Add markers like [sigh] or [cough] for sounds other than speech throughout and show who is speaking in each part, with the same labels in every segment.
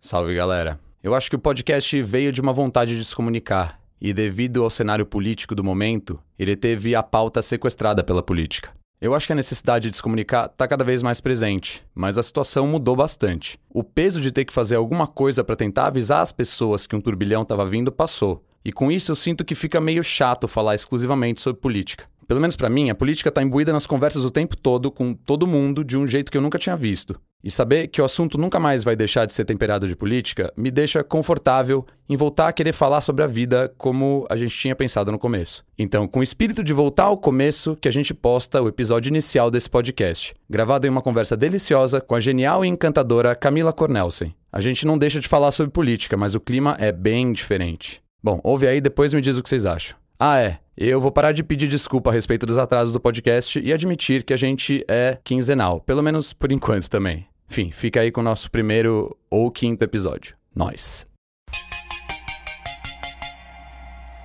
Speaker 1: Salve, galera. Eu acho que o podcast veio de uma vontade de se comunicar, e devido ao cenário político do momento, ele teve a pauta sequestrada pela política. Eu acho que a necessidade de se comunicar está cada vez mais presente, mas a situação mudou bastante. O peso de ter que fazer alguma coisa para tentar avisar as pessoas que um turbilhão estava vindo passou, e com isso eu sinto que fica meio chato falar exclusivamente sobre política. Pelo menos para mim, a política tá imbuída nas conversas o tempo todo com todo mundo de um jeito que eu nunca tinha visto. E saber que o assunto nunca mais vai deixar de ser temperado de política me deixa confortável em voltar a querer falar sobre a vida como a gente tinha pensado no começo. Então, com o espírito de voltar ao começo, que a gente posta o episódio inicial desse podcast, gravado em uma conversa deliciosa com a genial e encantadora Camila Cornelsen. A gente não deixa de falar sobre política, mas o clima é bem diferente. Bom, ouve aí depois me diz o que vocês acham. Ah, é. Eu vou parar de pedir desculpa a respeito dos atrasos do podcast e admitir que a gente é quinzenal, pelo menos por enquanto também. Enfim, fica aí com o nosso primeiro ou quinto episódio. Nós.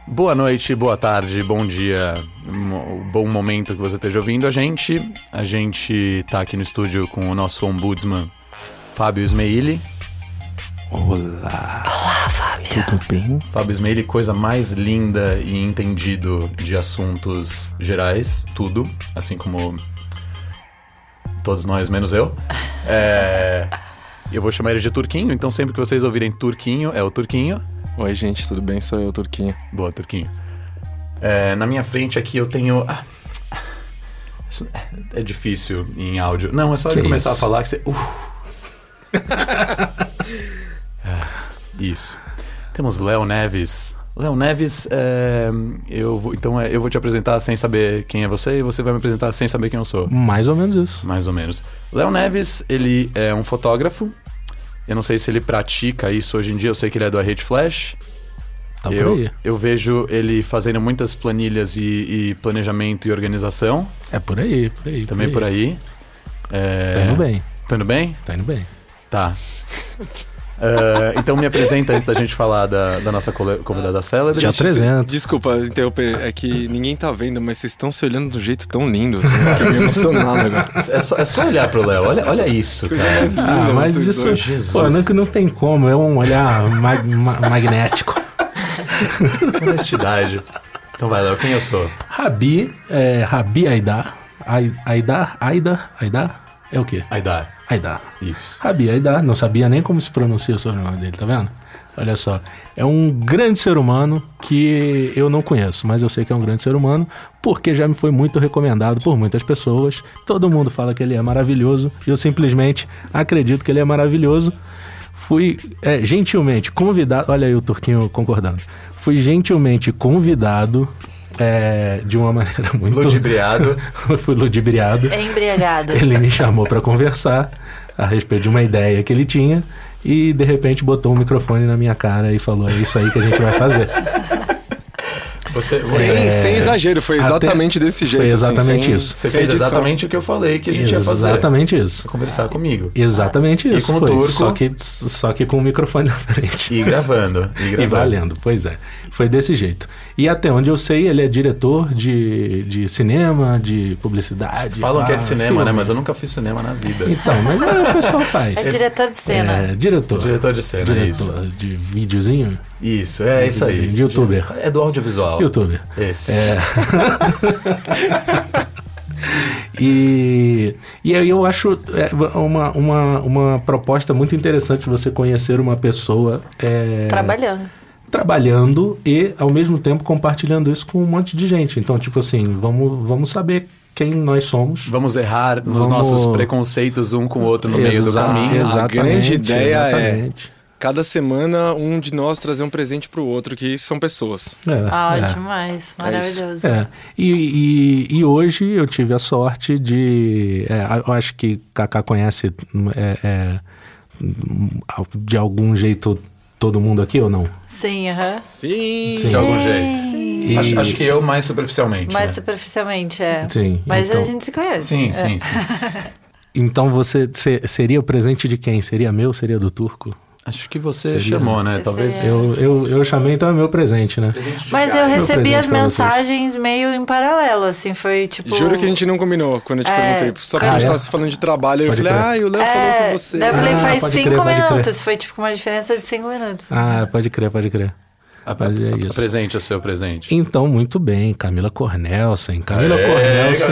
Speaker 1: Boa noite, boa tarde, bom dia, um bom momento que você esteja ouvindo a gente. A gente tá aqui no estúdio com o nosso ombudsman, Fábio Ismeili. Olá.
Speaker 2: Tudo bem?
Speaker 1: Fábio Ismaili, coisa mais linda e entendido de assuntos gerais, tudo, assim como todos nós, menos eu. É, eu vou chamar ele de Turquinho, então sempre que vocês ouvirem Turquinho, é o Turquinho.
Speaker 2: Oi, gente, tudo bem? Sou eu, Turquinho.
Speaker 1: Boa, Turquinho. É, na minha frente aqui eu tenho. Ah, isso é difícil em áudio. Não, é só
Speaker 2: Que
Speaker 1: ele começar
Speaker 2: isso?
Speaker 1: a falar que você. Uh. [laughs] Ah, isso. Temos Léo Neves. Léo Neves, é, eu vou, então é, eu vou te apresentar sem saber quem é você e você vai me apresentar sem saber quem eu sou.
Speaker 2: Mais ou menos isso.
Speaker 1: Mais ou menos. Léo Neves, ele é um fotógrafo. Eu não sei se ele pratica isso hoje em dia, eu sei que ele é do Rede Flash.
Speaker 2: Tá
Speaker 1: eu,
Speaker 2: por aí.
Speaker 1: eu vejo ele fazendo muitas planilhas e, e planejamento e organização,
Speaker 2: É por aí, por aí.
Speaker 1: também por aí. É,
Speaker 2: Tá indo bem,
Speaker 1: Tá indo bem?
Speaker 2: tá indo bem.
Speaker 1: Tá. É, então me apresenta antes da gente falar da, da nossa cole- convidada célebre.
Speaker 2: Já
Speaker 1: Gente,
Speaker 2: 300.
Speaker 3: Desculpa interromper, é que ninguém tá vendo, mas vocês estão se olhando de um jeito tão lindo. Assim, que eu me emocionado agora.
Speaker 1: É só, é só olhar pro Léo, olha, olha isso, cara.
Speaker 2: Ah, mas
Speaker 3: vocês
Speaker 2: isso.
Speaker 3: dois.
Speaker 1: Jesus.
Speaker 2: Pô, não, que não tem como, é um olhar ma- ma- magnético.
Speaker 1: Honestidade. Então vai, Léo, quem eu sou?
Speaker 2: Rabi, é, Rabi Aidar. Ai- Aidar, Aidar, Aidar? É o quê?
Speaker 1: Aidar.
Speaker 2: Aidar.
Speaker 1: Isso.
Speaker 2: Rabi Aidar, não sabia nem como se pronuncia o sobrenome dele, tá vendo? Olha só, é um grande ser humano que eu não conheço, mas eu sei que é um grande ser humano porque já me foi muito recomendado por muitas pessoas. Todo mundo fala que ele é maravilhoso e eu simplesmente acredito que ele é maravilhoso. Fui é, gentilmente convidado, olha aí o Turquinho concordando. Fui gentilmente convidado é, de uma [laughs] maneira muito.
Speaker 1: Ludibriado.
Speaker 2: [laughs] fui ludibriado.
Speaker 4: É embriagado.
Speaker 2: Ele me chamou pra conversar a respeito de uma ideia que ele tinha e de repente botou um microfone na minha cara e falou: "É isso aí que a gente vai fazer". É,
Speaker 1: Você,
Speaker 3: Sem,
Speaker 1: você,
Speaker 3: sem exagero, foi
Speaker 2: Até-
Speaker 3: exatamente desse
Speaker 2: foi
Speaker 3: jeito. assim,
Speaker 2: exatamente
Speaker 3: sem-
Speaker 2: isso.
Speaker 1: você
Speaker 3: sem
Speaker 1: fez
Speaker 3: edição.
Speaker 1: exatamente o que eu falei que a gente ia fazer.
Speaker 2: Exatamente isso.
Speaker 1: Conversar comigo.
Speaker 2: Exatamente isso.
Speaker 1: com o
Speaker 2: foi.
Speaker 1: turco.
Speaker 2: Só que só que com o microfone [laughs] na frente.
Speaker 1: E gravando. E gravando.
Speaker 2: E valendo, pois é. Foi desse jeito. E até onde eu sei, ele é diretor de, de cinema, de publicidade.
Speaker 1: Falam que é
Speaker 2: ah,
Speaker 1: de cinema,
Speaker 2: filme.
Speaker 1: né? Mas eu nunca fiz cinema na vida.
Speaker 2: Então, mas é, o pessoal faz.
Speaker 4: É diretor de cena.
Speaker 2: É, diretor.
Speaker 1: Diretor de cena, é isso.
Speaker 2: Diretor de videozinho.
Speaker 1: Isso, é isso aí.
Speaker 2: Youtuber.
Speaker 1: É do audiovisual.
Speaker 2: Youtuber.
Speaker 1: Esse. É.
Speaker 2: E, e aí eu acho é, uma, uma, uma proposta muito interessante você conhecer uma pessoa é,
Speaker 4: Trabalhando.
Speaker 2: trabalhando e, ao mesmo tempo, compartilhando isso com um monte de gente. Então, tipo assim, vamos, vamos saber quem nós somos.
Speaker 1: Vamos errar nos
Speaker 2: Vamos-
Speaker 1: nossos preconceitos um com o outro no meio do
Speaker 2: Exa-
Speaker 1: caminho. né?
Speaker 2: Exatamente.
Speaker 3: A grande ideia é-
Speaker 2: exatamente.
Speaker 3: Cada semana, um de nós trazer um presente pro outro, que são pessoas.
Speaker 2: É,
Speaker 4: Ah,
Speaker 2: é.
Speaker 4: demais. Maravilhoso.
Speaker 2: É. E, e- e hoje eu tive a sorte de. é, a- eu acho que Kaká conhece é, é, de algum jeito todo mundo aqui ou não?
Speaker 4: Sim, aham.
Speaker 3: Sim!
Speaker 1: De algum jeito.
Speaker 4: Sim.
Speaker 2: E-
Speaker 1: Acho, acho que eu mais superficialmente.
Speaker 4: Mais
Speaker 1: né?
Speaker 4: superficialmente, é.
Speaker 2: Sim,
Speaker 4: Mas
Speaker 2: então-
Speaker 4: a gente se conhece.
Speaker 1: Sim,
Speaker 4: É.
Speaker 1: sim, sim.
Speaker 2: Então você se- seria o presente de quem? Seria meu? Seria do turco?
Speaker 1: Acho que você
Speaker 2: Seria,
Speaker 1: chamou, né?
Speaker 4: Esse
Speaker 1: Talvez.
Speaker 4: é-
Speaker 2: Eu, eu, eu chamei, então é meu presente, né?
Speaker 4: Mas eu recebi
Speaker 2: presente
Speaker 4: as
Speaker 2: pra vocês.
Speaker 4: mensagens meio em paralelo, assim, foi tipo.
Speaker 5: Juro que a gente não combinou quando eu te
Speaker 4: É.
Speaker 5: perguntei. Só que
Speaker 2: Ah,
Speaker 5: a gente
Speaker 2: é?
Speaker 5: tava se falando de trabalho, eu
Speaker 2: Pode
Speaker 5: falei,
Speaker 2: crer.
Speaker 5: ah, e o Léo falou
Speaker 4: É,
Speaker 5: com você.
Speaker 4: daí eu falei,
Speaker 2: Ah,
Speaker 4: faz
Speaker 2: pode
Speaker 4: cinco
Speaker 2: crer, pode crer.
Speaker 4: minutos. Foi tipo uma diferença de cinco minutos.
Speaker 2: Ah, pode crer, pode crer. Mas é isso.
Speaker 1: Presente o seu presente.
Speaker 2: Então, muito bem, Camila Cornelsen. Camila Cornelsen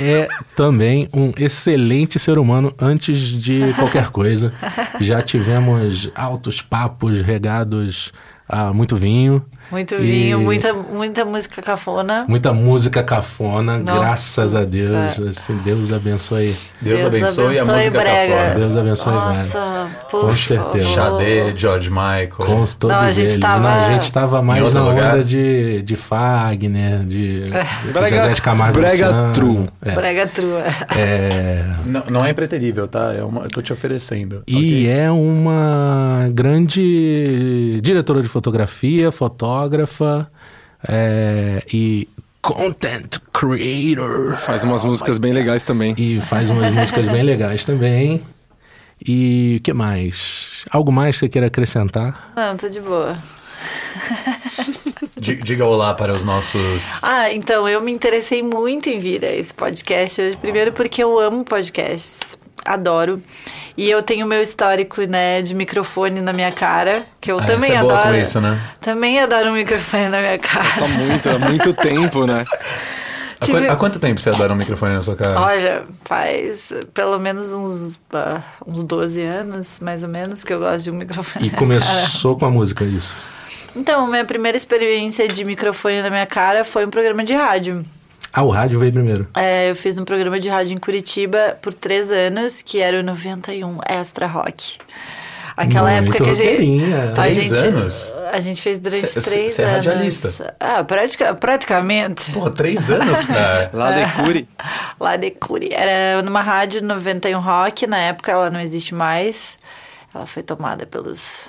Speaker 2: é também um excelente ser humano antes de
Speaker 4: [laughs]
Speaker 2: qualquer coisa. Já tivemos altos papos regados a muito vinho,
Speaker 4: Muito
Speaker 2: E-
Speaker 4: vinho, muita, muita música cafona.
Speaker 2: muita música cafona,
Speaker 4: Nossa. É.
Speaker 2: graças a Deus. Assim, Deus abençoe.
Speaker 1: Deus, abençoe, a música
Speaker 4: brega.
Speaker 1: cafona.
Speaker 2: Deus abençoe, velho.
Speaker 4: Nossa, por
Speaker 2: Com certeza.
Speaker 4: favor.
Speaker 1: Xadê, George Michael.
Speaker 2: Com os- todos
Speaker 4: Não, a gente
Speaker 2: eles.
Speaker 4: tava-
Speaker 2: Não, a gente tava mais
Speaker 1: outro
Speaker 2: na
Speaker 1: lugar?
Speaker 2: onda de, de Fagner, de
Speaker 4: É.
Speaker 5: Brega-
Speaker 2: Zezé de Camargo
Speaker 5: Brega
Speaker 2: Luciano.
Speaker 5: true.
Speaker 2: É.
Speaker 4: Brega trua.
Speaker 2: É,
Speaker 1: Não, não é impreterível, tá? É uma, eu tô te oferecendo.
Speaker 2: E
Speaker 1: ok?
Speaker 2: é uma grande diretora de fotografia, fotógrafa é, e content creator.
Speaker 5: Faz umas músicas bem legais também.
Speaker 2: E faz umas músicas bem legais também. E o que mais? Algo mais que você queira acrescentar?
Speaker 4: [laughs] Não, tô de boa.
Speaker 1: Di- Diga olá para os nossos.
Speaker 4: Ah, então eu me interessei muito em vir a esse podcast hoje. Primeiro porque eu amo podcasts, adoro. E eu tenho meu histórico, né, de microfone na minha cara, que eu
Speaker 1: Ah,
Speaker 4: também
Speaker 1: você é
Speaker 4: adoro.
Speaker 1: boa com isso, né?
Speaker 4: Também adoro um microfone na minha cara.
Speaker 5: Tá muito, há muito tempo, né?
Speaker 1: Há,
Speaker 4: Tive-
Speaker 1: quan- há quanto tempo você adora um microfone na sua cara?
Speaker 4: Olha, faz pelo menos uns, ah, uns 12 anos, mais ou menos, que eu gosto de um microfone.
Speaker 2: E
Speaker 4: na
Speaker 2: começou com a música, é isso.
Speaker 4: cara. Então, minha primeira experiência de microfone na minha cara foi um programa de rádio.
Speaker 2: Ah, o rádio veio primeiro.
Speaker 4: É, eu fiz um programa de rádio em Curitiba por três anos, que era o 91 Extra Rock. Aquela
Speaker 2: Muito
Speaker 4: época que a gente.
Speaker 2: roqueirinha.
Speaker 4: a
Speaker 1: Três
Speaker 4: gente-
Speaker 1: anos?
Speaker 4: A gente fez durante
Speaker 1: Cê- cê-
Speaker 4: três
Speaker 1: cê é
Speaker 4: anos.
Speaker 1: radialista.
Speaker 4: Ah, pratica- praticamente.
Speaker 1: Pô, três anos,
Speaker 4: [laughs]
Speaker 1: cara.
Speaker 5: Lá
Speaker 4: É.
Speaker 5: de Curi.
Speaker 4: Lá de Curi. Era numa rádio 91 Rock, na época ela não existe mais. Ela foi tomada pelos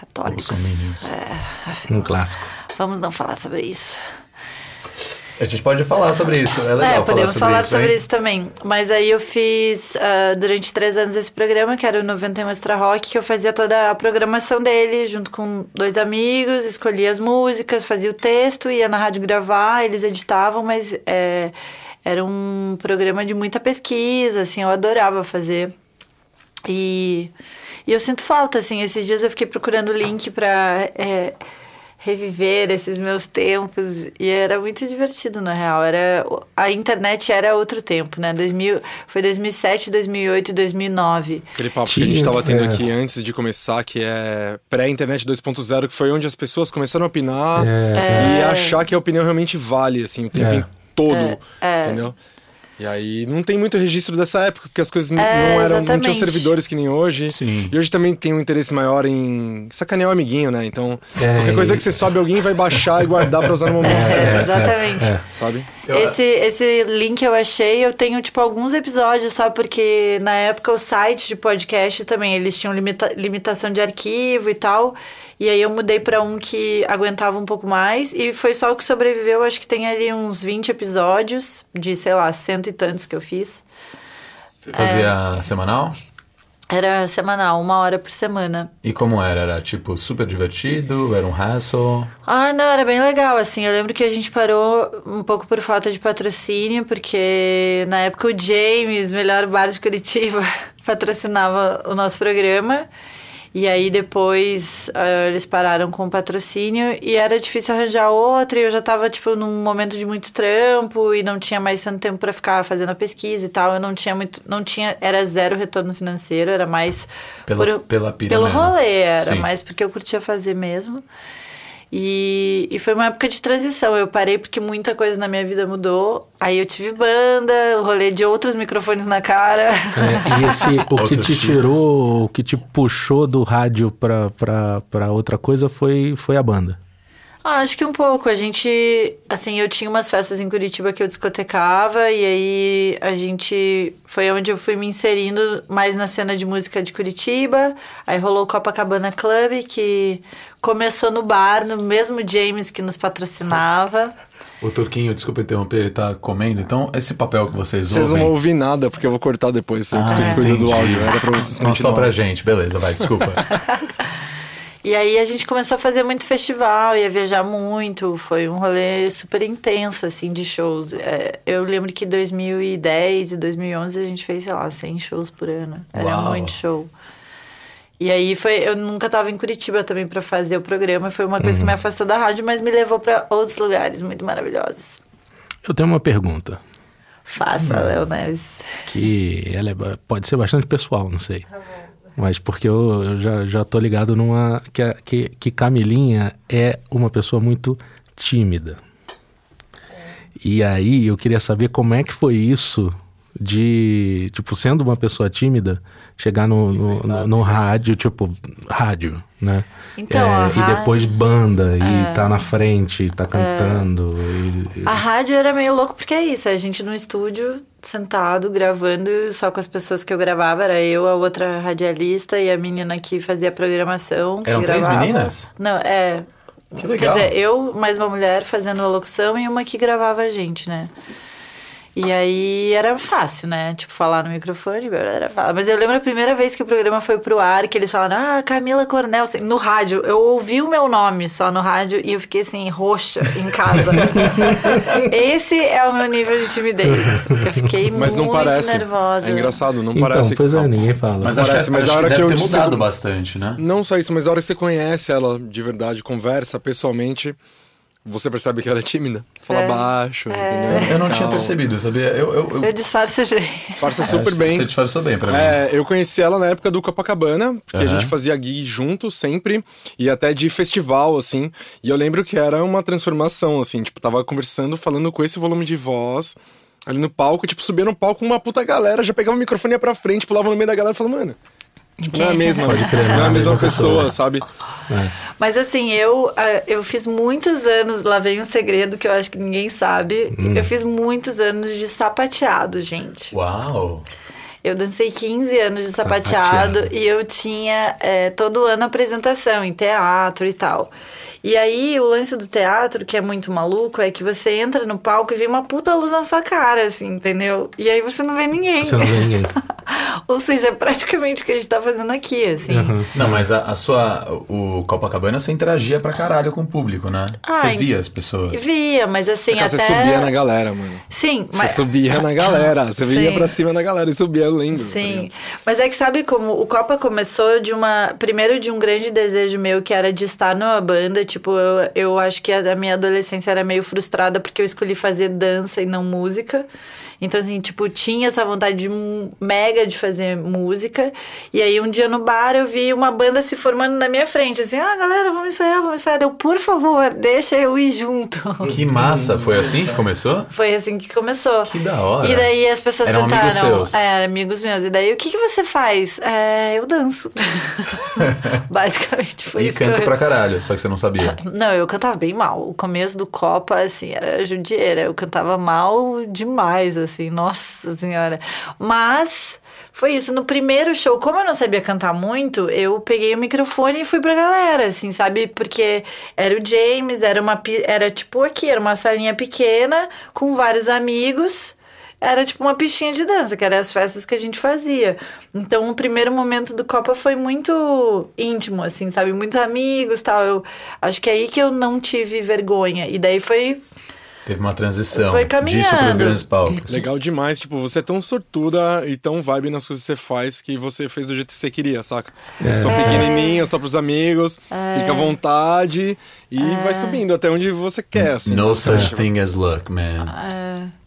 Speaker 4: católicos. É,
Speaker 2: Um clássico.
Speaker 4: vamos não falar sobre isso.
Speaker 1: A gente pode falar sobre isso. É legal
Speaker 4: é, podemos
Speaker 1: falar sobre
Speaker 4: falar
Speaker 1: isso.
Speaker 4: sobre
Speaker 1: hein?
Speaker 4: isso também. Mas aí eu fiz ah, durante três anos esse programa, que era o 91 Extra Rock, que eu fazia toda a programação dele, junto com dois amigos, escolhia as músicas, fazia o texto, ia na rádio gravar, eles editavam, mas é, era um programa de muita pesquisa, assim, eu adorava fazer. E, e eu sinto falta, assim. Esses dias eu fiquei procurando o link pra é, reviver esses meus tempos. E era muito divertido, na real. Era, a internet era outro tempo, né? 2000, foi 2007, 2008 e 2009.
Speaker 5: Aquele papo que a gente
Speaker 2: Tinha,
Speaker 5: tava tendo
Speaker 2: é.
Speaker 5: aqui antes de começar, que é pré-internet 2.0, que foi onde as pessoas começaram a opinar
Speaker 4: é.
Speaker 5: e achar que a opinião realmente vale, assim, o tempo
Speaker 2: É.
Speaker 5: em todo,
Speaker 4: É,
Speaker 5: entendeu? E aí não tem muito registro dessa época, porque as coisas n- não eram, não tinham
Speaker 4: É, exatamente.
Speaker 5: servidores que nem hoje.
Speaker 1: Sim.
Speaker 5: E hoje também tem um interesse maior em sacanear o amiguinho, né? Então,
Speaker 2: É,
Speaker 5: qualquer coisa
Speaker 2: e-
Speaker 5: que você sobe, alguém vai baixar e guardar pra usar no momento
Speaker 4: É,
Speaker 5: certo,
Speaker 4: exatamente.
Speaker 2: é.
Speaker 5: sabe?
Speaker 4: Esse, esse link eu achei, eu tenho, tipo, alguns episódios só porque na época o site de podcast também, eles tinham limita- limitação de arquivo e tal. E aí eu mudei pra um que aguentava um pouco mais. E foi só o que sobreviveu, acho que tem ali uns 20 episódios, de, sei lá, cento e tantos que eu fiz.
Speaker 1: Você fazia
Speaker 4: É.
Speaker 1: semanal?
Speaker 4: Era semanal, uma hora por semana.
Speaker 1: E como era? Era tipo super divertido? Era um hassle?
Speaker 4: Ah, não, era bem legal, assim. Eu lembro que a gente parou um pouco por falta de patrocínio, porque na época o James, melhor bar de Curitiba, [laughs] patrocinava o nosso programa. E aí depois ah, eles pararam com o patrocínio e era difícil arranjar outro. E eu já tava, tipo, num momento de muito trampo e não tinha mais tanto tempo pra ficar fazendo a pesquisa e tal. Eu não tinha muito. Não tinha. Era zero retorno financeiro, era mais.
Speaker 1: Pela- pela pira
Speaker 4: Pelo
Speaker 1: mesmo.
Speaker 4: rolê, era
Speaker 1: Sim.
Speaker 4: mais mas porque eu curtia fazer mesmo. E, e foi uma época de transição. Eu parei porque muita coisa na minha vida mudou. Aí eu tive banda, o rolê de outros microfones na cara.
Speaker 2: É, e esse, o que
Speaker 1: Outros
Speaker 2: te
Speaker 1: tipos.
Speaker 2: tirou, o que te puxou do rádio pra, pra, pra outra coisa foi, foi a banda.
Speaker 4: [laughs] Ah, acho que um pouco. A gente, assim, eu tinha umas festas em Curitiba que eu discotecava e aí a gente foi onde eu fui me inserindo mais na cena de música de Curitiba. Aí rolou o Copacabana Club que começou no bar, no mesmo James que nos patrocinava.
Speaker 1: O Turquinho, desculpa interromper, ele tá comendo. Então, esse papel que vocês,
Speaker 3: Vocês não
Speaker 1: ouvem.
Speaker 3: vão ouvir nada, porque eu vou cortar depois. Você
Speaker 1: Ah,
Speaker 3: que cuida do
Speaker 1: entendi.
Speaker 3: áudio. Era pra
Speaker 1: [laughs]
Speaker 3: vocês
Speaker 1: Não Então, só
Speaker 3: continuarem.
Speaker 1: pra gente, beleza, vai, desculpa.
Speaker 3: [laughs]
Speaker 4: E aí a gente começou a fazer muito festival, ia viajar muito, foi um rolê super intenso, assim, de shows. É, eu lembro que 2010 e 2011 a gente fez, sei lá, 100 shows por ano. Era
Speaker 1: Uau.
Speaker 4: muito show. E aí foi, eu nunca tava em Curitiba também pra fazer o programa, foi uma coisa que me afastou da rádio, mas me levou pra outros lugares muito maravilhosos.
Speaker 2: Eu tenho uma pergunta,
Speaker 4: Faça, Léo Neves.
Speaker 2: que ela é ba- pode ser bastante pessoal, não sei.
Speaker 4: Tá
Speaker 2: Mas porque eu, eu já, já tô ligado numa. Que, a- que, que Camilinha é uma pessoa muito tímida.
Speaker 4: É.
Speaker 2: E aí eu queria saber como é que foi isso de, tipo, sendo uma pessoa tímida, chegar no, no, no- no rádio, tipo, rádio, né?
Speaker 4: Então, a
Speaker 2: E
Speaker 4: rádio- É.
Speaker 2: depois banda, e tá na frente, e tá cantando. e- e-
Speaker 4: A rádio era meio louco porque é isso, a gente no estúdio, sentado, gravando, só com as pessoas que eu gravava, era eu, a outra radialista e a menina que fazia programação. que
Speaker 1: Eram três
Speaker 4: gravava.
Speaker 1: meninas?
Speaker 4: Não, é.
Speaker 1: Que legal.
Speaker 4: Quer dizer, eu mais uma mulher fazendo a locução e uma que gravava a gente, né? E aí era fácil, né? Tipo, falar no microfone, era fácil. Mas eu lembro a primeira vez que o programa foi pro ar, que eles falaram, ah, Camila Cornel, assim, no rádio. Eu ouvi o meu nome só no rádio e eu fiquei assim, roxa em casa. Esse é o meu nível de timidez. Eu fiquei
Speaker 3: Mas
Speaker 4: muito
Speaker 3: não parece.
Speaker 4: nervosa.
Speaker 3: É engraçado, não
Speaker 2: então,
Speaker 3: parece.
Speaker 2: pois
Speaker 3: que...
Speaker 2: é, ninguém fala.
Speaker 1: Mas acho,
Speaker 3: Parece,
Speaker 1: que,
Speaker 3: mas
Speaker 1: acho
Speaker 3: a
Speaker 1: que
Speaker 3: hora
Speaker 1: deve
Speaker 3: que eu
Speaker 1: ter
Speaker 3: disse-
Speaker 1: mudado bastante, né?
Speaker 3: Não só isso, mas a hora que você conhece ela de verdade, conversa pessoalmente, você percebe que ela é tímida. Fala
Speaker 4: É.
Speaker 3: baixo, entendeu?
Speaker 1: Eu não tinha
Speaker 3: Calma.
Speaker 1: percebido, sabia? Eu, eu, eu-
Speaker 4: Eu disfarce bem.
Speaker 3: Disfarça
Speaker 1: acho
Speaker 3: super
Speaker 1: que
Speaker 3: bem.
Speaker 1: Você disfarçou bem pra mim.
Speaker 3: É, eu conheci ela na época do Copacabana, porque a
Speaker 1: Aham.
Speaker 3: gente fazia gig junto sempre, e até de festival, assim. E eu lembro que era uma transformação, assim, tipo, tava conversando, falando com esse volume de voz ali no palco, tipo, subia no palco uma puta galera, já pegava o microfone ia pra frente, pulava no meio da galera e falava, mano. Tipo, não é a mesma, né?
Speaker 2: crer,
Speaker 3: não é a mesma pessoa, sabe?
Speaker 4: Mas assim, eu, ah, eu fiz muitos anos, lá vem um segredo que eu acho que ninguém sabe.
Speaker 2: Hum.
Speaker 4: Eu fiz muitos anos de sapateado, gente.
Speaker 1: Uau!
Speaker 4: Eu dancei 15 anos de sapateado,
Speaker 2: Sapateado.
Speaker 4: e eu tinha eh, todo ano apresentação em teatro e tal. E aí, o lance do teatro, que é muito maluco, é que você entra no palco e vem uma puta luz na sua cara, assim, entendeu? E aí você não vê ninguém.
Speaker 2: Você não vê ninguém.
Speaker 4: [laughs] Ou seja, é praticamente o que a gente tá fazendo aqui, assim.
Speaker 2: Aham.
Speaker 1: Não, mas a, a sua. O Copacabana você interagia pra caralho com o público, né?
Speaker 4: Ai.
Speaker 1: você via as pessoas.
Speaker 4: Via, mas assim,
Speaker 2: É
Speaker 3: Porque
Speaker 4: até...
Speaker 3: Você subia na galera, mano.
Speaker 4: Sim,
Speaker 3: Você
Speaker 4: mas...
Speaker 3: subia na galera, você vinha
Speaker 4: Sim.
Speaker 3: pra cima da galera e subia, eu lembro. tá ligado?
Speaker 4: Sim, mas é que sabe como o Copa começou de uma. Primeiro, de um grande desejo meu que era de estar numa banda. Tipo, eu, eu acho que a, a minha adolescência era meio frustrada porque eu escolhi fazer dança e não música. Então, assim, tipo, tinha essa vontade de um- mega de fazer música. E aí, um dia no bar, eu vi uma banda se formando na minha frente. Assim, ah, galera, vamos ensaiar, vamos ensaiar. Eu, por favor, deixa eu ir junto.
Speaker 1: Que massa! Foi assim que começou?
Speaker 4: Foi assim que começou.
Speaker 1: Que da hora.
Speaker 4: E daí as pessoas
Speaker 1: Eram amigos
Speaker 4: perguntaram.
Speaker 1: seus?
Speaker 4: É, amigos meus. E daí, o que, que você faz? É, eu
Speaker 1: [laughs]
Speaker 4: danço. [laughs] Basicamente foi
Speaker 1: E
Speaker 4: isso.
Speaker 1: canto
Speaker 4: que eu-
Speaker 1: pra caralho, só que você não sabia.
Speaker 4: Não, eu cantava bem mal. O começo do Copa, assim, era judieira. Eu cantava mal demais, assim, nossa senhora. Mas foi isso. No primeiro show, como eu não sabia cantar muito, eu peguei o microfone e fui pra galera, assim, sabe? Porque era o James, era uma. pi- Era tipo aqui, era uma salinha pequena, com vários amigos. Era tipo uma pistinha de dança, que eram as festas que a gente fazia. Então, o primeiro momento do Copa foi muito íntimo, assim, sabe? Muitos amigos tal. Eu acho que é aí que eu não tive vergonha. E daí foi.
Speaker 1: Teve uma transição
Speaker 4: Foi
Speaker 1: disso pros
Speaker 4: caminhando.
Speaker 1: grandes palcos.
Speaker 3: Legal demais, tipo, você é tão sortuda e tão vibe nas coisas que você faz que você fez do jeito que você queria, saca?
Speaker 1: É.
Speaker 3: Só pequenininha, só pros amigos, fica à vontade e vai subindo até onde você quer, assim.
Speaker 1: No
Speaker 3: Você
Speaker 1: such
Speaker 3: acha-
Speaker 1: thing as luck, man.
Speaker 4: é,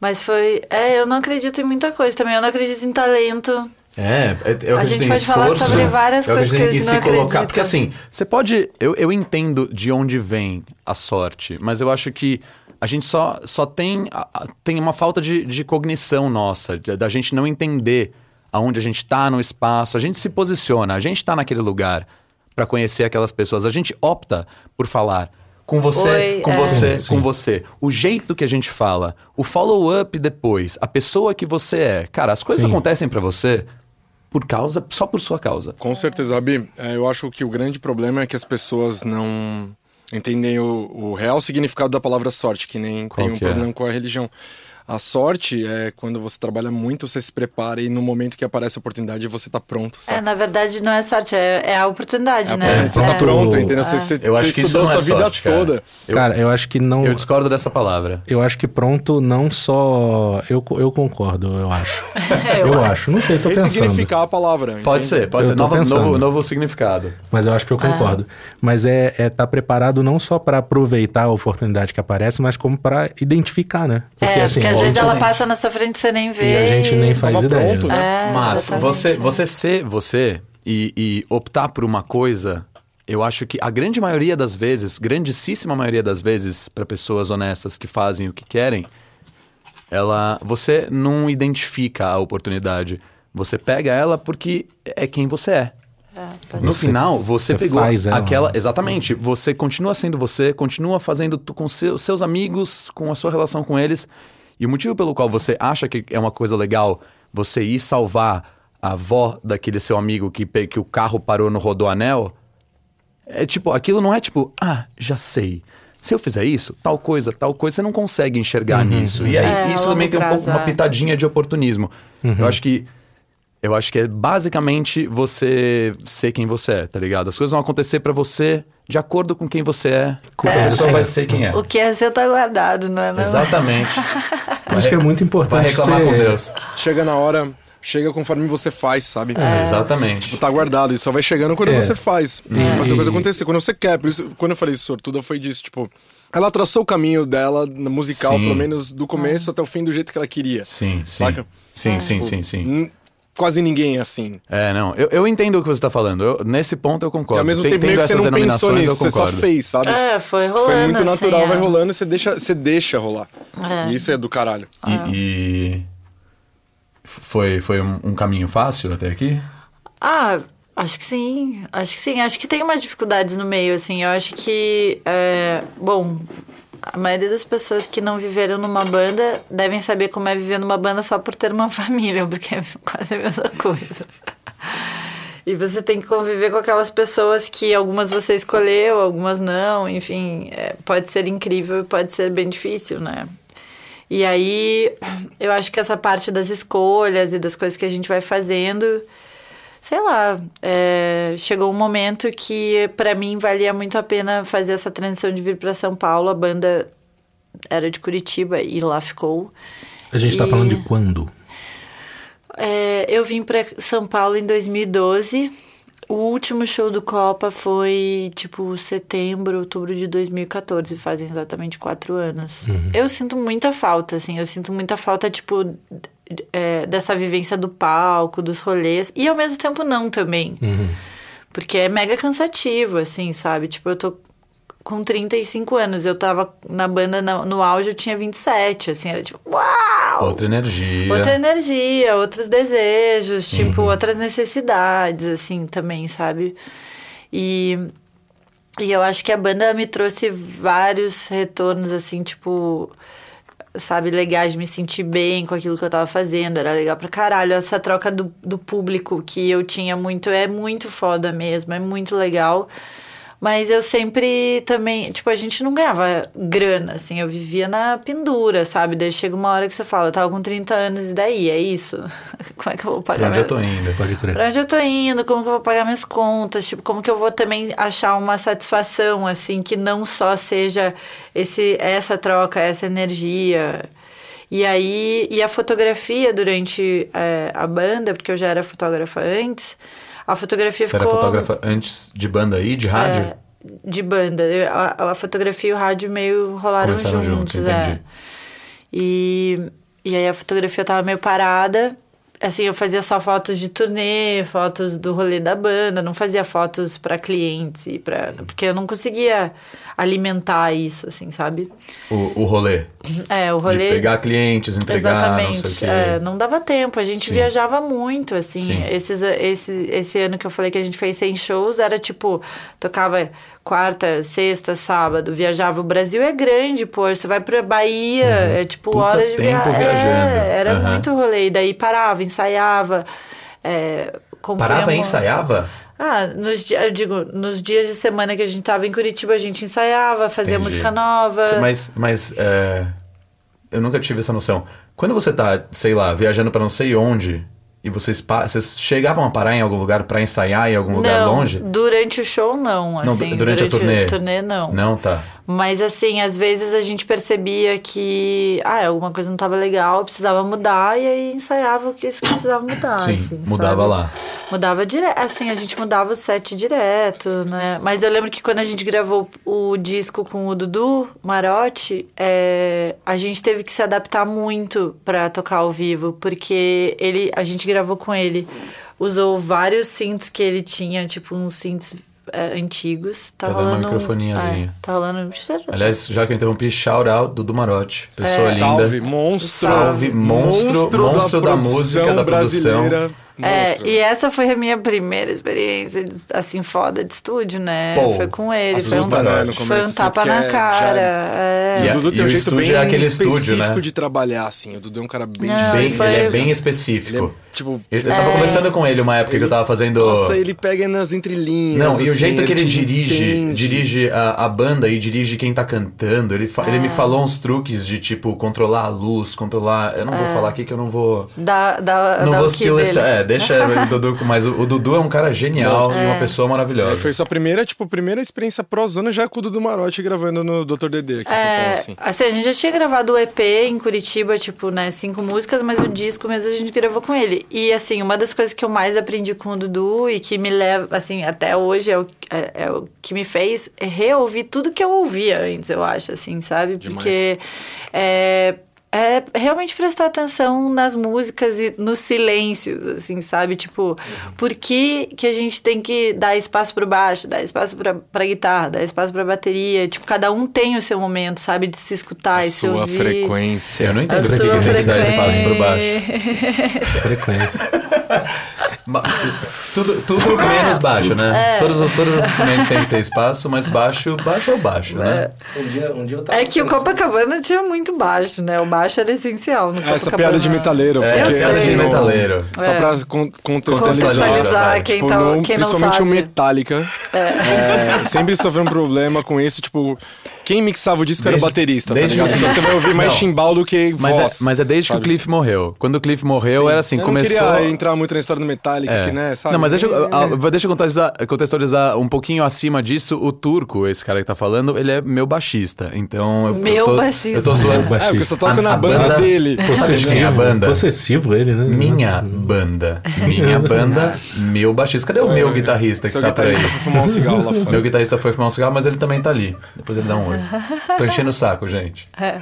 Speaker 4: Mas foi. É, eu não acredito em muita coisa também. Eu não acredito em talento.
Speaker 1: É, é, é o que
Speaker 4: A
Speaker 1: a gente
Speaker 4: gente
Speaker 1: tem
Speaker 4: pode falar
Speaker 1: esforço.
Speaker 4: sobre várias
Speaker 1: é o
Speaker 4: coisas
Speaker 1: a gente
Speaker 4: que
Speaker 1: tem
Speaker 4: a gente
Speaker 1: se
Speaker 4: não
Speaker 1: colocar.
Speaker 4: acredita.
Speaker 1: Porque assim,
Speaker 6: Você pode. Eu, eu entendo de onde vem a sorte, mas eu acho que a gente só, só tem, a- a- tem uma falta de, de cognição nossa, de- da gente não entender aonde a gente está no espaço. A gente se posiciona, a gente está naquele lugar para conhecer aquelas pessoas. A gente opta por falar com você,
Speaker 4: Oi,
Speaker 6: com
Speaker 4: é.
Speaker 6: você,
Speaker 2: Sim, sim.
Speaker 6: com você. O jeito que a gente fala, o follow-up depois, a pessoa que você é. Cara, as coisas
Speaker 2: Sim.
Speaker 6: acontecem para você por causa, só por sua causa.
Speaker 3: Com certeza, Abi. É, eu acho que o grande problema é que as pessoas não entendem o, o real significado da palavra sorte, que nem
Speaker 1: Qual
Speaker 3: tem um
Speaker 1: que é?
Speaker 3: problema com a religião. A sorte é quando você trabalha muito, você se prepara e no momento que aparece a oportunidade você tá pronto,
Speaker 4: É,
Speaker 3: sabe?
Speaker 4: na verdade, não é sorte, é, é a oportunidade, né?
Speaker 1: oportunidade.
Speaker 3: Você
Speaker 1: É.
Speaker 3: tá
Speaker 4: É.
Speaker 3: pronto, entendeu? Você, você,
Speaker 1: Eu
Speaker 3: você
Speaker 1: acho que isso
Speaker 3: estudou
Speaker 1: não é
Speaker 3: sua vida
Speaker 1: sorte, cara.
Speaker 3: toda.
Speaker 2: Cara, eu acho que não.
Speaker 1: Eu
Speaker 2: Eu,
Speaker 1: discordo dessa palavra.
Speaker 2: acho que pronto não só. Eu, co- eu concordo, eu
Speaker 4: [laughs]
Speaker 2: acho.
Speaker 4: Eu
Speaker 2: eu acho. Não sei, tô pensando.
Speaker 3: Ressignificar a palavra.
Speaker 1: Pode
Speaker 3: entende?
Speaker 1: ser, pode
Speaker 2: Eu
Speaker 1: ser.
Speaker 2: tô
Speaker 1: Nova-
Speaker 2: pensando.
Speaker 1: novo, novo significado.
Speaker 2: Mas eu acho
Speaker 4: É.
Speaker 2: que eu concordo. Mas é estar é tá preparado não só pra aproveitar a oportunidade que aparece, mas como pra identificar, né?
Speaker 4: É, porque às vezes ela
Speaker 3: obviamente.
Speaker 4: passa na sua frente e você nem vê.
Speaker 2: E a gente nem
Speaker 4: e-
Speaker 2: faz
Speaker 3: Tava
Speaker 2: ideia.
Speaker 3: pronto, né?
Speaker 4: É,
Speaker 1: Mas
Speaker 4: exatamente,
Speaker 1: você,
Speaker 4: né?
Speaker 1: você ser você e, e optar por uma coisa, eu acho que a grande maioria das vezes, grandíssima maioria das vezes, para pessoas honestas que fazem o que querem, ela, você não identifica a oportunidade. Você pega ela porque é quem você é. No
Speaker 2: Você-
Speaker 1: final, você,
Speaker 2: você
Speaker 1: pegou
Speaker 2: faz é, ela.
Speaker 1: aquela. Exatamente. Você continua sendo você, continua fazendo tu- com seu- seus amigos, com a sua relação com eles. E o motivo pelo qual você acha que é uma coisa legal você ir salvar a avó daquele seu amigo que, pe- que o carro parou no rodoanel. É tipo, aquilo não é tipo, ah, já sei. Se eu fizer isso, tal coisa, tal coisa, você não consegue enxergar
Speaker 2: Uhum,
Speaker 1: nisso. E aí,
Speaker 4: É,
Speaker 1: isso
Speaker 4: a
Speaker 1: também
Speaker 4: longo
Speaker 1: tem um
Speaker 4: prazo,
Speaker 1: pouco uma
Speaker 4: é.
Speaker 1: pitadinha de oportunismo.
Speaker 2: Uhum.
Speaker 1: Eu acho que. Eu acho que é basicamente você ser quem você é, tá ligado? As coisas vão acontecer pra você de acordo com quem você é.
Speaker 2: Com
Speaker 1: a
Speaker 2: quem
Speaker 1: pessoa
Speaker 2: você
Speaker 1: vai
Speaker 2: é.
Speaker 1: ser quem é.
Speaker 4: O que é seu tá guardado, não é?
Speaker 2: [laughs]
Speaker 4: Não?
Speaker 1: Exatamente.
Speaker 2: Por isso que é muito
Speaker 1: Vai
Speaker 2: importante
Speaker 1: reclamar com
Speaker 2: ser,
Speaker 1: Deus.
Speaker 3: Chega na hora, chega conforme você faz, sabe?
Speaker 1: É. Exatamente.
Speaker 3: Tá guardado, e só vai chegando quando
Speaker 2: É.
Speaker 3: você faz. Mas a coisa acontecer, quando você quer. Por isso, quando eu falei sortuda, foi disso, tipo. Ela traçou o caminho dela, na musical,
Speaker 1: Sim.
Speaker 3: pelo menos do
Speaker 4: É.
Speaker 3: começo até o fim, do jeito que ela queria.
Speaker 1: Sim, sim.
Speaker 3: Saca?
Speaker 1: Sim, sim, sim, sim.
Speaker 3: Hum, Quase ninguém é assim.
Speaker 1: É, não. Eu, eu entendo o que você tá falando. Eu- nesse ponto eu
Speaker 3: E
Speaker 1: concordo.
Speaker 3: ao mesmo
Speaker 1: Tem-
Speaker 3: tempo, meio
Speaker 1: tendo
Speaker 3: que você
Speaker 1: essas
Speaker 3: não pensou
Speaker 1: denominações,
Speaker 3: nisso,
Speaker 1: eu
Speaker 3: você só
Speaker 1: concordo.
Speaker 3: fez, sabe?
Speaker 4: É, foi rolando.
Speaker 3: Foi muito
Speaker 4: assim,
Speaker 3: natural,
Speaker 4: é.
Speaker 3: vai rolando e você deixa, você deixa rolar.
Speaker 4: É.
Speaker 3: E isso é do caralho.
Speaker 1: E,
Speaker 4: Ah.
Speaker 1: e foi, foi um, um caminho fácil até aqui?
Speaker 4: Ah, acho que sim. Acho que sim. Acho que tem umas dificuldades no meio, assim. Eu acho que. é, bom, a maioria das pessoas que não viveram numa banda devem saber como é viver numa banda só por ter uma [laughs] família, porque é quase a mesma coisa. E você tem que conviver com aquelas pessoas que algumas você escolheu, algumas não, enfim, é, pode ser incrível e pode ser bem difícil, né? E aí, eu acho que essa parte das escolhas e das coisas que a gente vai fazendo, sei lá, é, chegou um momento que pra mim valia muito a pena fazer essa transição de vir pra São Paulo. A banda era de Curitiba e lá ficou.
Speaker 2: A gente tá
Speaker 4: E-
Speaker 2: falando de quando?
Speaker 4: é, eu vim pra São Paulo em 2012. O último show do Copa foi tipo setembro, outubro de 2014, fazem exatamente quatro anos. Eu sinto muita falta, assim, eu sinto muita falta, tipo, d- é, dessa vivência do palco, dos rolês, e ao mesmo tempo não também. Porque é mega cansativo, assim, sabe? Tipo, eu tô com 35 anos, eu tava na banda na- no auge, eu tinha 27, assim, era tipo, uau!
Speaker 1: Outra energia.
Speaker 4: Outra energia, outros desejos, tipo, outras necessidades, assim, também, sabe? E, e eu acho que a banda me trouxe vários retornos, assim, tipo, sabe, legais, de me sentir bem com aquilo que eu tava fazendo, era legal pra caralho. Essa troca do, do público que eu tinha muito, é muito foda mesmo, é muito legal. Mas eu sempre também, tipo, a gente não ganhava grana, assim, eu vivia na pendura, sabe? Daí chega uma hora que você fala, eu tava com 30 anos e daí, é isso? [laughs] Como é que eu vou pagar?
Speaker 1: Pra onde eu
Speaker 4: minha-
Speaker 1: tô indo?
Speaker 2: Pode crer.
Speaker 4: Pra onde eu tô indo? Como que eu vou pagar minhas contas? Tipo, como que eu vou também achar uma satisfação, assim, que não só seja esse, essa troca, essa energia. E aí, e a fotografia durante eh, a banda, porque eu já era fotógrafa antes, a fotografia
Speaker 1: Você era
Speaker 4: ficou...
Speaker 1: fotógrafa antes de banda aí, de rádio?
Speaker 4: É, de banda. Eu- A, a fotografia e o rádio meio rolaram
Speaker 1: Começaram juntos,
Speaker 4: juntos.
Speaker 1: entendi.
Speaker 4: é. E, e aí a fotografia tava meio parada. Assim, eu fazia só fotos de turnê, fotos do rolê da banda, não fazia fotos pra clientes e para
Speaker 1: Uhum.
Speaker 4: porque eu não conseguia alimentar isso, assim, sabe?
Speaker 1: O, o rolê.
Speaker 4: É, o rolê
Speaker 1: Uhum. De pegar clientes, entregar,
Speaker 4: Exatamente.
Speaker 1: não sei o quê.
Speaker 4: É, não dava tempo. A gente
Speaker 1: Sim.
Speaker 4: viajava muito, assim.
Speaker 1: Sim.
Speaker 4: Esses, esse, esse ano que eu falei que a gente fez 100 shows, era tipo... Tocava quarta, sexta, sábado. Viajava. O Brasil é grande, pô. Você vai pra Bahia, é tipo
Speaker 1: Uhum. Puta
Speaker 4: horas de
Speaker 1: tempo
Speaker 4: viagem.
Speaker 1: viajando.
Speaker 4: É, era
Speaker 1: Aham.
Speaker 4: muito rolê. E daí parava, ensaiava. é, compunha
Speaker 1: Parava e
Speaker 4: uma-
Speaker 1: ensaiava?
Speaker 4: Ah, nos, di- eu digo, nos dias de semana que a gente tava em Curitiba, a gente ensaiava, fazia
Speaker 1: Entendi.
Speaker 4: música nova.
Speaker 1: Cê- Mas, mas é, eu nunca tive essa noção. Quando você tá, sei lá, viajando pra não sei onde e vocês, pa- vocês chegavam a parar em algum lugar pra ensaiar em algum lugar
Speaker 4: não,
Speaker 1: longe?
Speaker 4: durante o show não,
Speaker 1: Não,
Speaker 4: assim,
Speaker 1: du- durante a turnê?
Speaker 4: não.
Speaker 1: Não, tá.
Speaker 4: Mas assim, às vezes a gente percebia que ah, alguma coisa não estava legal, precisava mudar, e aí ensaiava o que isso que precisava mudar.
Speaker 1: Sim,
Speaker 4: assim,
Speaker 1: mudava
Speaker 4: sabe?
Speaker 1: lá.
Speaker 4: Mudava direto, assim, a gente mudava o set direto, né? Mas eu lembro que quando a gente gravou o disco com o Dudu Marotti, é, a gente teve que se adaptar muito pra tocar ao vivo, porque ele, a gente gravou com ele, usou vários synths que ele tinha, tipo uns synths é, antigos. Tá,
Speaker 1: Tá dando uma
Speaker 4: rolando um-
Speaker 1: microfoniazinha.
Speaker 4: é, tá rolando... um-
Speaker 1: Aliás, já que eu interrompi, shout out do Marotti.
Speaker 4: É.
Speaker 1: Pessoa linda.
Speaker 5: Salve, monstro.
Speaker 1: Salve, monstro, monstro da
Speaker 5: produção
Speaker 1: música, da produção.
Speaker 5: brasileira.
Speaker 4: É,
Speaker 5: Monstro.
Speaker 4: e essa foi a minha primeira experiência, de- assim, foda de estúdio, né?
Speaker 1: Pô,
Speaker 4: foi com ele, foi um,
Speaker 5: assusta, né, no
Speaker 4: foi
Speaker 5: começo,
Speaker 4: um
Speaker 5: assim,
Speaker 4: tapa
Speaker 5: porque
Speaker 4: na
Speaker 5: é-
Speaker 4: cara.
Speaker 5: já
Speaker 4: é.
Speaker 1: E
Speaker 5: O
Speaker 1: a-
Speaker 5: Dudu tem
Speaker 1: e
Speaker 5: um
Speaker 1: o
Speaker 5: jeito
Speaker 1: estúdio
Speaker 5: bem
Speaker 1: é aquele estúdio,
Speaker 5: específico
Speaker 1: né?
Speaker 5: de trabalhar, assim. O Dudu é um cara bem...
Speaker 4: Não,
Speaker 1: Bem-
Speaker 4: ele foi-
Speaker 1: Ele é bem
Speaker 5: Ele
Speaker 1: específico.
Speaker 5: é, tipo...
Speaker 1: Eu, eu tava conversando com ele uma época que eu tava fazendo.
Speaker 5: Nossa, ele pega nas entrelinhas.
Speaker 1: Não, e o
Speaker 5: assim,
Speaker 1: jeito que ele
Speaker 5: te
Speaker 1: dirige,
Speaker 5: entende.
Speaker 1: dirige a, a banda e dirige quem tá cantando, ele, fa- ele me falou uns truques de tipo controlar a luz, controlar. Eu não vou falar aqui que eu não vou.
Speaker 4: Da, da,
Speaker 1: não
Speaker 4: da
Speaker 1: vou
Speaker 4: o que dele.
Speaker 1: estilista. É, deixa o Dudu. com- Mas o, o Dudu é um cara genial e uma pessoa maravilhosa.
Speaker 5: É, foi sua primeira, tipo, primeira experiência prosona já com o Dudu Marotti gravando no Dr. Dedê, que você
Speaker 4: É,
Speaker 5: fala assim.
Speaker 4: assim, a gente já tinha gravado o EP em Curitiba, tipo, né, cinco músicas, mas o disco mesmo a gente gravou com ele. E, assim, uma das coisas que eu mais aprendi com o Dudu e que me leva, assim, até hoje é o, é, é o que me fez reouvir tudo que eu ouvia antes, eu acho, assim, sabe? Porque é, é realmente prestar atenção nas músicas e nos silêncios, assim, sabe? Tipo, por que, que a gente tem que dar espaço pro baixo, dar espaço pra, pra guitarra, dar espaço pra bateria? Tipo, cada um tem o seu momento, sabe? De se escutar e se
Speaker 7: sua
Speaker 4: ouvir.
Speaker 7: frequência.
Speaker 1: Eu não
Speaker 4: A
Speaker 1: entendo por que
Speaker 4: sua
Speaker 1: que tem que dar
Speaker 4: frequência.
Speaker 1: espaço pro baixo.
Speaker 2: Frequência.
Speaker 1: Ma- Tudo, tudo menos baixo, né? Todos os, todos os instrumentos têm que ter espaço, mas baixo, baixo é o baixo, né?
Speaker 2: Um dia, um dia eu tava
Speaker 4: É que o Copacabana tinha muito baixo, né? O baixo era essencial no
Speaker 5: Ah, Essa
Speaker 4: Copacabana.
Speaker 5: piada de metaleiro.
Speaker 1: É,
Speaker 5: porque,
Speaker 4: eu piada de
Speaker 5: no-
Speaker 1: metaleiro.
Speaker 5: Só
Speaker 4: É.
Speaker 5: pra con- contextualizar.
Speaker 1: Contextualizar.
Speaker 4: Contextualizar
Speaker 1: verdade.
Speaker 4: quem,
Speaker 5: Tipo,
Speaker 4: tá,
Speaker 5: no-
Speaker 4: quem não
Speaker 5: principalmente
Speaker 4: sabe.
Speaker 5: o Metallica. é, sempre sofreu um problema com isso. Tipo, quem mixava o disco era
Speaker 1: Desde-
Speaker 5: o baterista,
Speaker 1: desde-
Speaker 5: tá ligado? Então você vai ouvir mais
Speaker 1: Não.
Speaker 5: chimbal do que
Speaker 1: Mas é,
Speaker 5: voz.
Speaker 1: mas é desde que o
Speaker 5: sabe?
Speaker 1: Cliff morreu. Quando o Cliff morreu, era assim,
Speaker 5: Eu
Speaker 1: começou.
Speaker 5: não queria entrar muito na história do Metallica,
Speaker 1: É.
Speaker 5: que, né, sabe? É,
Speaker 1: Não, mas deixa, eu- a- a- deixa eu contextualizar, contextualizar um pouquinho acima disso. O Turco, esse cara que tá falando, ele é meu baixista. Então eu,
Speaker 4: Meu
Speaker 1: eu tô,
Speaker 4: baixista.
Speaker 1: Eu tô zoando.
Speaker 5: É, porque eu só toco
Speaker 1: A-
Speaker 5: na
Speaker 1: a
Speaker 5: banda,
Speaker 1: banda-
Speaker 5: dele.
Speaker 1: Sabe de quem é a banda?
Speaker 2: Possessivo ele, né?
Speaker 1: Minha banda. Minha banda, meu baixista. Cadê o meu guitarrista que
Speaker 5: Seu
Speaker 1: tá por aí?
Speaker 5: né? guitarrista foi fumar um cigarro lá fora.
Speaker 1: Meu guitarrista foi fumar um cigarro, mas ele também tá ali. Depois ele dá um olho. Tô enchendo o saco, gente.
Speaker 4: É.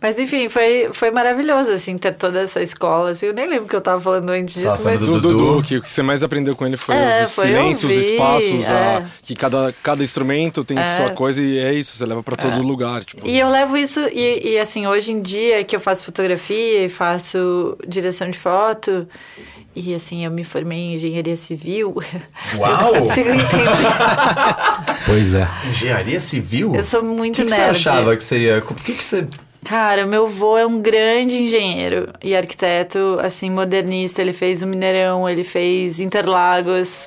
Speaker 4: Mas enfim, foi, foi maravilhoso, assim, ter toda essa escola. Assim, eu nem lembro o que eu tava falando antes
Speaker 1: Tava
Speaker 4: disso,
Speaker 1: falando
Speaker 4: mas.
Speaker 1: do
Speaker 5: do Dudu,
Speaker 1: Dudu.
Speaker 5: que o que você mais aprendeu com ele foi
Speaker 4: É,
Speaker 5: os
Speaker 4: foi
Speaker 5: silêncios, os
Speaker 4: ouvir,
Speaker 5: espaços, a-
Speaker 4: é.
Speaker 5: que cada, cada instrumento tem sua coisa e é isso, você leva pra todo lugar. Tipo,
Speaker 4: E eu levo isso, e, e, assim, hoje em dia que eu faço fotografia e faço direção de foto, e assim, eu me formei em engenharia civil. [laughs] Assim,
Speaker 1: Uau!
Speaker 4: Eu consigo entender.
Speaker 2: Pois é.
Speaker 1: Engenharia civil?
Speaker 4: Eu sou
Speaker 1: O
Speaker 4: muito
Speaker 1: que, que você
Speaker 4: nerd.
Speaker 1: achava que seria? O que, que você.
Speaker 4: Cara, meu avô é um grande engenheiro e arquiteto, assim, modernista. Ele fez o Mineirão, ele fez Interlagos.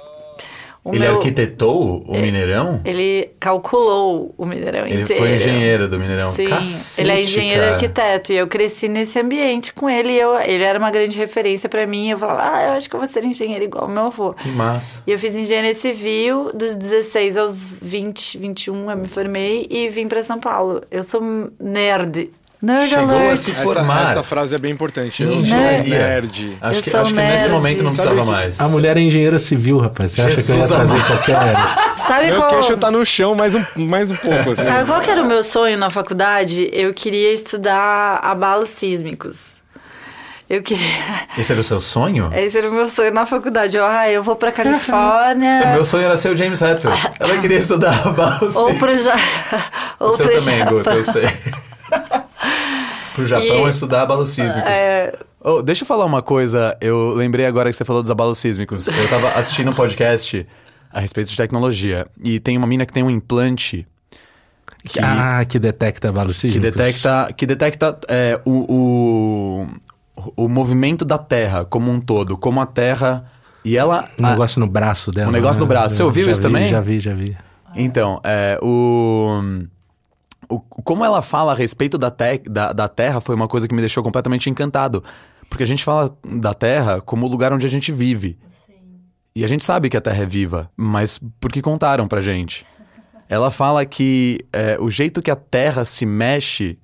Speaker 4: O
Speaker 1: ele
Speaker 4: meu- É.
Speaker 1: arquitetou o Mineirão?
Speaker 4: Ele calculou o Mineirão
Speaker 1: Ele
Speaker 4: inteiro.
Speaker 1: foi engenheiro do Mineirão.
Speaker 4: Sim,
Speaker 1: Cacete,
Speaker 4: ele é engenheiro
Speaker 1: cara.
Speaker 4: arquiteto e eu cresci nesse ambiente com ele. e eu, ele era uma grande referência pra mim. Eu falava, ah, eu acho que eu vou ser engenheiro igual meu avô.
Speaker 1: Que massa.
Speaker 4: E eu fiz engenharia civil dos 16 aos 20, 21, eu me formei e vim pra São Paulo. Eu sou nerd. Nerd
Speaker 1: Chegou
Speaker 4: alert.
Speaker 1: a se
Speaker 5: essa,
Speaker 1: formar.
Speaker 5: essa frase é bem importante. Eu sou um
Speaker 4: né?
Speaker 1: Engenharia.
Speaker 5: nerd.
Speaker 1: Acho,
Speaker 4: Eu
Speaker 1: que,
Speaker 4: sou
Speaker 1: acho que nesse
Speaker 4: nerd.
Speaker 1: momento não
Speaker 4: Sabe
Speaker 1: precisava
Speaker 5: que-
Speaker 1: mais.
Speaker 2: A mulher é engenheira civil, rapaz. Você acha que eu ia
Speaker 1: Jesus
Speaker 2: trazer
Speaker 1: amado. [laughs]
Speaker 2: qualquer.
Speaker 4: Sabe
Speaker 5: Meu
Speaker 4: qual...
Speaker 5: queixo tá no chão mais um, mais um pouco, assim.
Speaker 4: Sabe qual que era o meu sonho na faculdade? Eu queria estudar abalos sísmicos. Eu queria... [laughs]
Speaker 1: Esse era o seu sonho?
Speaker 4: Esse era o meu sonho na faculdade. Eu, ah, eu vou
Speaker 1: [laughs]
Speaker 4: pra Califórnia.
Speaker 1: O meu sonho era ser o James
Speaker 4: [laughs]
Speaker 1: Hetfield. Ela queria estudar balsa.
Speaker 4: Ou pro,
Speaker 1: [laughs]
Speaker 4: ja...
Speaker 1: O
Speaker 4: Ou
Speaker 1: seu
Speaker 4: pro
Speaker 1: também,
Speaker 4: Japão.
Speaker 1: Guto, eu sei.
Speaker 4: [laughs]
Speaker 1: Pro Japão
Speaker 4: E-
Speaker 1: é estudar abalos sísmicos.
Speaker 4: É.
Speaker 1: Oh, deixa eu falar uma coisa. Eu lembrei agora que você falou dos abalos sísmicos. Eu tava assistindo um podcast a respeito de tecnologia. E tem uma mina que tem um implante que,
Speaker 2: Ah, que detecta valor
Speaker 1: que detecta, que detecta é, o, o, o movimento da Terra como um todo. Como a Terra E ela.
Speaker 2: Um
Speaker 1: a-
Speaker 2: negócio no braço dela.
Speaker 1: Um negócio no
Speaker 2: né?
Speaker 1: braço. Você
Speaker 2: Eu
Speaker 1: ouviu
Speaker 2: já
Speaker 1: isso
Speaker 2: vi,
Speaker 1: também?
Speaker 2: Já vi, já vi.
Speaker 1: Então, é, o, o- Como ela fala a respeito da, te- da, da Terra foi uma coisa que me deixou completamente encantado. Porque a gente fala da Terra como o lugar onde a gente vive. E a gente sabe que a Terra é viva, mas porque contaram pra gente. Ela fala que é, o jeito que a Terra se mexe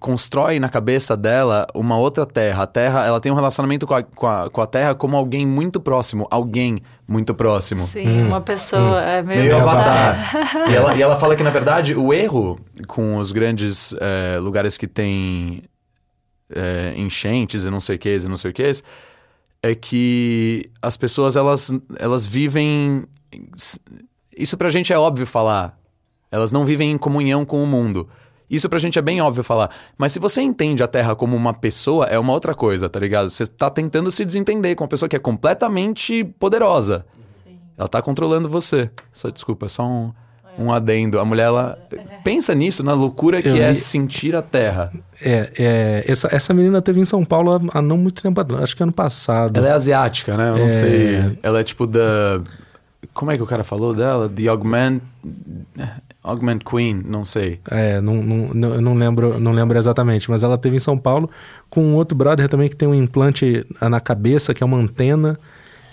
Speaker 1: constrói na cabeça dela uma outra Terra. A Terra, ela tem um relacionamento com a, com a, com a Terra como alguém muito próximo. Alguém muito próximo.
Speaker 4: Sim, uma pessoa é meio,
Speaker 1: Meio
Speaker 4: avatar.
Speaker 1: avatar. e, ela, e ela fala que, na verdade, o erro com os grandes eh, lugares que tem eh, enchentes e não sei o que, e não sei o que, é que as pessoas, elas, elas vivem... Isso pra gente é óbvio falar. Elas não vivem em comunhão com o mundo. Isso pra gente é bem óbvio falar. Mas se você entende a Terra como uma pessoa, é uma outra coisa, tá ligado? Você tá tentando se desentender com uma pessoa que é completamente poderosa. Ela tá controlando você. Só desculpa, é só um, um adendo. A mulher, ela pensa nisso, na loucura que
Speaker 2: Eu
Speaker 1: é
Speaker 2: li-
Speaker 1: sentir a terra.
Speaker 2: É, é, essa, essa menina teve em São Paulo há, há não muito tempo atrás, acho que ano passado.
Speaker 1: Ela é asiática, né? Eu não
Speaker 2: É.
Speaker 1: sei. Ela é tipo da. Como é que o cara falou dela? The Augment. Augment Queen, não sei.
Speaker 2: É, não, não, não- eu não lembro, não lembro exatamente, mas ela teve em São Paulo com um outro brother também que tem um implante na cabeça, que é uma antena,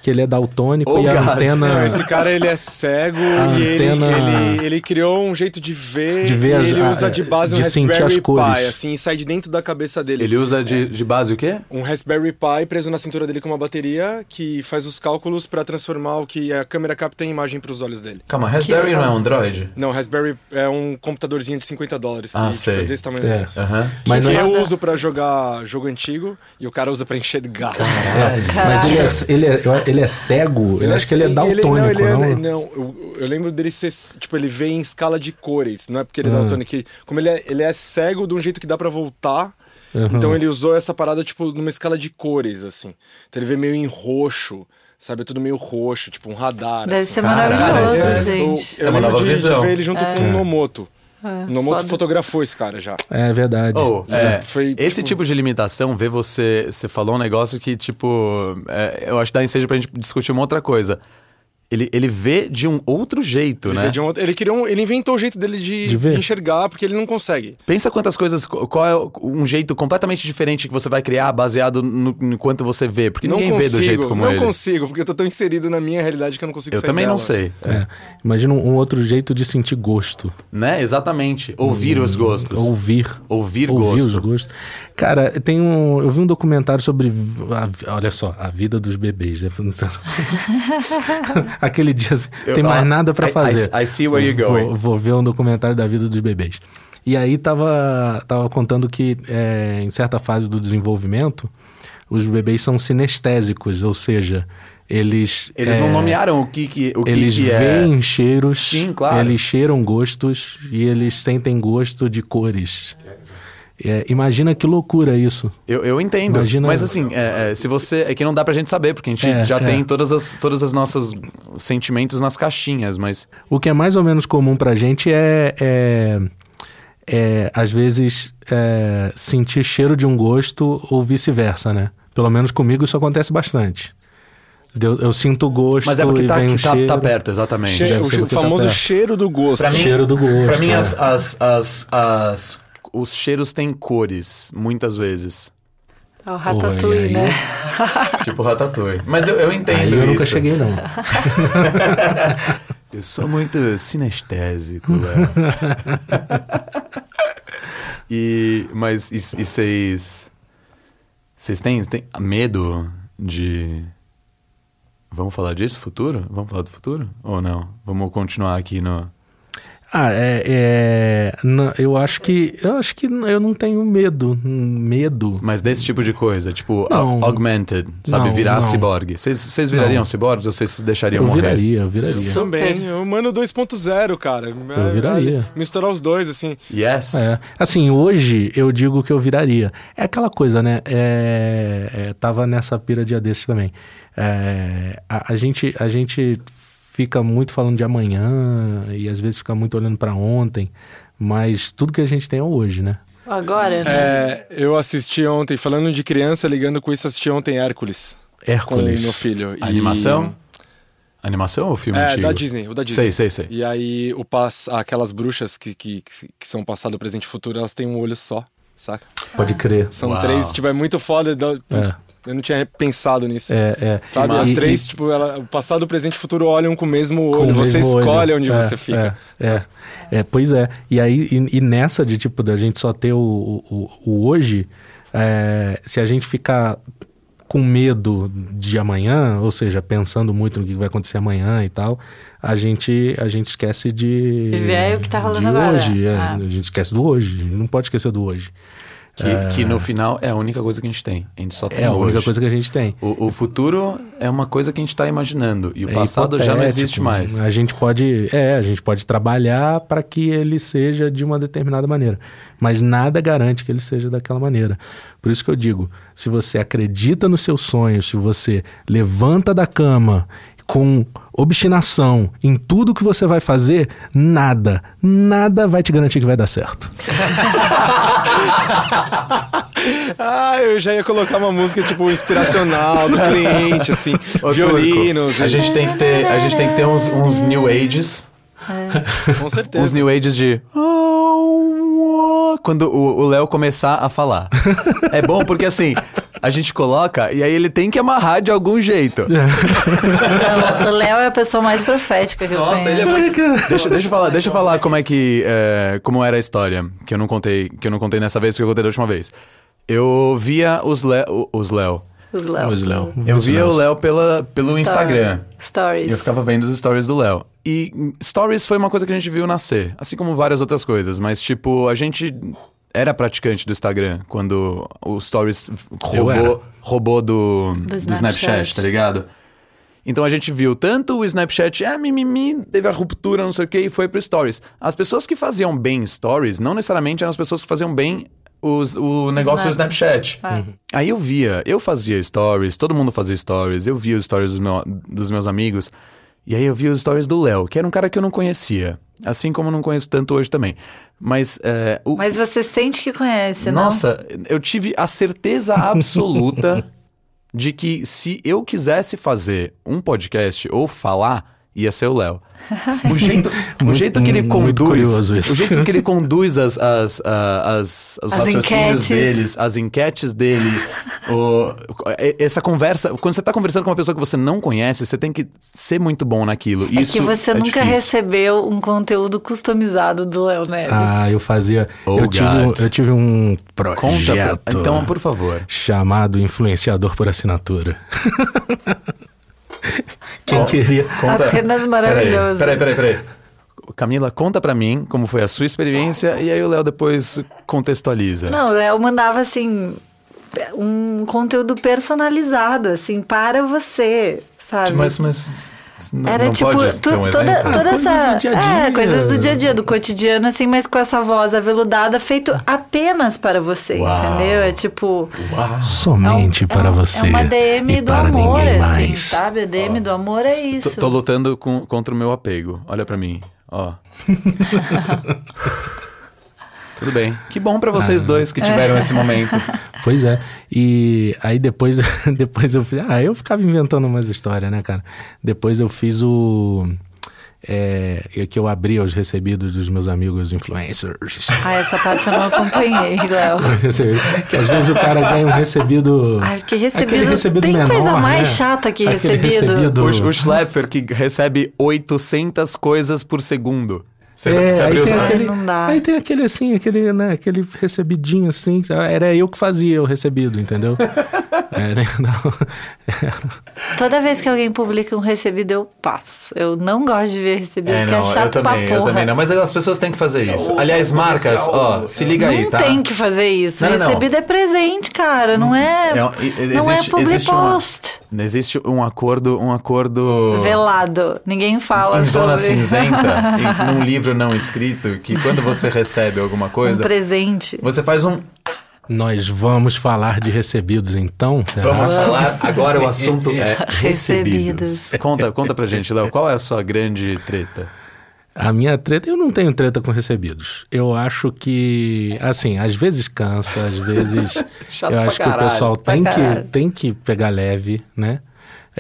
Speaker 2: que ele é daltônico
Speaker 1: Oh,
Speaker 2: e
Speaker 1: God.
Speaker 2: a antena.
Speaker 5: Não, esse cara ele é cego
Speaker 2: A
Speaker 5: e ele,
Speaker 2: antena-
Speaker 5: ele, ele criou um jeito de ver,
Speaker 2: De ver
Speaker 5: e
Speaker 2: as-
Speaker 5: ele
Speaker 2: a- é,
Speaker 5: usa de base um
Speaker 2: de sentir
Speaker 5: Raspberry
Speaker 2: as cores.
Speaker 5: Pi, assim, e sai de dentro da cabeça dele.
Speaker 1: Ele usa de, de base o quê?
Speaker 5: Um Raspberry Pi preso na cintura dele com uma bateria que faz os cálculos pra transformar o que a câmera capta em imagem pros olhos dele.
Speaker 1: Calma, Raspberry não é um Android?
Speaker 5: Não, Raspberry é um computadorzinho de 50 dólares, que
Speaker 1: Ah,
Speaker 5: tipo,
Speaker 1: sei.
Speaker 5: é desse tamanho.
Speaker 2: É.
Speaker 1: Aham.
Speaker 2: Mas,
Speaker 5: que
Speaker 2: não é-
Speaker 5: eu uso pra jogar jogo antigo e o cara usa pra enxergar.
Speaker 2: mas ele, é, ele, é, eu acho- ele é cego? eu acho que ele é
Speaker 5: assim,
Speaker 2: daltônico, não?
Speaker 5: Ele, não, ele é- não, eu, eu lembro dele ser. Tipo, ele vê em escala de cores, não é porque ele é daltônico. que- Como ele é, ele é cego de um jeito que dá pra voltar. Então ele usou essa parada, tipo, numa escala de cores, assim. Então ele vê meio em roxo, sabe? É tudo meio roxo, tipo um radar.
Speaker 4: Deve
Speaker 5: assim.
Speaker 4: ser
Speaker 1: Caralho,
Speaker 4: maravilhoso,
Speaker 1: é.
Speaker 4: gente.
Speaker 5: Eu,
Speaker 1: É
Speaker 5: eu
Speaker 1: uma
Speaker 5: lembro
Speaker 1: nova
Speaker 5: de, de
Speaker 1: visão.
Speaker 5: ver ele junto com o Nomoto.
Speaker 4: É,
Speaker 5: o Nomoto
Speaker 4: foda.
Speaker 5: fotografou esse cara já.
Speaker 2: É verdade.
Speaker 1: Oh, é,
Speaker 5: Foi,
Speaker 1: esse
Speaker 5: tipo-
Speaker 1: tipo de limitação, ver você. Você falou um negócio que, tipo. é, eu acho que dá ensejo pra gente discutir uma outra coisa. Ele, ele vê de um outro jeito,
Speaker 5: Ele,
Speaker 1: né?
Speaker 5: vê de um outro- ele criou um- ele inventou o jeito dele de,
Speaker 2: De ver.
Speaker 5: enxergar, porque ele não consegue.
Speaker 1: Pensa quantas coisas. co- Qual é o- um jeito completamente diferente que você vai criar baseado no, no quanto você vê? Porque
Speaker 5: não
Speaker 1: ninguém
Speaker 5: consigo,
Speaker 1: vê do jeito como
Speaker 5: não
Speaker 1: ele.
Speaker 5: consigo, porque eu tô tão inserido na minha realidade que eu não consigo
Speaker 1: Eu
Speaker 5: sair
Speaker 1: também não
Speaker 5: dela.
Speaker 1: sei.
Speaker 2: É. Imagina um, um outro jeito de sentir gosto.
Speaker 1: Né? Exatamente. Ouvir os gostos.
Speaker 2: Ouvir.
Speaker 1: Ouvir
Speaker 2: Hum, Ouvir os
Speaker 1: gosto.
Speaker 2: gostos. Cara, tem um, eu vi um documentário sobre. a vi- olha só, a vida dos bebês. né? [laughs] Aquele dia. assim,
Speaker 1: Eu-
Speaker 2: tem mais
Speaker 1: ah,
Speaker 2: nada pra
Speaker 1: I- I-
Speaker 2: fazer.
Speaker 1: I see where you're
Speaker 2: Vou-
Speaker 1: going.
Speaker 2: Vou, ver um documentário da vida dos bebês. E aí tava, tava contando que é, em certa fase do desenvolvimento, os bebês são sinestésicos, ou seja, eles.
Speaker 1: Eles
Speaker 2: é,
Speaker 1: não nomearam o que, que, o que,
Speaker 2: eles
Speaker 1: que é.
Speaker 2: veem cheiros,
Speaker 1: Sim, claro.
Speaker 2: eles cheiram gostos e eles sentem gosto de cores. É, imagina que loucura isso.
Speaker 1: Eu, eu entendo.
Speaker 2: Imagina-
Speaker 1: Mas assim, é, é, se você. É que não dá pra gente saber, porque a gente
Speaker 2: É,
Speaker 1: já
Speaker 2: é.
Speaker 1: tem todas as, todas as nossas sentimentos nas caixinhas, mas.
Speaker 2: O que é mais ou menos comum pra gente é, é, é, às vezes, é, sentir cheiro de um gosto ou vice-versa, né? Pelo menos comigo isso acontece bastante. Eu, eu sinto gosto
Speaker 1: Mas é porque
Speaker 2: e
Speaker 1: tá,
Speaker 2: vem um
Speaker 1: tá-
Speaker 2: cheiro.
Speaker 1: tá perto, exatamente.
Speaker 5: Che-
Speaker 2: Deve
Speaker 5: o
Speaker 2: ser
Speaker 5: che- o
Speaker 2: porque tá
Speaker 5: famoso
Speaker 2: perto.
Speaker 5: cheiro do gosto.
Speaker 1: Pra mim-
Speaker 2: Cheiro do gosto.
Speaker 1: Pra mim,
Speaker 2: é.
Speaker 1: as, as, as, as- os cheiros têm cores, muitas vezes.
Speaker 4: É o Ratatouille,
Speaker 2: Oi,
Speaker 4: né?
Speaker 1: tipo ratatouille. Mas eu, eu entendo
Speaker 2: Aí eu
Speaker 1: isso.
Speaker 2: nunca cheguei, não.
Speaker 1: Eu sou muito sinestésico, né?
Speaker 2: [laughs]
Speaker 1: velho. e, mas e e vocês... Vocês têm, têm medo de... Vamos falar disso? Futuro? Vamos falar do futuro? Ou não? Vamos continuar aqui no...
Speaker 2: Ah, é, é, não, eu acho que eu acho que eu não tenho medo, hum, medo.
Speaker 1: Mas desse tipo de coisa, tipo a-
Speaker 2: Não.
Speaker 1: augmented, sabe?
Speaker 2: Não,
Speaker 1: virar
Speaker 2: não.
Speaker 1: ciborgue. Vocês- Vocês virariam
Speaker 2: Não.
Speaker 1: ciborgues ou vocês deixariam
Speaker 2: eu
Speaker 1: morrer?
Speaker 2: viraria, eu viraria.
Speaker 5: Eu
Speaker 4: Super.
Speaker 5: Também, o Mano 2.0, cara. Eu
Speaker 2: viraria.
Speaker 5: Misturar os dois, assim.
Speaker 1: Yes.
Speaker 2: É, assim, hoje eu digo que eu viraria. É aquela coisa, né? É, é, tava nessa pira dia desses também. É, a, a gente, a gente fica muito falando de amanhã e às vezes fica muito olhando pra ontem, mas tudo que a gente tem é hoje, né?
Speaker 4: Agora, né?
Speaker 5: É, eu assisti ontem, falando de criança, ligando com isso, assisti ontem Hércules. com o
Speaker 2: Hércules.
Speaker 5: meu filho. E-
Speaker 1: Animação? Animação ou filme
Speaker 5: É,
Speaker 1: antigo?
Speaker 5: da Disney, o da Disney.
Speaker 1: Sei, sei, sei.
Speaker 5: E aí, o pass... aquelas bruxas que, que, que são passado, presente e futuro, elas têm um olho só, saca?
Speaker 2: Pode crer.
Speaker 5: São
Speaker 1: Uau. É.
Speaker 5: três, tipo, é muito foda. da- Eu não tinha pensado nisso.
Speaker 2: É, é.
Speaker 5: Sabe,
Speaker 2: E-
Speaker 5: as
Speaker 2: e-
Speaker 5: três, tipo, ela, o passado, presente e futuro olham com o mesmo
Speaker 2: com o
Speaker 5: olho. você
Speaker 2: mesmo olho.
Speaker 5: escolhe onde
Speaker 2: É,
Speaker 5: você fica.
Speaker 2: É, é. É, pois é. E aí, e, e nessa de tipo, da gente só ter o, o, o hoje, é, se a gente ficar com medo de amanhã, ou seja, pensando muito no que vai acontecer amanhã e tal, a gente, a gente esquece de.
Speaker 4: De ver o que tá rolando
Speaker 2: de
Speaker 4: agora.
Speaker 2: Hoje, é.
Speaker 4: É.
Speaker 2: A gente esquece do hoje. A gente não pode esquecer do hoje.
Speaker 1: Que, que no final é a única coisa que a gente tem. A gente só tem
Speaker 2: É a
Speaker 1: hoje.
Speaker 2: única coisa que a gente tem.
Speaker 1: O, o futuro é uma coisa que a gente tá imaginando. E o
Speaker 2: É
Speaker 1: passado já não
Speaker 2: hipotético. né?
Speaker 1: existe mais.
Speaker 2: A gente pode, é, a gente pode trabalhar para que ele seja de uma determinada maneira, mas nada garante que ele seja daquela maneira. Por isso que eu digo, se você acredita nos seus sonhos, se você levanta da cama com obstinação em tudo que você vai fazer, nada, nada vai te garantir que vai
Speaker 1: [laughs]
Speaker 2: dar certo.
Speaker 5: Ah, eu já ia colocar uma música, tipo, inspiracional do cliente, assim.
Speaker 1: Ô,
Speaker 5: violinos.
Speaker 1: Turco, a
Speaker 5: e-
Speaker 1: gente tem que ter, a gente tem que ter uns, uns new ages. É.
Speaker 5: Com
Speaker 1: Uns
Speaker 5: certeza.
Speaker 1: new ages de. "Oh, oh", Quando o o Léo começar a falar. É bom porque assim, a gente coloca e aí ele tem que amarrar de algum jeito.
Speaker 4: Não, o Léo é a pessoa mais profética que eu
Speaker 1: Nossa, ele é
Speaker 4: conheço.
Speaker 1: muito... deixa, deixa eu falar, deixa eu falar como é que é, como era a história que eu não contei, que eu não contei nessa vez, que eu contei da última vez. Eu via os Léo, os Léo.
Speaker 4: Os Léo.
Speaker 2: Mas, Léo,
Speaker 1: Eu
Speaker 2: você
Speaker 1: via
Speaker 2: não-
Speaker 1: o Léo pela pelo Instagram.
Speaker 4: Stories.
Speaker 1: E eu ficava vendo os stories do Léo. E hum, stories foi uma coisa que a gente viu nascer, assim como várias outras coisas, mas tipo, a gente era praticante do Instagram quando o stories
Speaker 2: era.
Speaker 1: roubou, roubou do, do,
Speaker 4: Snapchat.
Speaker 1: Snapchat, tá ligado? Então a gente viu tanto o Snapchat, ah, mimimi, teve a ruptura, não sei o que, e foi pro Stories. As pessoas que faziam bem Stories não necessariamente eram as pessoas que faziam bem os- o negócio do Snapchat. Uhum. Aí eu via, eu fazia stories, todo mundo fazia stories, eu via os stories dos, meu- dos meus amigos. E aí eu via os stories do Léo, que era um cara que eu não conhecia. Assim como eu não conheço tanto hoje também. Mas, é, o,
Speaker 4: Mas você sente que conhece, não?
Speaker 1: nossa, eu tive a certeza
Speaker 4: [laughs]
Speaker 1: absoluta de que se eu quisesse fazer um podcast ou falar, ia ser o Léo. O jeito, o
Speaker 4: [laughs]
Speaker 2: Muito-
Speaker 1: jeito que ele
Speaker 2: muito
Speaker 1: conduz,
Speaker 2: curioso isso.
Speaker 1: o jeito que ele conduz as, as, ah, as, os
Speaker 4: As
Speaker 1: raciocínios
Speaker 4: enquetes.
Speaker 1: deles, as enquetes dele, o- e- essa conversa, quando você tá conversando com uma pessoa que você não conhece, você tem que ser muito bom naquilo.
Speaker 4: É
Speaker 1: Isso
Speaker 4: que você
Speaker 1: é
Speaker 4: nunca
Speaker 1: difícil.
Speaker 4: recebeu um conteúdo customizado do Léo Neves.
Speaker 2: Ah, eu fazia.
Speaker 1: Oh,
Speaker 2: eu, tive,
Speaker 1: God.
Speaker 2: eu tive um
Speaker 1: Conta,
Speaker 2: projeto.
Speaker 1: então, por favor.
Speaker 2: chamado influenciador por assinatura. [laughs] Quem queria.
Speaker 4: Apenas maravilhoso.
Speaker 1: Peraí, peraí, peraí. peraí. Camila, conta pra mim como foi a sua experiência e aí o Léo depois contextualiza.
Speaker 4: Não, o Léo mandava assim um conteúdo personalizado, assim, para você, sabe?
Speaker 1: Mas, mas não,
Speaker 4: Era
Speaker 1: não
Speaker 4: tipo
Speaker 1: pode
Speaker 4: tu-
Speaker 1: ter um
Speaker 4: toda,
Speaker 1: exemplo?
Speaker 4: toda
Speaker 2: Ah, coisas
Speaker 4: essa.
Speaker 2: do dia a
Speaker 4: é,
Speaker 2: dia.
Speaker 4: coisas do dia a dia, do cotidiano, assim, mas com essa voz aveludada, feito apenas para você, entendeu? É tipo. é um-
Speaker 2: Somente
Speaker 4: é um-
Speaker 2: para você.
Speaker 4: É uma DM
Speaker 2: e
Speaker 4: do
Speaker 2: para
Speaker 4: amor,
Speaker 2: ninguém
Speaker 4: assim,
Speaker 2: mais.
Speaker 4: sabe? A DM do amor é
Speaker 1: Tô-
Speaker 4: isso.
Speaker 1: Tô lutando com- contra o meu apego. Olha pra mim,
Speaker 2: [laughs]
Speaker 1: ó. Tudo bem. Que bom pra
Speaker 2: Ah.
Speaker 1: vocês dois que
Speaker 4: É.
Speaker 1: tiveram esse
Speaker 2: [laughs]
Speaker 1: momento.
Speaker 2: Pois é. E aí depois, [laughs] depois eu fiz. Ah, eu ficava inventando umas histórias, né, cara? Depois eu fiz o. É, eu- que eu abri os recebidos dos meus amigos influencers. [laughs]
Speaker 4: Ah, essa parte eu não acompanhei, [laughs] Léo.
Speaker 2: que às vezes o cara ganha um recebido.
Speaker 4: Ai, que
Speaker 2: Aquele
Speaker 4: recebido.
Speaker 2: recebido
Speaker 4: Tem
Speaker 2: menor,
Speaker 4: coisa mais
Speaker 2: né?
Speaker 4: chata que
Speaker 2: Aquele
Speaker 4: recebido.
Speaker 1: O, o Schlepper que recebe 800 coisas por segundo. Você, você
Speaker 2: É, aí,
Speaker 1: abriu os...
Speaker 2: tem
Speaker 4: Ai,
Speaker 2: aquele,
Speaker 4: não dá.
Speaker 2: aí tem aquele assim, aquele, né, aquele recebidinho assim. Era eu que fazia o
Speaker 1: [laughs]
Speaker 2: recebido, entendeu? é, né, não.
Speaker 4: Toda vez que alguém publica um recebido, eu passo. Eu não gosto de ver recebido,
Speaker 1: É,
Speaker 4: porque é
Speaker 1: não, eu
Speaker 4: chato pra
Speaker 1: também,
Speaker 4: porra.
Speaker 1: eu também não. Mas as pessoas têm que fazer isso. Aliás, marcas, ó, se liga aí,
Speaker 4: não
Speaker 1: tá?
Speaker 4: tem que fazer isso.
Speaker 1: Não, não, não.
Speaker 4: Recebido é presente, cara. Não é.
Speaker 1: É,
Speaker 4: Não,
Speaker 1: e- e-
Speaker 4: é
Speaker 1: existe-
Speaker 4: public
Speaker 1: existe uma-
Speaker 4: post.
Speaker 1: Existe um acordo, um acordo
Speaker 4: Velado. Ninguém fala
Speaker 1: em
Speaker 4: sobre. um
Speaker 1: zona
Speaker 4: [laughs]
Speaker 1: cinzenta, em- num livro não escrito, que quando você recebe alguma
Speaker 4: um
Speaker 1: coisa,
Speaker 4: presente.
Speaker 1: você faz um.
Speaker 2: Nós vamos falar de recebidos então? será?
Speaker 1: Vamos falar. Agora [laughs] o assunto é
Speaker 4: Recebidos.
Speaker 1: recebidos. Conta, conta pra gente, Léo, qual é a sua grande treta?
Speaker 2: A minha treta, eu não tenho treta com recebidos. Eu acho que, assim, às vezes cansa, às vezes.
Speaker 1: [laughs] Chato
Speaker 2: eu
Speaker 1: pra
Speaker 2: acho que o
Speaker 1: caralho,
Speaker 2: pessoal
Speaker 4: pra
Speaker 2: tem que,
Speaker 4: caralho.
Speaker 2: tem que pegar leve, né?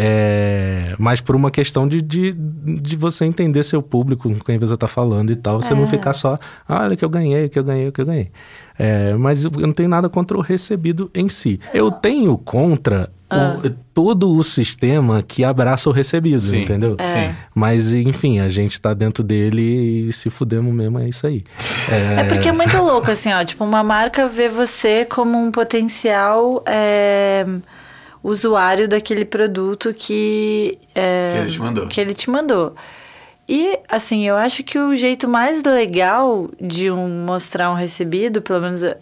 Speaker 2: É, mas por uma questão de, de, de você entender seu público, com quem você tá falando e tal,
Speaker 4: É.
Speaker 2: você não ficar só, ah, olha que eu ganhei, que eu ganhei, que eu ganhei. É, mas eu não tenho nada contra o recebido em si.
Speaker 4: Ah.
Speaker 2: Eu tenho contra o- todo o sistema que abraça o recebido,
Speaker 1: Sim,
Speaker 2: entendeu?
Speaker 4: É.
Speaker 1: sim.
Speaker 2: Mas, enfim, a gente tá dentro dele e se fudemos mesmo, é isso aí. É,
Speaker 4: É porque é muito louco, assim, ó. Tipo, uma marca vê você como um potencial é, usuário daquele produto que. é,
Speaker 1: Que ele te mandou.
Speaker 4: que ele te mandou. E, assim, eu acho que o jeito mais legal de um mostrar um recebido, pelo menos a-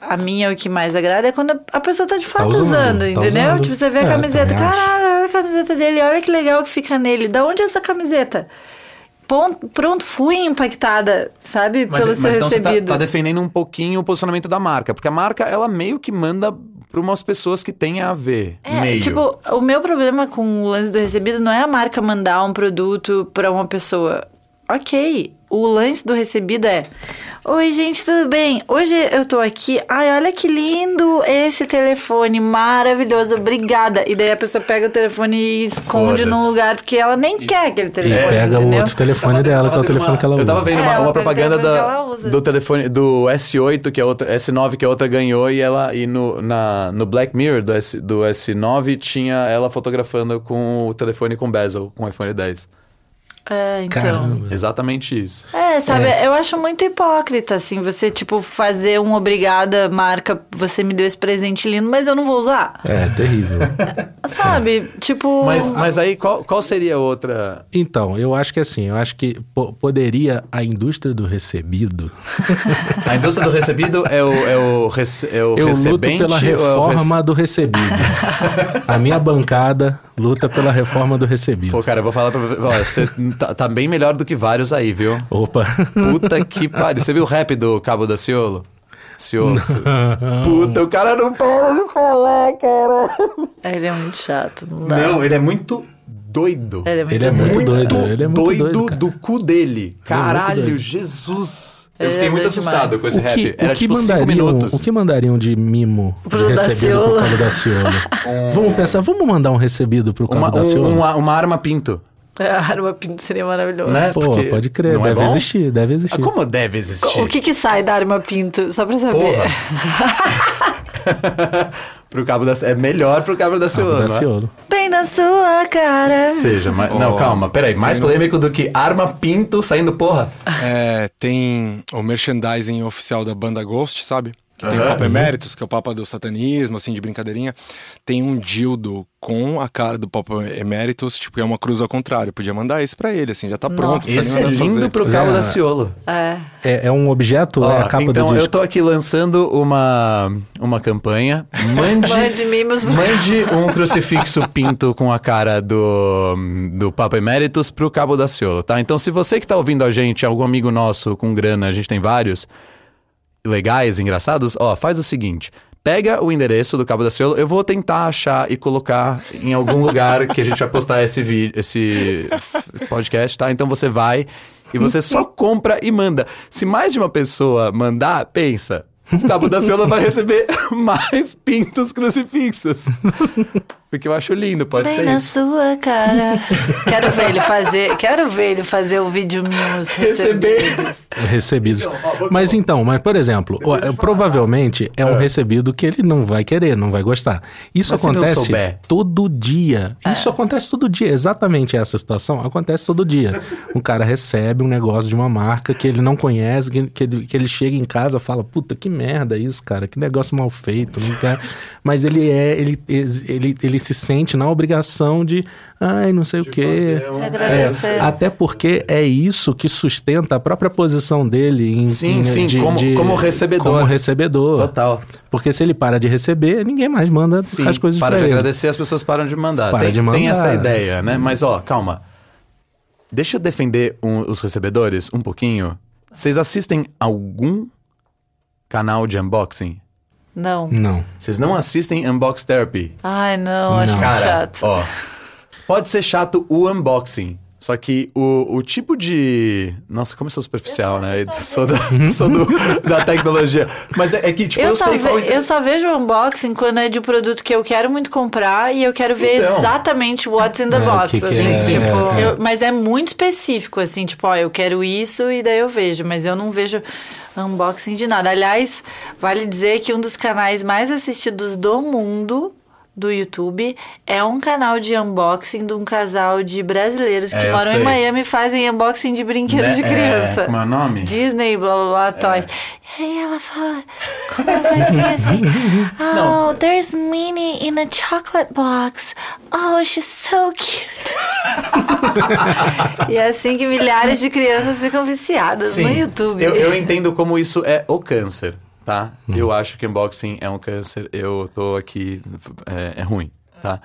Speaker 4: a minha é o que mais agrada, é quando a- a pessoa tá de fato
Speaker 2: usando,
Speaker 4: usando,
Speaker 2: tá
Speaker 4: entendeu?
Speaker 2: usando.
Speaker 4: Tipo, você vê
Speaker 2: É,
Speaker 4: a camiseta,
Speaker 2: também acho.
Speaker 4: caralho, olha Ah, a camiseta dele, olha que legal que fica nele. Da onde é essa camiseta? Pon- Pronto, fui impactada, sabe?
Speaker 1: Mas,
Speaker 4: pelo
Speaker 1: mas
Speaker 4: seu
Speaker 1: então você
Speaker 4: recebido.
Speaker 1: tá, tá defendendo um pouquinho o posicionamento da marca. Porque a marca, ela meio que manda pra umas pessoas que têm a ver.
Speaker 4: É,
Speaker 1: meio.
Speaker 4: tipo, o meu problema com o lance do recebido não é a marca mandar um produto pra uma pessoa. Ok, o lance do recebido é: Oi, gente, tudo bem? Hoje eu tô aqui. Ai, olha que lindo esse telefone, maravilhoso, obrigada. E daí a pessoa pega o telefone e esconde
Speaker 1: Foda-se.
Speaker 4: num lugar porque ela nem quer aquele
Speaker 2: e
Speaker 4: telefone.
Speaker 2: pega o
Speaker 4: É. entendeu?
Speaker 2: outro telefone dela, que é o telefone que ela usa.
Speaker 1: Eu tava vendo
Speaker 4: É,
Speaker 1: uma,
Speaker 4: ela
Speaker 1: uma
Speaker 4: pega o
Speaker 1: propaganda
Speaker 4: telefone que
Speaker 1: da-
Speaker 4: ela usa.
Speaker 1: do telefone do S8 que a outra, S9 que a outra ganhou e ela e no, na, no Black Mirror do, S, do S9 tinha ela fotografando com o telefone com bezel, com o iPhone 10.
Speaker 4: É, então.
Speaker 2: Caramba.
Speaker 1: Exatamente isso.
Speaker 4: É, sabe, eu acho muito hipócrita, assim, você, tipo, fazer um obrigada marca, você me deu esse presente lindo, mas eu não vou usar.
Speaker 2: É, terrível.
Speaker 1: [laughs]
Speaker 4: Sabe? Tipo.
Speaker 1: É. Mas, mas aí qual, qual seria a outra
Speaker 2: então, eu acho que assim, eu acho que po- poderia a indústria do recebido.
Speaker 1: A indústria do recebido é o, é o, rece- é o
Speaker 2: eu luto
Speaker 1: recebente? ou
Speaker 2: pela
Speaker 1: é o
Speaker 2: reforma
Speaker 1: rece- [laughs]
Speaker 2: do recebido. a minha bancada luta pela reforma do recebido.
Speaker 1: Pô, cara, eu vou falar pra você. Olha, você
Speaker 2: [laughs]
Speaker 1: tá, tá bem melhor do que vários aí, viu?
Speaker 2: Opa.
Speaker 1: Puta que pariu. Você viu o rap do Cabo da Ciolo? Ciolo. Puta, o cara não para de falar, cara.
Speaker 4: Ele é muito chato, não dá.
Speaker 1: Não, ele é muito doido.
Speaker 4: Ele é muito,
Speaker 2: Ele é muito
Speaker 4: doido.
Speaker 2: doido. Ele é muito doido, cara. é
Speaker 1: do cu dele. Caralho,
Speaker 2: doido.
Speaker 1: Jesus.
Speaker 4: Ele
Speaker 1: eu fiquei
Speaker 4: é
Speaker 1: muito
Speaker 4: doido
Speaker 1: assustado
Speaker 4: demais.
Speaker 1: com esse
Speaker 2: o que,
Speaker 1: rap. Era
Speaker 2: o que
Speaker 1: tipo cinco
Speaker 2: mandariam,
Speaker 1: minutos.
Speaker 2: O que mandariam de mimo de
Speaker 4: Pro
Speaker 2: recebido pro
Speaker 4: Daciolo. É.
Speaker 2: Cabo Daciolo?
Speaker 4: [laughs]
Speaker 2: Vamos pensar, vamos mandar um recebido pro Cabo
Speaker 1: Uma,
Speaker 2: Daciolo?
Speaker 1: um- uma, uma arma pinto.
Speaker 4: [laughs] A arma pinto seria maravilhosa.
Speaker 1: Né?
Speaker 2: Pô,
Speaker 1: Porque
Speaker 2: pode crer,
Speaker 1: não é
Speaker 2: deve
Speaker 1: bom?
Speaker 2: existir, deve
Speaker 1: Ah,
Speaker 2: existir.
Speaker 1: Como deve existir?
Speaker 4: O que que sai da arma pinto? Só pra saber.
Speaker 1: Porra. [laughs] pro cabo da é melhor pro cabo da é?
Speaker 2: Cabo
Speaker 1: Celana.
Speaker 2: Daciolo.
Speaker 4: Bem na sua cara.
Speaker 1: Seja, mas não, calma, peraí, mais polêmico do que arma pinto saindo porra.
Speaker 5: É, tem o merchandising oficial da banda Ghost, sabe? Que tem o Papa Emeritus, que é o Papa do satanismo, assim, de brincadeirinha. Tem um dildo com a cara do Papa Emeritus, tipo, que é uma cruz ao contrário. Podia mandar esse pra ele, assim, já tá pronto. não
Speaker 1: Esse
Speaker 5: precisa
Speaker 1: é
Speaker 5: nem mandar
Speaker 1: lindo
Speaker 5: fazer.
Speaker 1: pro cabo
Speaker 2: É.
Speaker 1: da Ciolo.
Speaker 4: É.
Speaker 2: É, é um objeto? é
Speaker 1: Ó,
Speaker 2: a capa
Speaker 1: então
Speaker 2: do
Speaker 1: eu
Speaker 2: disco?
Speaker 1: tô aqui lançando uma uma campanha. Mande
Speaker 4: Mande mimos pro-
Speaker 1: Mande um crucifixo pinto com a cara do, do Papa Emeritus pro Cabo da Ciolo, tá? Então, se você que tá ouvindo a gente, algum amigo nosso com grana, a gente tem vários, legais, engraçados, ó, faz o seguinte. Pega o endereço do Cabo da Ciolo, eu vou tentar achar e colocar em algum [laughs] lugar que a gente vai postar esse vídeo, esse podcast, tá? Então você vai e você só compra e manda. Se mais de uma pessoa mandar, pensa. o Cabo da Ciolo vai receber [laughs] mais pintos crucifixos. [laughs] O que eu acho lindo, pode
Speaker 4: Bem
Speaker 1: ser
Speaker 4: na
Speaker 1: isso.
Speaker 4: sua cara. quero ver ele fazer. Quero ver ele fazer o vídeo mimos.
Speaker 1: Receber.
Speaker 2: recebidos. mas então, mas por exemplo, ó, provavelmente é um recebido que ele não vai querer, não vai gostar. Isso
Speaker 1: Mas se não
Speaker 2: acontece
Speaker 1: souber?
Speaker 2: todo dia.
Speaker 1: É.
Speaker 2: Isso acontece todo dia. Exatamente essa situação acontece todo dia. um cara recebe um negócio de uma marca que ele não conhece, que, que ele- que ele chega em casa e fala: "Puta, que merda isso, cara? Que negócio mal feito". Não quero. Mas ele é, ele, ele, ele se sente na obrigação de, ai, não sei o quê.
Speaker 4: Te agradecer.
Speaker 2: É, até porque é isso que sustenta a própria posição dele em,
Speaker 1: Sim,
Speaker 2: em-
Speaker 1: sim, como- como recebedor.
Speaker 2: Como recebedor.
Speaker 1: Total.
Speaker 2: Porque se ele para de receber, ninguém mais manda
Speaker 1: Sim,
Speaker 2: as coisas
Speaker 1: para
Speaker 2: pra
Speaker 1: de
Speaker 2: ele.
Speaker 1: agradecer, as pessoas param de mandar.
Speaker 2: Para
Speaker 1: tem,
Speaker 2: de
Speaker 1: tem
Speaker 2: mandar. Uhum.
Speaker 1: essa ideia, né? Mas, ó, calma. Deixa eu defender um- os recebedores um pouquinho. Vocês assistem algum canal de unboxing?
Speaker 4: Não.
Speaker 2: Não.
Speaker 1: Vocês não assistem Unbox Therapy?
Speaker 4: Ai, não, acho
Speaker 2: Não.
Speaker 4: muito
Speaker 1: Cara,
Speaker 4: chato.
Speaker 1: ó. Pode ser chato o unboxing, Só que o, o tipo de. Nossa, como eu sou superficial, né? Eu sou da,
Speaker 2: Uhum.
Speaker 1: sou do- da tecnologia. Mas é, é que, tipo, eu,
Speaker 4: Eu, só
Speaker 1: sei
Speaker 4: ve-
Speaker 1: qual.
Speaker 4: eu só vejo o unboxing quando é de um produto que eu quero muito comprar e eu quero ver
Speaker 1: Então.
Speaker 4: exatamente what's in the
Speaker 2: É, o
Speaker 4: box.
Speaker 2: que que
Speaker 4: assim,
Speaker 2: é,
Speaker 4: tipo,
Speaker 2: é, é.
Speaker 4: eu- mas é muito específico, assim, tipo, ó, eu quero isso e daí eu vejo, mas eu não vejo unboxing de nada. Aliás, vale dizer que um dos canais mais assistidos do mundo do YouTube é um canal de unboxing de um casal de brasileiros que
Speaker 1: É, eu
Speaker 4: moram
Speaker 1: sei.
Speaker 4: em Miami e fazem unboxing de brinquedos
Speaker 1: Né?
Speaker 4: de
Speaker 1: É,
Speaker 4: criança.
Speaker 1: como é o nome? É.
Speaker 4: Disney, blá blá blá, toys. E aí ela fala com uma vozinha
Speaker 1: [laughs]
Speaker 4: assim: Oh, there's Minnie in a chocolate box. Oh, she's so cute. [laughs] e é assim que milhares de crianças ficam viciadas no YouTube.
Speaker 1: Eu, eu entendo como isso é o câncer, tá? Eu acho que unboxing é um câncer. Eu tô aqui. É, é ruim, tá?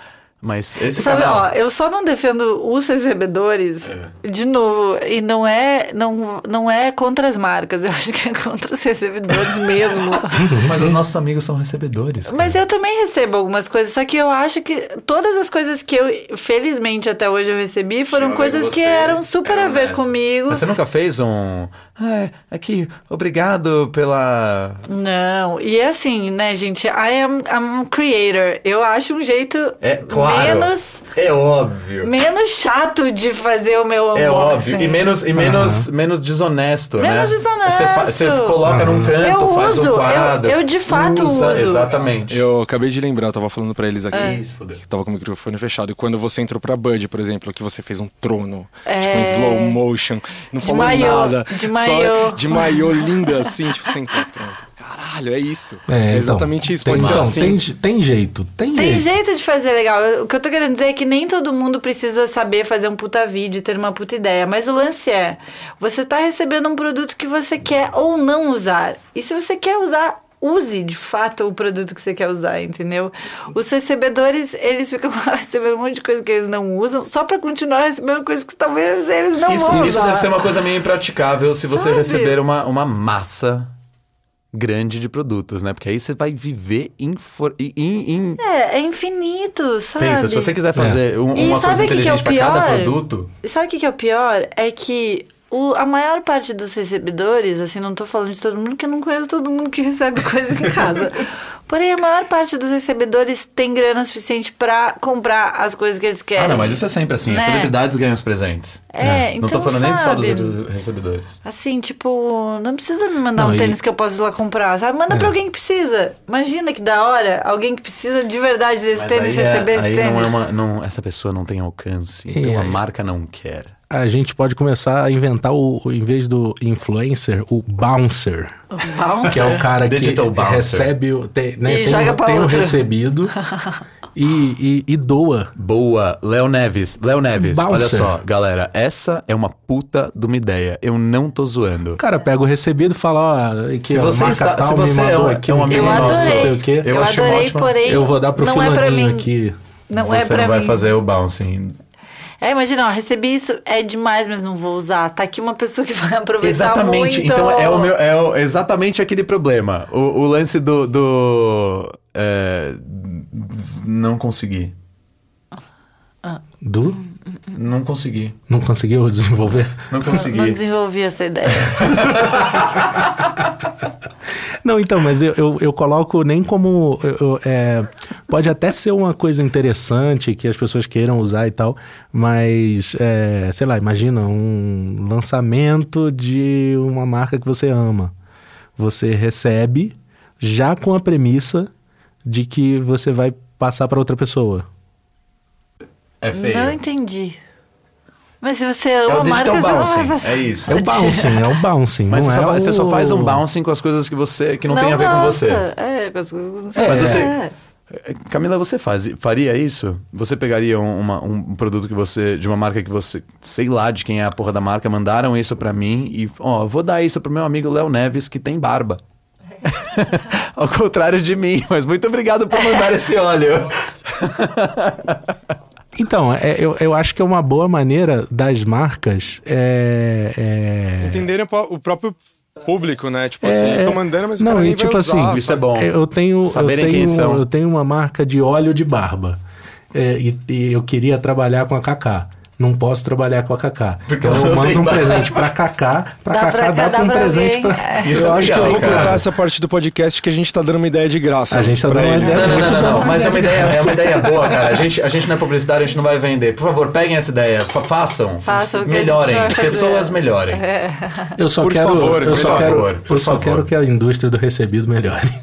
Speaker 1: Mas esse
Speaker 4: Sabe,
Speaker 1: canal. É.
Speaker 4: ó, eu só não defendo os recebedores, de novo, e não é, não, não é contra as marcas, eu acho que é contra os recebedores mesmo.
Speaker 1: [laughs] Mas os nossos amigos são recebedores. cara.
Speaker 4: Mas eu também recebo algumas coisas, só que eu acho que todas as coisas que eu, felizmente até hoje eu recebi,
Speaker 1: Tinha
Speaker 4: foram
Speaker 1: a ver
Speaker 4: coisas
Speaker 1: com
Speaker 4: que
Speaker 1: você, né?
Speaker 4: eram super
Speaker 1: era
Speaker 4: a ver
Speaker 1: honesta.
Speaker 4: comigo.
Speaker 1: Mas é- você nunca fez um. Ah, é, aqui, obrigado pela.
Speaker 4: Não, e assim, né, gente, I am I'm a creator. Eu acho um jeito
Speaker 1: É claro.
Speaker 4: menos,
Speaker 1: É óbvio.
Speaker 4: menos chato de fazer o meu assim. unboxing.
Speaker 1: É óbvio. E menos, e menos, menos desonesto, né?
Speaker 4: Menos desonesto.
Speaker 1: Você, fa- você coloca num canto,
Speaker 4: Eu
Speaker 1: faz
Speaker 4: uso,
Speaker 1: um
Speaker 4: eu-
Speaker 1: quadro.
Speaker 4: eu de fato
Speaker 1: usa,
Speaker 4: uso.
Speaker 1: Exatamente.
Speaker 5: Eu acabei de lembrar, eu tava falando pra eles aqui.
Speaker 4: É.
Speaker 1: Isso, fudeu.
Speaker 5: que tava com o microfone fechado. E quando você entrou pra Bud, por exemplo, que você fez um trono,
Speaker 4: É.
Speaker 5: tipo em slow motion, não
Speaker 4: De
Speaker 5: falou
Speaker 4: maiô,
Speaker 5: nada.
Speaker 4: de maiô.
Speaker 5: Só de maiô linda assim, tipo, você entrou, pronto. Caralho, é isso.
Speaker 2: É, então,
Speaker 5: exatamente isso.
Speaker 2: Tem,
Speaker 5: Pode ser
Speaker 2: então,
Speaker 5: assim.
Speaker 2: tem, je- tem jeito, tem,
Speaker 4: Tem
Speaker 2: jeito.
Speaker 4: jeito de fazer legal. Eu- O que eu tô querendo dizer é que nem todo mundo precisa saber fazer um puta vídeo, ter uma puta ideia. Mas o lance é: você tá recebendo um produto que você quer ou não usar. E se você quer usar, use de fato o produto que você quer usar, entendeu? Os recebedores, eles ficam [laughs] lá recebendo um monte de coisa que eles não usam, só pra continuar recebendo coisas que talvez eles não
Speaker 1: Isso,
Speaker 4: vão
Speaker 1: isso
Speaker 4: usar.
Speaker 1: deve ser uma coisa meio impraticável se você
Speaker 4: Sabe?
Speaker 1: receber uma, uma massa grande de produtos, né? Porque aí você vai viver em... for- em- em- em-
Speaker 4: É, é infinito, sabe?
Speaker 1: Pensa, se você quiser fazer um-
Speaker 4: E
Speaker 1: uma
Speaker 4: sabe
Speaker 1: coisa
Speaker 4: o que que é o
Speaker 1: inteligente pra cada
Speaker 4: pior?
Speaker 1: produto...
Speaker 4: E sabe o que, que é o pior? É que o- a maior parte dos recebedores, assim, não tô falando de todo mundo, porque eu não conheço todo mundo que [laughs] recebe coisa em casa. Porém, a maior parte dos recebedores tem grana suficiente pra comprar as coisas que eles querem.
Speaker 1: Ah, não, mas isso é sempre assim. As
Speaker 4: Né?
Speaker 1: celebridades ganham os presentes.
Speaker 4: É,
Speaker 1: Não
Speaker 4: então
Speaker 1: tô falando nem só dos
Speaker 4: sabe?
Speaker 1: re- recebedores.
Speaker 4: Assim, tipo, não precisa me mandar
Speaker 2: Não,
Speaker 4: um
Speaker 2: e-
Speaker 4: tênis que eu posso ir lá comprar, sabe?
Speaker 1: É.
Speaker 4: Manda pra alguém que precisa. Imagina que da hora alguém que precisa de verdade desse
Speaker 1: Mas
Speaker 4: tênis
Speaker 1: aí é-
Speaker 4: receber esse
Speaker 1: aí
Speaker 4: tênis.
Speaker 1: não é uma- não- essa pessoa não tem alcance, então
Speaker 2: E
Speaker 1: a
Speaker 2: aí?
Speaker 1: marca não quer.
Speaker 2: A gente pode começar a inventar, o, o- em vez do influencer, o bouncer.
Speaker 4: Bounce.
Speaker 2: Que é o cara que
Speaker 1: Digital bouncer.
Speaker 2: recebe, o- tem, né,
Speaker 4: E
Speaker 2: tem,
Speaker 4: joga
Speaker 2: o-
Speaker 4: pra
Speaker 2: tem o
Speaker 4: outro. [laughs]
Speaker 2: recebido e, e- e doa.
Speaker 1: Boa, Léo Neves. Léo Neves,
Speaker 2: Bouncer.
Speaker 1: olha só, galera, essa é uma puta de uma ideia. Eu não tô zoando.
Speaker 2: O cara pega o recebido e fala, ó, que
Speaker 1: Se
Speaker 2: a
Speaker 1: você
Speaker 2: marca
Speaker 1: está-
Speaker 2: tal
Speaker 1: se
Speaker 2: me
Speaker 1: você é
Speaker 2: mandou
Speaker 1: um-
Speaker 2: aqui
Speaker 1: é um
Speaker 2: um
Speaker 1: amigo
Speaker 4: Eu
Speaker 2: e-mail nosso,
Speaker 4: nosso,
Speaker 2: não sei o
Speaker 4: adorei.
Speaker 2: quê.
Speaker 4: Eu,
Speaker 1: Eu achei uma
Speaker 4: adorei,
Speaker 1: ótima-
Speaker 4: porém.
Speaker 2: Eu vou dar pro
Speaker 4: não é pra
Speaker 2: fulaninho
Speaker 4: mim.
Speaker 2: aqui.
Speaker 4: Não é
Speaker 1: Você
Speaker 4: pra
Speaker 1: não vai
Speaker 4: mim.
Speaker 1: fazer o bouncing.
Speaker 4: É, imagina, ó, recebi isso, é demais, mas não vou usar. Tá aqui uma pessoa que vai [laughs] aproveitar
Speaker 1: Exatamente.
Speaker 4: tá muito.
Speaker 1: Então é o meu, é o- exatamente aquele problema. O, o lance do, do é, z- não consegui,
Speaker 2: Du?
Speaker 1: não consegui,
Speaker 2: Não conseguiu [laughs] desenvolver?
Speaker 1: não
Speaker 4: Não
Speaker 1: consegui.
Speaker 4: desenvolvi essa ideia.
Speaker 2: Não, então, mas eu, eu, eu coloco nem como. eu- eu, é, pode até ser uma coisa interessante que as pessoas queiram usar e tal, mas, é, sei lá, imagina um lançamento de uma marca que você ama. Você recebe já com a premissa de que você vai passar para outra pessoa.
Speaker 1: É [laughs] feio.
Speaker 4: Não entendi. Mas se você
Speaker 1: é
Speaker 4: ama
Speaker 1: o
Speaker 4: a marca,
Speaker 1: digital
Speaker 4: você não vai
Speaker 1: bouncing.
Speaker 4: passar.
Speaker 1: É isso.
Speaker 2: É o bouncing, é o bouncing.
Speaker 1: Mas
Speaker 2: não
Speaker 1: você, só,
Speaker 2: é
Speaker 1: fa- você só
Speaker 2: o-
Speaker 1: faz um bouncing com as coisas que você que não, tem a ver com
Speaker 4: gosta.
Speaker 1: você.
Speaker 4: É, com as coisas que não
Speaker 1: É, mas
Speaker 4: sei.
Speaker 1: você-
Speaker 4: É.
Speaker 1: Camila, você faz, faria isso? Você pegaria um, uma- um produto que você de uma marca que você, sei lá de quem é a porra da marca, mandaram isso pra mim e ó, vou dar isso pro meu amigo Léo Neves que tem
Speaker 4: [laughs]
Speaker 1: barba. Ao contrário de mim, mas muito obrigado por mandar esse óleo.
Speaker 2: Então, é- eu, eu acho que é uma boa maneira das marcas. é, é,
Speaker 5: Entenderem o pró- o próprio público, né? Tipo assim,
Speaker 2: É,
Speaker 5: eu tô mandando, mas o
Speaker 2: não,
Speaker 5: cara
Speaker 2: e
Speaker 5: nem
Speaker 2: tipo
Speaker 5: vai usar.
Speaker 2: assim,
Speaker 1: Isso é
Speaker 5: sabe?
Speaker 1: bom.
Speaker 2: Eu tenho, eu
Speaker 1: Saberem quem
Speaker 2: tenho,
Speaker 1: são.
Speaker 2: eu tenho uma marca de óleo de barba. É, e, e eu queria trabalhar com a Kaká. não posso trabalhar com a Kaká.
Speaker 1: Porque
Speaker 2: então
Speaker 1: ela
Speaker 2: eu
Speaker 1: não
Speaker 2: mando
Speaker 1: tem
Speaker 2: um
Speaker 1: bar.
Speaker 2: presente pra Kaká, pra
Speaker 4: Dá
Speaker 2: Kaká
Speaker 4: pra
Speaker 2: dá
Speaker 4: cada-
Speaker 2: pra um
Speaker 4: pra
Speaker 2: presente
Speaker 4: alguém,
Speaker 2: pra...
Speaker 4: é.
Speaker 1: Isso
Speaker 5: eu
Speaker 1: é
Speaker 5: acho que eu
Speaker 1: legal,
Speaker 5: vou
Speaker 1: cara.
Speaker 5: cortar essa parte do podcast que a gente tá dando uma ideia de graça.
Speaker 2: A gente tá
Speaker 5: pra
Speaker 2: dando uma
Speaker 5: eles.
Speaker 2: ideia.
Speaker 1: Não, não, não, não, não.
Speaker 2: Muito
Speaker 1: Mas é uma
Speaker 2: bom.
Speaker 1: ideia, é uma ideia boa, cara. A gente, a gente não é publicidade, a gente não vai vender. Por favor, peguem essa ideia. Fa- façam.
Speaker 4: Façam, que a gente
Speaker 1: Melhorem.
Speaker 4: vai fazer.
Speaker 1: Pessoas melhorem.
Speaker 2: Eu só
Speaker 1: Por
Speaker 2: quero,
Speaker 1: favor,
Speaker 2: eu
Speaker 1: por
Speaker 2: só
Speaker 1: favor,
Speaker 2: quero,
Speaker 1: por
Speaker 2: eu só
Speaker 1: favor.
Speaker 2: quero que a indústria do recebido melhore.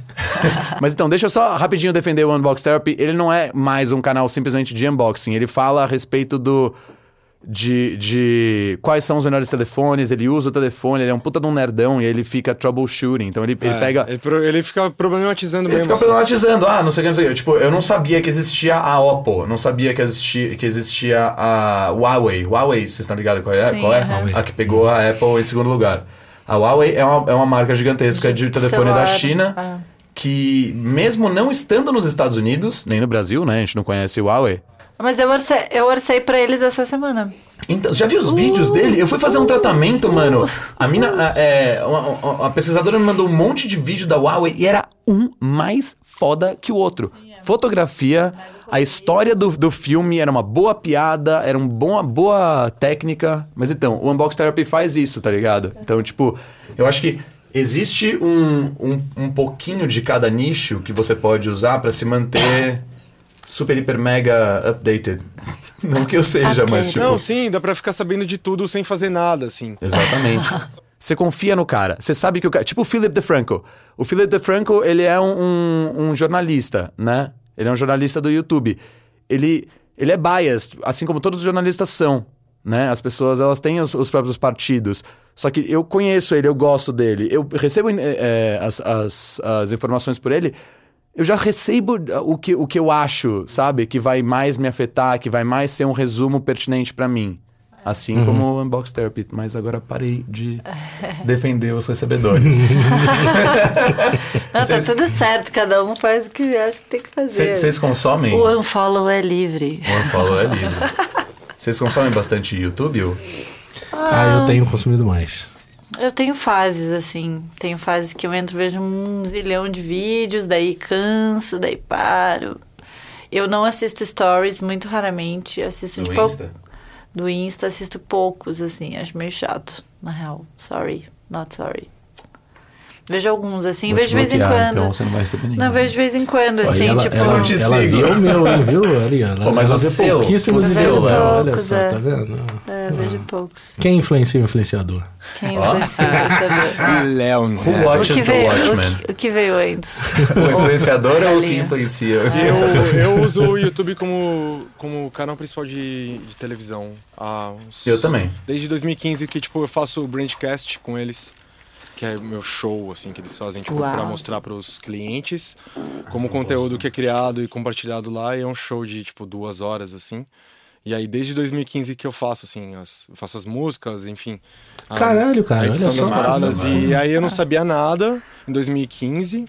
Speaker 1: [laughs] Mas então, deixa eu só rapidinho defender o Unbox Therapy. Ele não é mais um canal simplesmente de unboxing. Ele fala a respeito do. De, de quais são os melhores telefones, ele usa o telefone, ele é um puta de um nerdão e ele fica troubleshooting. Então ele, ele
Speaker 5: É,
Speaker 1: pega.
Speaker 5: Ele, pro- ele fica problematizando
Speaker 1: Ele
Speaker 5: mesmo. assim.
Speaker 1: fica problematizando, ah, não sei o que, não sei o que. Tipo, eu não sabia que existia a Oppo, não sabia que existia, que existia a Huawei. Huawei, vocês estão ligados qual é?
Speaker 4: Sim,
Speaker 1: qual é?
Speaker 4: aham.
Speaker 1: A que pegou a Apple em segundo lugar. A Huawei é uma, é uma marca gigantesca de telefone
Speaker 4: celular,
Speaker 1: da China
Speaker 4: ah.
Speaker 1: que, mesmo não estando nos Estados Unidos, nem no Brasil, né? A gente não conhece o Huawei.
Speaker 4: Mas eu orcei, eu orcei pra eles essa semana.
Speaker 1: Então, já viu os vídeos dele? Eu fui fazer um tratamento, mano. A mina, a- é, uma, uma- uma pesquisadora me mandou um monte de vídeo da Huawei e era um mais foda que o outro. Fotografia, a história do, do filme era uma boa piada, era um bom, uma boa técnica. Mas então, o Unbox Therapy faz isso, tá ligado? Então, tipo, eu acho que existe um, um, um pouquinho de cada nicho que você pode usar pra se manter super, hiper, mega updated. [laughs] Não que eu seja, mas tipo...
Speaker 5: Não, sim, dá pra ficar sabendo de tudo sem fazer nada, assim.
Speaker 1: Exatamente. Você confia no cara. Você sabe que o cara. Tipo o Philip DeFranco. O Philip DeFranco, ele é um, um- um jornalista, né? Ele é um jornalista do YouTube. Ele, ele é biased, assim como todos os jornalistas são. Né? As pessoas elas têm os, os próprios partidos. Só que eu conheço ele, eu gosto dele. Eu recebo eh, eh, as, as, as informações por ele. Eu já recebo ah, o que, o que eu acho, sabe? Que vai mais me afetar, que vai mais ser um resumo pertinente pra mim. Assim
Speaker 5: Uhum.
Speaker 1: como o Unbox Therapy, mas agora parei de [laughs] defender os recebedores.
Speaker 5: [laughs]
Speaker 4: Não,
Speaker 1: Vocês-
Speaker 4: tá tudo certo, cada um faz o que acha que tem que fazer.
Speaker 1: Vocês consomem?
Speaker 4: O
Speaker 1: O
Speaker 4: unfollow é livre.
Speaker 1: Unfollow é [laughs] livre. Vocês consomem bastante YouTube? Ou?
Speaker 2: Ah, eu tenho consumido mais.
Speaker 4: Eu tenho fases, assim. Tenho fases que eu entro, vejo um zilhão de vídeos, daí canso, daí paro. Eu não assisto stories muito raramente. Assisto
Speaker 1: Do
Speaker 4: tipo.
Speaker 1: Insta?
Speaker 4: Do Insta, assisto poucos, assim. Acho meio chato, na real. Sorry, not sorry. Vejo alguns, assim.
Speaker 1: Vou te
Speaker 4: vejo de vez em
Speaker 1: bloquear,
Speaker 4: quando.
Speaker 1: Então você não vai receber nenhum.
Speaker 4: Não, vejo de vez em quando,
Speaker 2: Olha,
Speaker 4: assim,
Speaker 2: ela,
Speaker 4: tipo.
Speaker 2: ela,
Speaker 1: Eu te
Speaker 2: ela
Speaker 1: sigo.
Speaker 2: viu o meu, hein? Viu? Ali, ela,
Speaker 1: Pô, mas é
Speaker 2: ela
Speaker 1: o
Speaker 2: vê
Speaker 1: seu,
Speaker 2: pouquíssimos
Speaker 1: o
Speaker 2: vídeos
Speaker 1: seu,
Speaker 2: dela.
Speaker 1: velho.
Speaker 2: Olha
Speaker 4: Poucos,
Speaker 2: só,
Speaker 4: é.
Speaker 2: tá vendo?
Speaker 4: É, vejo poucos.
Speaker 2: Quem influencia o influenciador?
Speaker 4: Quem influencia vai saber?
Speaker 1: Ah,
Speaker 5: Léo,
Speaker 1: Who
Speaker 5: né?
Speaker 4: O que,
Speaker 1: [laughs] watches the
Speaker 4: veio,
Speaker 1: Watchmen?
Speaker 4: o, que, o que veio antes?
Speaker 1: O influenciador ou o que
Speaker 4: Galinha.
Speaker 1: influencia?
Speaker 5: Eu, eu uso o YouTube como, como canal principal de, de televisão. há uns-
Speaker 1: Eu também.
Speaker 5: Desde 2015 que, tipo, eu faço o Brandcast com eles, que é o meu show, assim, que eles fazem, tipo,
Speaker 4: Uau.
Speaker 5: pra mostrar pros clientes como o conteúdo que é criado e compartilhado lá. E é um show de, tipo, duas horas, assim. E aí, desde 2015 que eu faço, assim, as, eu faço as músicas, enfim.
Speaker 1: Ah.
Speaker 5: Ah, a-
Speaker 2: Caralho, cara,
Speaker 5: a
Speaker 2: olha
Speaker 5: edição
Speaker 2: só.
Speaker 5: das paradas.
Speaker 1: Massa,
Speaker 5: E aí eu não sabia nada em 2015.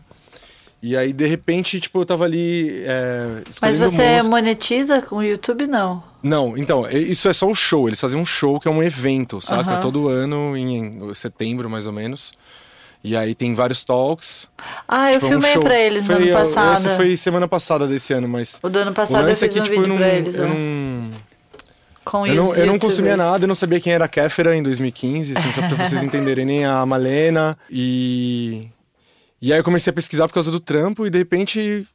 Speaker 5: E aí, de repente, tipo, eu tava ali. É,
Speaker 4: Mas
Speaker 5: escolhendo
Speaker 4: você
Speaker 5: música.
Speaker 4: monetiza com o YouTube, não?
Speaker 5: Não, então, e- isso é só o show. Eles fazem um show que é um evento, saca?
Speaker 4: Aham.
Speaker 5: Todo ano, em, em setembro, mais ou menos. E aí tem vários talks.
Speaker 4: Ah, eu
Speaker 5: Tipo, é um
Speaker 4: filmei
Speaker 5: show.
Speaker 4: pra eles
Speaker 5: Foi-
Speaker 4: no ano
Speaker 5: eu-
Speaker 4: passado.
Speaker 5: Essa foi semana passada desse ano, mas.
Speaker 4: O do ano
Speaker 5: O
Speaker 4: passado eu
Speaker 5: lance é
Speaker 4: fiz
Speaker 5: que,
Speaker 4: um
Speaker 5: tipo, eu
Speaker 4: vídeo
Speaker 5: não,
Speaker 4: pra eles.
Speaker 5: eu
Speaker 4: né?
Speaker 5: não,
Speaker 4: Com
Speaker 5: eu
Speaker 4: os
Speaker 5: não, eu não
Speaker 4: youtubers.
Speaker 5: consumia nada, eu não sabia quem era a Kéfera em 2015, assim, só pra
Speaker 4: [laughs]
Speaker 5: vocês entenderem, nem a Malena. E. E aí eu comecei a pesquisar por causa do trampo e de repente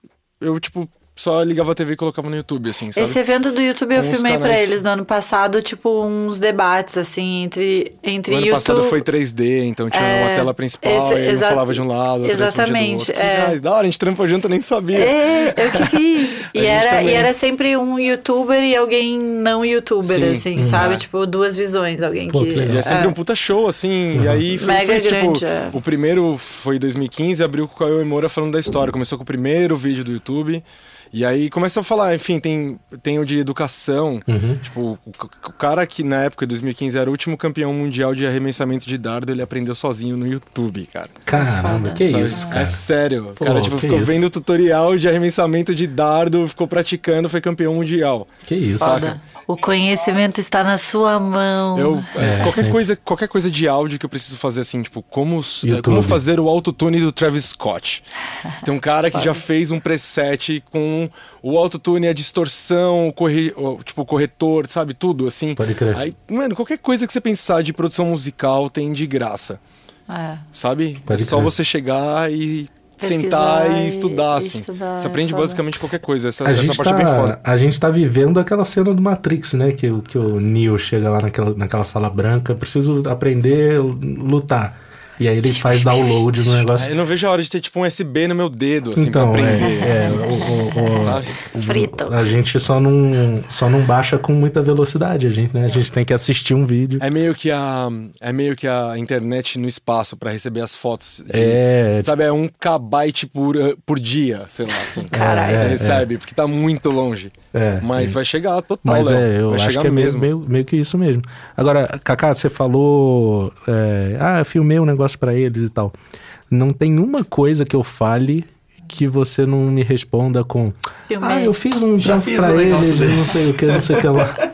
Speaker 5: eu, tipo, só ligava a TV e colocava no YouTube, assim, sabe?
Speaker 4: Esse evento do YouTube eu
Speaker 5: Com os
Speaker 4: filmei pra
Speaker 5: canais.
Speaker 4: eles no ano passado, tipo, uns debates, assim, entre,
Speaker 5: O
Speaker 4: entre
Speaker 5: ano
Speaker 4: YouTube...
Speaker 5: passado foi 3D, então tinha
Speaker 4: É,
Speaker 5: uma tela principal
Speaker 4: esse-
Speaker 5: e eu
Speaker 4: exa-
Speaker 5: falava de um lado, outra
Speaker 4: Exatamente,
Speaker 5: respondia do outro.
Speaker 4: é.
Speaker 5: Ai, da hora, a gente trampou junto, eu nem sabia.
Speaker 4: É, eu que fiz.
Speaker 5: [laughs]
Speaker 4: E
Speaker 5: A gente
Speaker 4: era,
Speaker 5: também.
Speaker 4: e era sempre um youtuber e alguém não youtuber,
Speaker 5: Sim. Uhum.
Speaker 4: assim, sabe? Tipo, duas visões, alguém
Speaker 2: Pô,
Speaker 4: que...
Speaker 2: que legal.
Speaker 5: E é sempre um puta show, assim.
Speaker 2: Uhum.
Speaker 5: E aí foi,
Speaker 4: Mega
Speaker 5: fez, tipo,
Speaker 4: grande, é.
Speaker 5: o primeiro foi em 2015, abriu com o Caio e Moura falando da história. Começou com o primeiro vídeo do YouTube. E aí começa a falar, enfim, tem, tem o de educação.
Speaker 2: Uhum.
Speaker 5: Tipo, o, c- o cara que na época, em 2015, era o último campeão mundial de arremessamento de dardo, ele aprendeu sozinho no YouTube, cara.
Speaker 2: Caramba, que
Speaker 5: Sabe?
Speaker 2: isso,
Speaker 5: É
Speaker 2: cara.
Speaker 5: sério. O
Speaker 2: Pô,
Speaker 5: cara, tipo,
Speaker 2: que
Speaker 5: ficou
Speaker 2: isso.
Speaker 5: vendo tutorial de arremessamento de dardo, ficou praticando, foi campeão mundial.
Speaker 2: Que isso.
Speaker 4: Foda. O conhecimento está na sua mão.
Speaker 5: Eu, é,
Speaker 2: É,
Speaker 5: qualquer,
Speaker 2: sempre.
Speaker 5: coisa, qualquer coisa de áudio que eu preciso fazer, assim, tipo, como, s-
Speaker 2: YouTube.
Speaker 5: como fazer o autotune do Travis Scott. Tem um cara que já fez um preset com o autotune, a distorção, o, corre, o, tipo, o corretor, sabe? Tudo, assim.
Speaker 2: Pode crer.
Speaker 5: Aí, mano, qualquer coisa que você pensar de produção musical tem de graça,
Speaker 4: É.
Speaker 5: sabe?
Speaker 2: Pode
Speaker 5: é só
Speaker 2: crer.
Speaker 5: você chegar e
Speaker 4: Pesquisar
Speaker 5: sentar
Speaker 4: e-
Speaker 5: e estudar,
Speaker 4: e
Speaker 5: assim.
Speaker 4: estudar,
Speaker 5: você
Speaker 4: é
Speaker 5: aprende
Speaker 4: foda.
Speaker 5: basicamente qualquer coisa. Essa,
Speaker 2: A
Speaker 5: essa
Speaker 2: gente,
Speaker 5: parte é bem foda.
Speaker 2: tá, a gente tá vivendo aquela cena do Matrix, né? Que, o- que o Neo chega lá naquela, naquela sala branca, preciso aprender lutar. E aí ele faz download no negócio.
Speaker 5: Eu não vejo a hora de ter, tipo, um USB no meu dedo, assim,
Speaker 2: então,
Speaker 5: pra
Speaker 2: é,
Speaker 5: aprender. assim.
Speaker 2: é, o- o- o-
Speaker 5: Sabe?
Speaker 4: Frito.
Speaker 2: a gente só não, só não baixa com muita velocidade, a gente, né? A gente tem que assistir um vídeo.
Speaker 5: É meio que a é meio que a internet no espaço pra receber as fotos. de-
Speaker 2: É,
Speaker 5: Sabe, é um kbyte por, uh, por dia, sei
Speaker 2: [laughs]
Speaker 5: lá, assim.
Speaker 4: Caralho.
Speaker 5: Você
Speaker 2: É, é.
Speaker 5: recebe, porque tá muito longe.
Speaker 2: é.
Speaker 5: Mas vai chegar total,
Speaker 1: Tá,
Speaker 2: Mas
Speaker 5: Léo.
Speaker 2: é, eu
Speaker 5: vai
Speaker 2: acho
Speaker 5: chegar
Speaker 2: que é meio,
Speaker 5: mesmo.
Speaker 2: meio, meio que isso mesmo. Agora, Kaká, você falou. é, ah, eu filmei um negócio pra eles e tal. Não tem uma coisa que eu fale que você não me responda com.
Speaker 4: Filmei.
Speaker 2: Ah, eu fiz um
Speaker 1: Já
Speaker 2: já
Speaker 1: fiz
Speaker 2: pra
Speaker 1: um negócio
Speaker 2: eles, não
Speaker 1: desse."
Speaker 2: sei o que, não sei o que lá.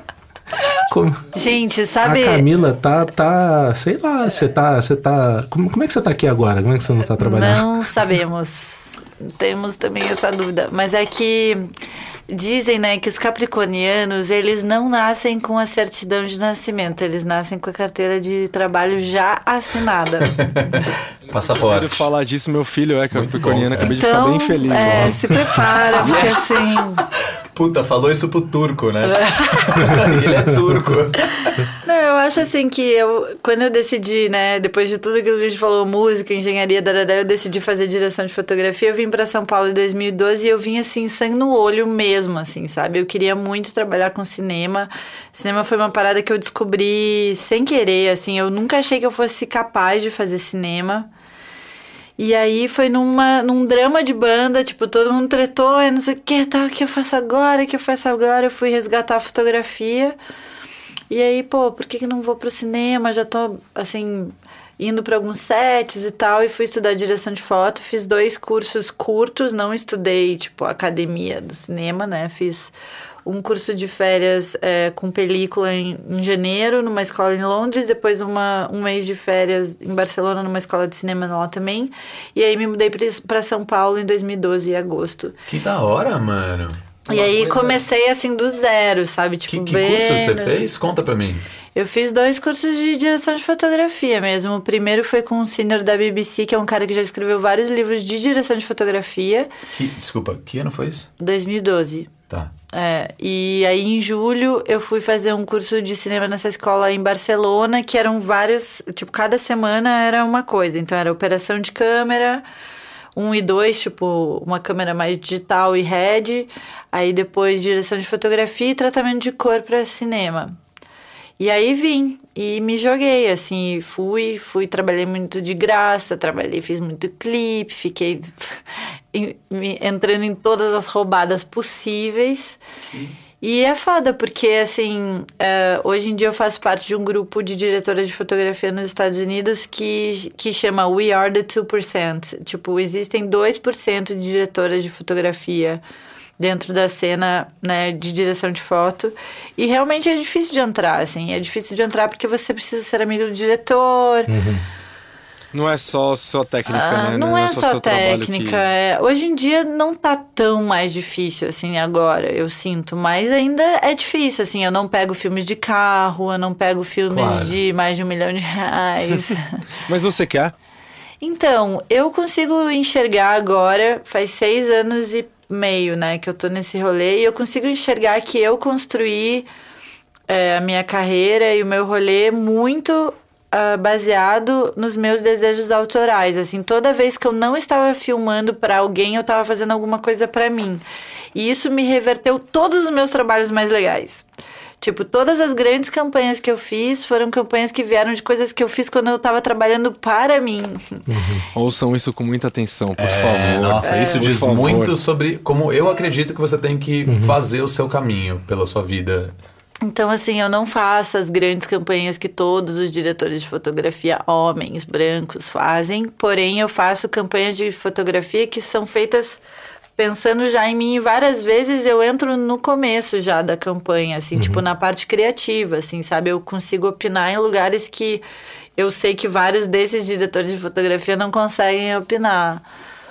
Speaker 2: Como-
Speaker 4: Tá Gente,
Speaker 2: a
Speaker 4: sabe.
Speaker 2: Camila tá, tá, sei lá, você tá, você tá, como, como é que você tá aqui agora? Como é que você não tá trabalhando?
Speaker 4: Não sabemos. Temos também essa dúvida. Mas é que dizem, né, que os capricornianos, eles não nascem com a certidão de nascimento. Eles nascem com a carteira de trabalho já assinada.
Speaker 5: Quando eu
Speaker 1: Passaporte.
Speaker 5: falar disso, meu filho é capricorniano, acabei de ficar
Speaker 4: Então,
Speaker 5: bem feliz.
Speaker 4: é,
Speaker 5: assim.
Speaker 4: se prepara, porque assim...
Speaker 1: Puta, falou isso pro turco, né? [laughs] Ele é turco.
Speaker 4: Não, eu acho assim que eu, quando eu decidi, né, depois de tudo aquilo que a gente falou, música, engenharia, darará, eu decidi fazer direção de fotografia. Eu vim pra São Paulo em 2012 e eu vim assim, sangue no olho mesmo, assim, sabe? Eu queria muito trabalhar com cinema. Cinema foi uma parada que eu descobri sem querer, assim. Eu nunca achei que eu fosse capaz de fazer cinema. E aí foi numa, num drama de banda, tipo, todo mundo tretou, e não sei o que, tá, o que eu faço agora, o que eu faço agora? Eu fui resgatar a fotografia. E aí, pô, por que, que não vou pro cinema? Já tô, assim, indo pra alguns sets e tal. E fui estudar direção de foto. Fiz dois cursos curtos, não estudei, tipo, academia do cinema, né? Fiz um curso de férias é, com película em, em janeiro, numa escola em Londres. Depois uma, um mês de férias em Barcelona, numa escola de cinema lá também. E aí me mudei pra- pra São Paulo em 2012, em agosto.
Speaker 1: Que da hora, mano.
Speaker 4: e
Speaker 1: Uma
Speaker 4: aí
Speaker 1: coisa-
Speaker 4: comecei, assim, do zero, sabe?
Speaker 1: Que,
Speaker 4: Tipo,
Speaker 1: que curso você
Speaker 4: bem-
Speaker 1: fez? Conta pra mim.
Speaker 4: eu fiz dois cursos de direção de fotografia mesmo. O primeiro foi com um senior da BBC, que é um cara que já escreveu vários livros de direção de fotografia,
Speaker 1: Que- desculpa, que ano foi isso?
Speaker 4: 2012.
Speaker 1: Tá.
Speaker 4: É, e aí em julho eu fui fazer um curso de cinema nessa escola em Barcelona, que eram vários, tipo, cada semana era uma coisa. Então era operação de câmera, um e dois, tipo, uma câmera mais digital e head, aí depois direção de fotografia e tratamento de cor para cinema. E aí vim e me joguei, assim, fui, fui, trabalhei muito de graça, trabalhei, fiz muito clipe, fiquei [laughs] em- me- entrando em todas as roubadas possíveis. E é foda, porque assim, eh, hoje em dia eu faço parte de um grupo de diretoras de fotografia nos Estados Unidos que, que chama We Are the 2%. Tipo, existem 2% de diretoras de fotografia dentro da cena né, de direção de foto. E realmente é difícil de entrar, assim. É difícil de entrar porque você precisa ser amigo do diretor.
Speaker 5: Não é só sua Uhum. técnica,
Speaker 4: Ah,
Speaker 5: né?
Speaker 4: não, é
Speaker 5: só
Speaker 4: só
Speaker 5: seu trabalho
Speaker 4: técnica.
Speaker 5: que-
Speaker 4: é- Hoje em dia não tá tão mais difícil, assim, agora, eu sinto. Mas ainda é difícil, assim. Eu não pego filmes de carro, eu não pego filmes
Speaker 1: Claro.
Speaker 4: de mais de um milhão de reais. [laughs]
Speaker 5: Mas você quer?
Speaker 4: Então, eu consigo enxergar agora, faz seis anos e meio, né, que eu tô nesse rolê, e eu consigo enxergar que eu construí é, a minha carreira e o meu rolê muito ah, baseado nos meus desejos autorais. Assim, toda vez que eu não estava filmando pra alguém, eu tava fazendo alguma coisa pra mim. E isso me reverteu todos os meus trabalhos mais legais. Tipo, todas as grandes campanhas que eu fiz foram campanhas que vieram de coisas que eu fiz quando eu tava trabalhando para mim. [laughs]
Speaker 5: Ouçam isso com muita atenção, por
Speaker 1: É,
Speaker 5: favor.
Speaker 1: nossa, isso
Speaker 5: Por
Speaker 1: diz
Speaker 5: favor. Uhum.
Speaker 1: muito sobre como eu acredito que você tem que fazer o seu caminho pela sua vida.
Speaker 4: Então, assim, eu não faço as grandes campanhas que todos os diretores de fotografia, homens, brancos, fazem. Porém, eu faço campanhas de fotografia que são feitas pensando já em mim várias vezes, eu entro no começo já da campanha, assim, tipo na parte criativa, assim, sabe? Eu consigo opinar em lugares que eu sei que vários desses diretores de fotografia não conseguem opinar.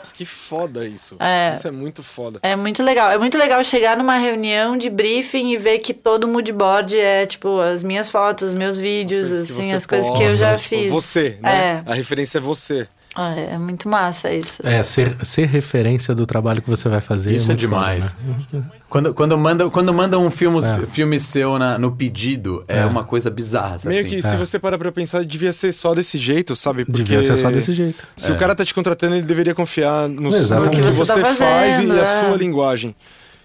Speaker 5: Nossa, que foda isso.
Speaker 4: É.
Speaker 5: Isso é muito foda.
Speaker 4: É muito legal. É muito legal chegar numa reunião de briefing e ver que todo mood board é, tipo, as minhas fotos, os meus vídeos,
Speaker 5: coisas que
Speaker 4: assim,
Speaker 5: você
Speaker 4: as coisas que eu
Speaker 5: posta,
Speaker 4: já
Speaker 5: tipo,
Speaker 4: fiz.
Speaker 5: Você, né?
Speaker 4: É.
Speaker 5: A referência é você.
Speaker 4: Ah, É, é muito massa isso.
Speaker 2: É, ser, ser referência do trabalho que você vai fazer.
Speaker 1: Isso é
Speaker 2: muito foda,
Speaker 1: demais.
Speaker 2: né?
Speaker 1: Quando, quando manda, quando manda um filme, filme seu na- no pedido, é,
Speaker 2: É.
Speaker 1: uma coisa bizarra, assim.
Speaker 5: Meio que se você parar pra pensar, devia ser só desse jeito, sabe? Porque
Speaker 2: Devia ser só desse jeito. É.
Speaker 5: Se o cara tá te contratando, ele deveria confiar no, no
Speaker 2: Exatamente.
Speaker 5: que
Speaker 2: No que
Speaker 5: você,
Speaker 4: você tá
Speaker 5: faz e
Speaker 4: fazendo,
Speaker 5: a
Speaker 4: é.
Speaker 5: sua linguagem.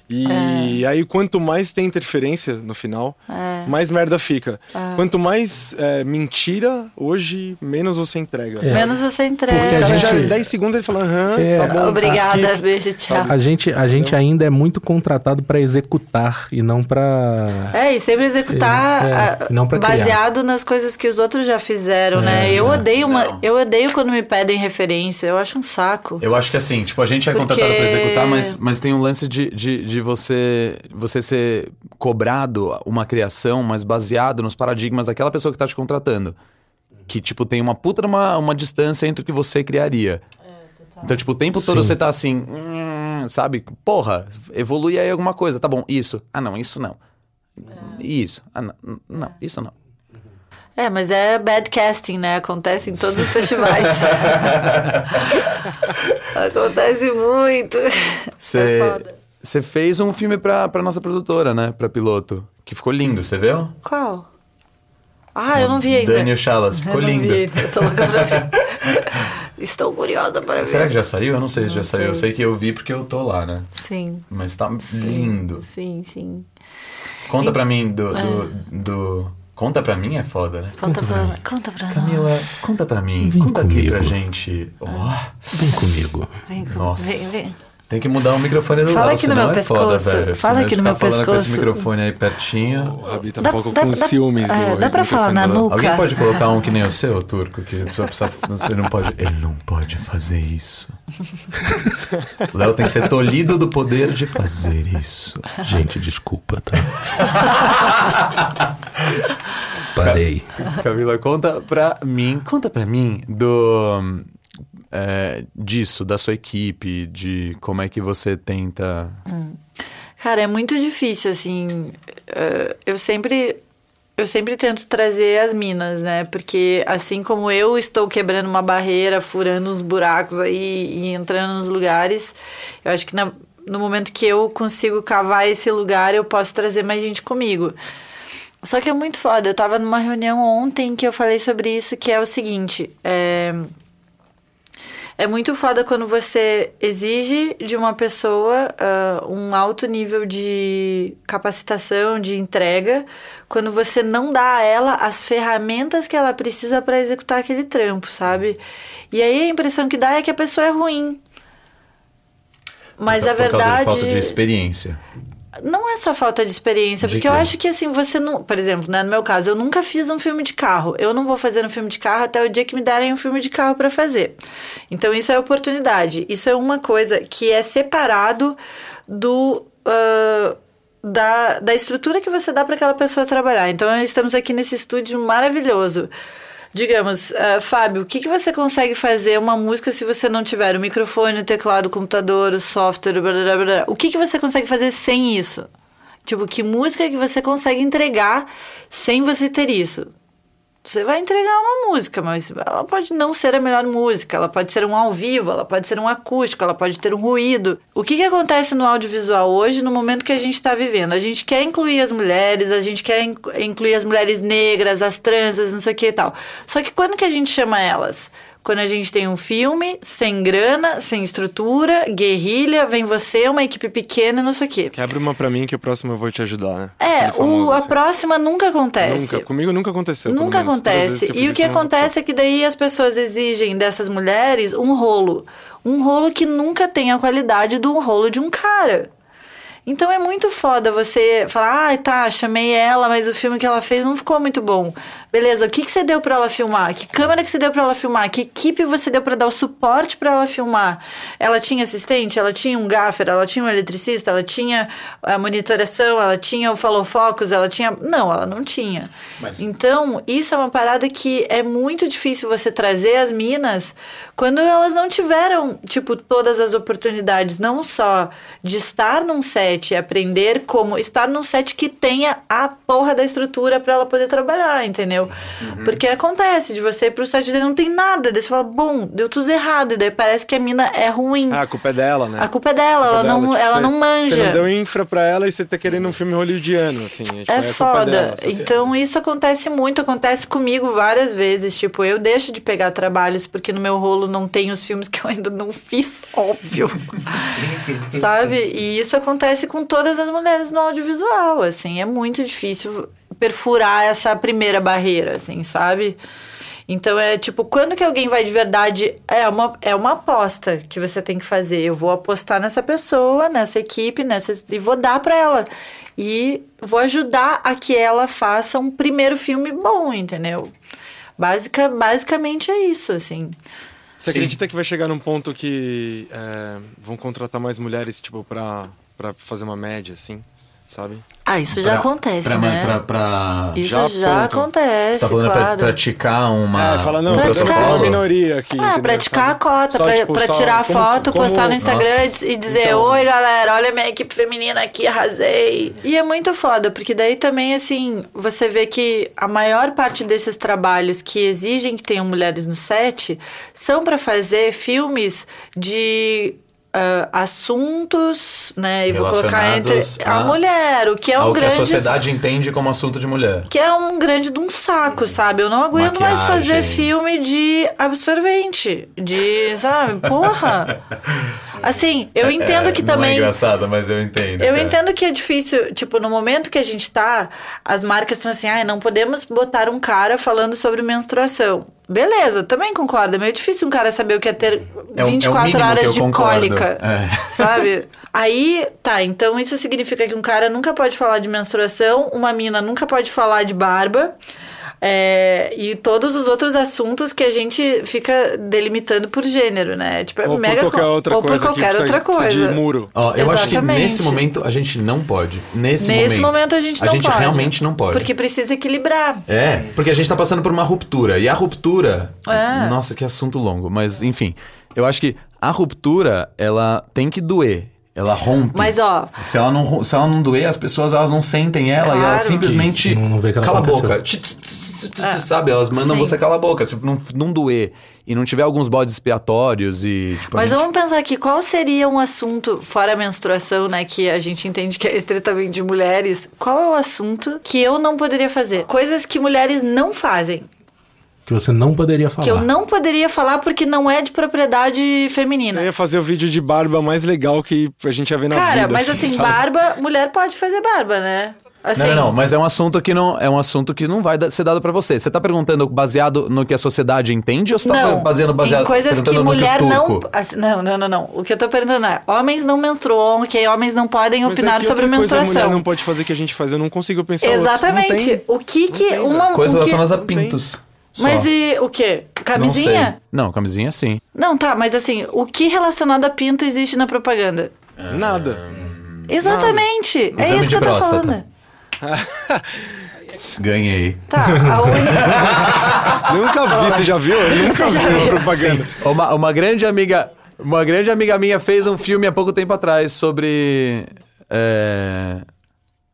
Speaker 5: E aí, quanto mais tem interferência no final,
Speaker 4: É.
Speaker 5: mais merda fica. Quanto mais é, mentira, hoje, menos você entrega. sabe?
Speaker 4: Menos você entrega.
Speaker 2: É. Porque a
Speaker 5: O cara
Speaker 2: gente-
Speaker 5: já, 10 segundos, ele fala, aham,
Speaker 2: É.
Speaker 5: tá bom.
Speaker 4: Obrigada,
Speaker 5: skip."
Speaker 4: beijo, tchau.
Speaker 2: A gente, a gente ainda é muito contratado pra executar e não pra.
Speaker 4: É, e sempre executar
Speaker 2: É, é,
Speaker 4: ah,
Speaker 2: não pra criar.
Speaker 4: baseado nas coisas que os outros já fizeram,
Speaker 2: É,
Speaker 4: né? Eu
Speaker 2: é.
Speaker 4: odeio uma,
Speaker 1: Não.
Speaker 4: eu odeio quando me pedem referência, eu acho um saco.
Speaker 1: Eu acho que assim, tipo, a gente é
Speaker 4: Porque-
Speaker 1: contratado pra executar, mas, mas tem um lance de, de, de você, você ser cobrado uma criação, mas baseado nos paradigmas daquela pessoa que tá te contratando. Que, tipo, tem uma puta de uma, uma distância entre o que você criaria. Então, tipo, o tempo todo
Speaker 2: Sim.
Speaker 1: você tá assim, "Hum", sabe? Porra, evolui aí alguma coisa. Tá bom, isso. Ah, não, isso não. Isso. Ah, não, não isso não.
Speaker 4: É, mas é bad casting, né? Acontece em todos os
Speaker 1: [laughs]
Speaker 4: festivais. Acontece muito.
Speaker 1: Você fez um filme pra, pra nossa produtora, né? Pra piloto. Que ficou lindo, você viu?
Speaker 4: Qual? Ah, eu não vi ainda.
Speaker 1: Daniel Chalas,
Speaker 4: Eu
Speaker 1: ficou
Speaker 4: não vi
Speaker 1: lindo.
Speaker 4: ainda, eu tô louca pra ver. [laughs] Estou curiosa para ver.
Speaker 1: Será que já saiu? Eu não sei se já saiu. Eu
Speaker 4: sei.
Speaker 1: sei que eu vi porque eu tô lá, né?
Speaker 4: Sim.
Speaker 1: Mas tá
Speaker 4: sim,
Speaker 1: lindo.
Speaker 4: Sim, sim.
Speaker 1: Conta pra mim do.
Speaker 4: Ah.
Speaker 1: do, do- Conta pra mim é foda, né?
Speaker 4: Conta, pra, conta pra
Speaker 1: Camila,
Speaker 4: nós.
Speaker 1: conta pra mim.
Speaker 2: Vem
Speaker 1: conta aqui
Speaker 2: comigo.
Speaker 1: pra gente. Ó,
Speaker 2: Vem comigo.
Speaker 4: Vem, com-
Speaker 1: nossa.
Speaker 4: Ah. vem, vem.
Speaker 1: Tem que mudar o microfone do
Speaker 4: Fala
Speaker 1: Léo,
Speaker 4: aqui no
Speaker 1: senão
Speaker 4: meu
Speaker 1: é foda,
Speaker 4: pescoço.
Speaker 1: velho.
Speaker 4: Fala
Speaker 1: Senão
Speaker 4: aqui
Speaker 1: ele
Speaker 4: no
Speaker 1: fica
Speaker 4: meu
Speaker 1: falando com esse
Speaker 4: pescoço.
Speaker 1: microfone aí pertinho.
Speaker 5: O Rabi tá um
Speaker 4: Dá-
Speaker 5: pouco
Speaker 4: dá-
Speaker 5: com
Speaker 4: dá-
Speaker 5: ciúmes
Speaker 4: é,
Speaker 5: do
Speaker 4: dá pra falar na
Speaker 5: microfone dela.
Speaker 4: nuca?
Speaker 1: Alguém
Speaker 4: Cara.
Speaker 1: pode colocar um que nem o seu, turco, que só precisa, você não pode. [laughs] Ele não pode fazer isso. O [laughs] Léo tem que ser tolhido do poder de fazer isso.
Speaker 2: Gente, desculpa,
Speaker 4: [laughs]
Speaker 2: tá? Parei.
Speaker 1: Camila, conta pra mim, conta pra mim do é, disso, da sua equipe, de como é que você tenta.
Speaker 4: Cara, é muito difícil, assim. eh, Eu sempre. Eu sempre tento trazer as minas, né? Porque assim como eu estou quebrando uma barreira, furando uns buracos aí e entrando nos lugares, eu acho que na- no momento que eu consigo cavar esse lugar, eu posso trazer mais gente comigo. Só que é muito foda. Eu tava numa reunião ontem que eu falei sobre isso, que é o seguinte. É... É muito foda quando você exige de uma pessoa ah, um alto nível de capacitação, de entrega, quando você não dá a ela as ferramentas que ela precisa para executar aquele trampo, sabe? E aí a impressão que dá é que a pessoa é ruim. Mas
Speaker 1: por
Speaker 4: a verdade.
Speaker 1: causa de falta de experiência.
Speaker 4: Não é só falta de experiência,
Speaker 1: De
Speaker 4: porque eu
Speaker 1: quê?
Speaker 4: acho que assim, você não. Por exemplo, né, no meu caso, eu nunca fiz um filme de carro. Eu não vou fazer um filme de carro até o dia que me darem um filme de carro pra fazer. Então, isso é oportunidade. Isso é uma coisa que é separado do. ah, da, da estrutura que você dá para aquela pessoa trabalhar. Então, estamos aqui nesse estúdio maravilhoso. Digamos, ah, Fábio, o que, que você consegue fazer uma música se você não tiver o microfone, o teclado, o computador, o software, blá, blá, blá, blá? o que, que você consegue fazer sem isso? Tipo, que música que você consegue entregar sem você ter isso? Você vai entregar uma música, mas ela pode não ser a melhor música, ela pode ser um ao vivo, ela pode ser um acústico, ela pode ter um ruído. O que, que acontece no audiovisual hoje, no momento que a gente está vivendo? A gente quer incluir as mulheres, a gente quer in- incluir as mulheres negras, as transas, não sei o que e tal. Só que quando que a gente chama elas? Quando a gente tem um filme, sem grana, sem estrutura, guerrilha, vem você, uma equipe pequena, não sei o quê.
Speaker 5: Quebra uma pra mim que é o próximo eu vou te ajudar, né?
Speaker 4: É,
Speaker 5: Aquele famoso,
Speaker 4: o- a
Speaker 5: assim.
Speaker 4: próxima nunca acontece.
Speaker 5: Nunca, comigo nunca aconteceu. pelo
Speaker 4: Nunca
Speaker 5: menos. Todas as vezes
Speaker 4: acontece.
Speaker 5: eu
Speaker 4: e
Speaker 5: fiz
Speaker 4: o que
Speaker 5: isso, não
Speaker 4: acontece é que daí as pessoas exigem dessas mulheres um rolo. Um rolo que nunca tem a qualidade do rolo de um cara. Então é muito foda você falar, ah, tá, chamei ela, mas o filme que ela fez não ficou muito bom. Beleza, o que, que você deu pra ela filmar? Que câmera que você deu pra ela filmar? Que equipe você deu pra dar o suporte pra ela filmar? Ela tinha assistente? Ela tinha um gaffer? Ela tinha um eletricista? Ela tinha a monitoração? Ela tinha o follow focus? Ela tinha... Não, ela não tinha.
Speaker 1: Mas-
Speaker 4: Então, isso é uma parada que é muito difícil você trazer as minas quando elas não tiveram, tipo, todas as oportunidades, não só de estar num set e aprender como estar num set que tenha a porra da estrutura pra ela poder trabalhar, entendeu?
Speaker 5: Uhum.
Speaker 4: Porque acontece de você ir pro set e dizer, não tem nada, daí você fala, bom, deu tudo errado, e daí parece que a mina é ruim.
Speaker 5: Ah, a culpa é dela, né?
Speaker 4: A culpa é dela,
Speaker 5: A culpa
Speaker 4: ela,
Speaker 5: dela,
Speaker 4: não,
Speaker 5: tipo,
Speaker 4: ela
Speaker 5: você-
Speaker 4: não manja. Hum.
Speaker 5: Você não deu infra pra ela e você tá querendo um filme hollywoodiano, assim. É, tipo,
Speaker 4: É,
Speaker 5: a culpa
Speaker 4: foda.
Speaker 5: dela, essa cena.
Speaker 4: então isso acontece muito, acontece comigo várias vezes. Tipo, eu deixo de pegar trabalhos porque no meu rolo não tem os filmes que eu ainda não fiz,
Speaker 5: [laughs]
Speaker 4: óbvio. Sabe? E isso acontece com todas as mulheres no audiovisual, assim, é muito difícil perfurar essa primeira barreira, assim, sabe? Então é tipo, quando que alguém vai de verdade? É uma, é uma aposta que você tem que fazer. Eu vou apostar nessa pessoa, nessa equipe, nessa. E vou dar pra ela. E vou ajudar a que ela faça um primeiro filme bom, entendeu? Basica, basicamente é isso, assim.
Speaker 5: Você acredita que vai chegar num ponto que é, vão contratar mais mulheres, tipo, pra, pra fazer uma média, assim? Sabe?
Speaker 4: Ah, isso já
Speaker 1: Pra-
Speaker 4: acontece,
Speaker 1: pra,
Speaker 4: né?
Speaker 1: pra, pra-
Speaker 4: isso
Speaker 5: já
Speaker 4: já,
Speaker 5: apontam.
Speaker 1: Você
Speaker 4: acontece,
Speaker 1: tá falando pra
Speaker 4: claro.
Speaker 1: praticar uma.
Speaker 5: é, fala, não,
Speaker 1: um
Speaker 5: eu tô
Speaker 4: praticar.
Speaker 5: uma
Speaker 1: protocolo?
Speaker 5: minoria aqui.
Speaker 4: É,
Speaker 5: entendeu?
Speaker 4: praticar
Speaker 5: Sabe?
Speaker 4: a cota,
Speaker 5: Só,
Speaker 4: pra,
Speaker 5: tipo,
Speaker 4: pra
Speaker 5: só
Speaker 4: tirar a
Speaker 5: como-
Speaker 4: foto,
Speaker 5: como-
Speaker 4: postar no Instagram
Speaker 1: Nossa.
Speaker 4: e dizer:
Speaker 5: Então.
Speaker 4: Oi, galera, olha a minha equipe feminina aqui, arrasei. E é muito foda, porque daí também, assim, você vê que a maior parte desses trabalhos que exigem que tenham mulheres no set são pra fazer filmes de. ah, assuntos, né? E vou colocar entre
Speaker 1: Relacionados
Speaker 4: a,
Speaker 1: a-
Speaker 4: mulher, o que é um
Speaker 1: Ao que a
Speaker 4: grande
Speaker 1: sociedade entende como assunto de mulher.
Speaker 4: que é um grande de um saco, sabe? Eu não aguento mais
Speaker 1: Hum. Maquiagem.
Speaker 4: fazer filme de absorvente, de, sabe?
Speaker 1: [laughs]
Speaker 4: Porra! Assim, eu entendo que
Speaker 1: não É
Speaker 4: também
Speaker 1: engraçado, mas eu entendo.
Speaker 4: eu
Speaker 1: cara.
Speaker 4: entendo que é difícil, tipo, no momento que a gente tá, as marcas estão assim, ah, não podemos botar um cara falando sobre menstruação. Beleza, também concordo. É meio difícil um cara saber o que é ter
Speaker 1: É o- é o
Speaker 4: 24
Speaker 1: mínimo que eu
Speaker 4: horas de
Speaker 1: concordo.
Speaker 4: cólica.
Speaker 1: É. [laughs]
Speaker 4: Sabe? Aí, tá, então isso significa que um cara nunca pode falar de menstruação, uma mina nunca pode falar de barba. é, e todos os outros assuntos que a gente fica delimitando por gênero, né? Tipo, é
Speaker 5: Ou por
Speaker 4: mega
Speaker 5: qualquer
Speaker 4: com-
Speaker 5: outra
Speaker 4: ou
Speaker 5: coisa.
Speaker 4: por qualquer
Speaker 5: que precisa-
Speaker 4: outra coisa.
Speaker 5: precisa De muro.
Speaker 1: Ó, eu acho que
Speaker 4: Exatamente.
Speaker 1: nesse momento a gente não pode. Nesse,
Speaker 4: Nesse momento a gente não pode.
Speaker 1: realmente não pode.
Speaker 4: Porque precisa equilibrar.
Speaker 1: É, porque a gente tá passando por uma ruptura. E a ruptura.
Speaker 4: É.
Speaker 1: Nossa, que assunto longo. Mas, enfim. Eu acho que a ruptura, ela tem que doer. Ela rompe.
Speaker 4: Mas, ó,
Speaker 1: Se ela, não, ro- se ela não doer, as pessoas elas não sentem ela e
Speaker 4: Claro. É.
Speaker 1: elas simplesmente.
Speaker 2: Que não- não vê que ela
Speaker 1: cala a
Speaker 2: aconteceu.
Speaker 1: boca. Tch, tch, tch, tch, tch, Sabe? Elas mandam
Speaker 4: Sim.
Speaker 1: você calar a boca. Se não, não doer e não tiver alguns bodes expiatórios e. Tipo, a
Speaker 4: mas
Speaker 1: gente-
Speaker 4: vamos pensar aqui, qual seria um assunto, fora a menstruação, né, que a gente entende que é estritamente de mulheres, qual é o assunto que eu não poderia fazer? Coisas que mulheres não fazem,
Speaker 2: Que você não poderia falar.
Speaker 4: que eu não poderia falar porque não é de propriedade feminina.
Speaker 5: Eu ia fazer o vídeo de barba mais legal que a gente ia ver na
Speaker 4: Né. Cara,
Speaker 5: vida.
Speaker 4: mas assim,
Speaker 5: sabe?
Speaker 4: barba, mulher pode fazer barba, né? Assim,
Speaker 1: Não, não, não, mas é um assunto que não é um assunto que não vai da- ser dado pra você. Você tá perguntando baseado no que a sociedade entende ou você tá
Speaker 4: Não,
Speaker 1: baseando baseado
Speaker 4: em coisas
Speaker 1: perguntando
Speaker 4: que
Speaker 1: no
Speaker 4: mulher
Speaker 1: que o
Speaker 4: não,
Speaker 1: turco?
Speaker 4: assim, não. Não, não, não. O que eu tô perguntando é: homens não menstruam, ok? Homens não podem
Speaker 5: Mas é
Speaker 4: opinar
Speaker 5: que
Speaker 4: sobre
Speaker 5: outra coisa
Speaker 4: menstruação.
Speaker 5: A mulher não pode fazer que a gente faz. Eu não consigo pensar outro. Não
Speaker 4: Exatamente.
Speaker 5: tem.
Speaker 4: o que que
Speaker 5: tem, né?
Speaker 4: uma
Speaker 1: Coisas
Speaker 4: o que-
Speaker 1: relacionadas a
Speaker 5: não tem.
Speaker 1: pintos. só.
Speaker 4: Mas e o quê?
Speaker 1: Não sei.
Speaker 4: Camisinha?
Speaker 1: Não, camisinha sim.
Speaker 4: Não, tá, mas assim, o que relacionado a pinto existe na propaganda?
Speaker 5: Nada.
Speaker 4: Exatamente. É
Speaker 1: Exame
Speaker 4: isso
Speaker 1: de tá?
Speaker 4: que eu tô
Speaker 1: próstata.
Speaker 4: falando.
Speaker 1: Ganhei.
Speaker 4: Tá, a
Speaker 1: [laughs]
Speaker 4: única
Speaker 1: Ah.
Speaker 5: Nunca vi, você já viu? Eu nunca
Speaker 4: Você já
Speaker 5: vi uma
Speaker 4: viu?
Speaker 5: propaganda.
Speaker 1: Uma, uma grande amiga, uma grande amiga minha fez um filme há pouco tempo atrás sobre é,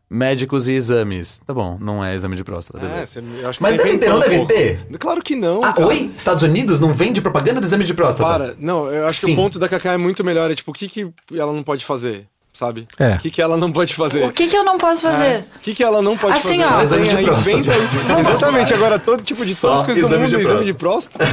Speaker 1: médicos e exames. Tá bom, não é exame de próstata.
Speaker 5: É,
Speaker 1: beleza.
Speaker 5: você- eu acho que
Speaker 1: Mas
Speaker 5: você
Speaker 1: deve ter, não
Speaker 5: inventou
Speaker 1: deve
Speaker 5: um pouco. Claro que não,
Speaker 1: Ah,
Speaker 5: cara.
Speaker 1: oi? Estados Unidos não vende propaganda do exame de próstata?
Speaker 5: Para, não, eu acho
Speaker 1: Sim.
Speaker 5: que o ponto da Cacá é muito melhor. É tipo, o que, que ela não pode fazer, sabe?
Speaker 2: É.
Speaker 5: O que, que ela não pode fazer?
Speaker 4: o que que eu não posso
Speaker 5: É.
Speaker 4: fazer?
Speaker 5: O que, que ela não pode
Speaker 4: Assim,
Speaker 5: fazer?
Speaker 4: ó.
Speaker 5: Ela
Speaker 1: Exame de
Speaker 5: aí,
Speaker 1: próstata.
Speaker 5: inventa aí. [laughs] Exatamente, agora todo tipo de
Speaker 1: Só
Speaker 5: todas as coisas do
Speaker 1: exame
Speaker 5: mundo
Speaker 1: de
Speaker 5: é exame de próstata.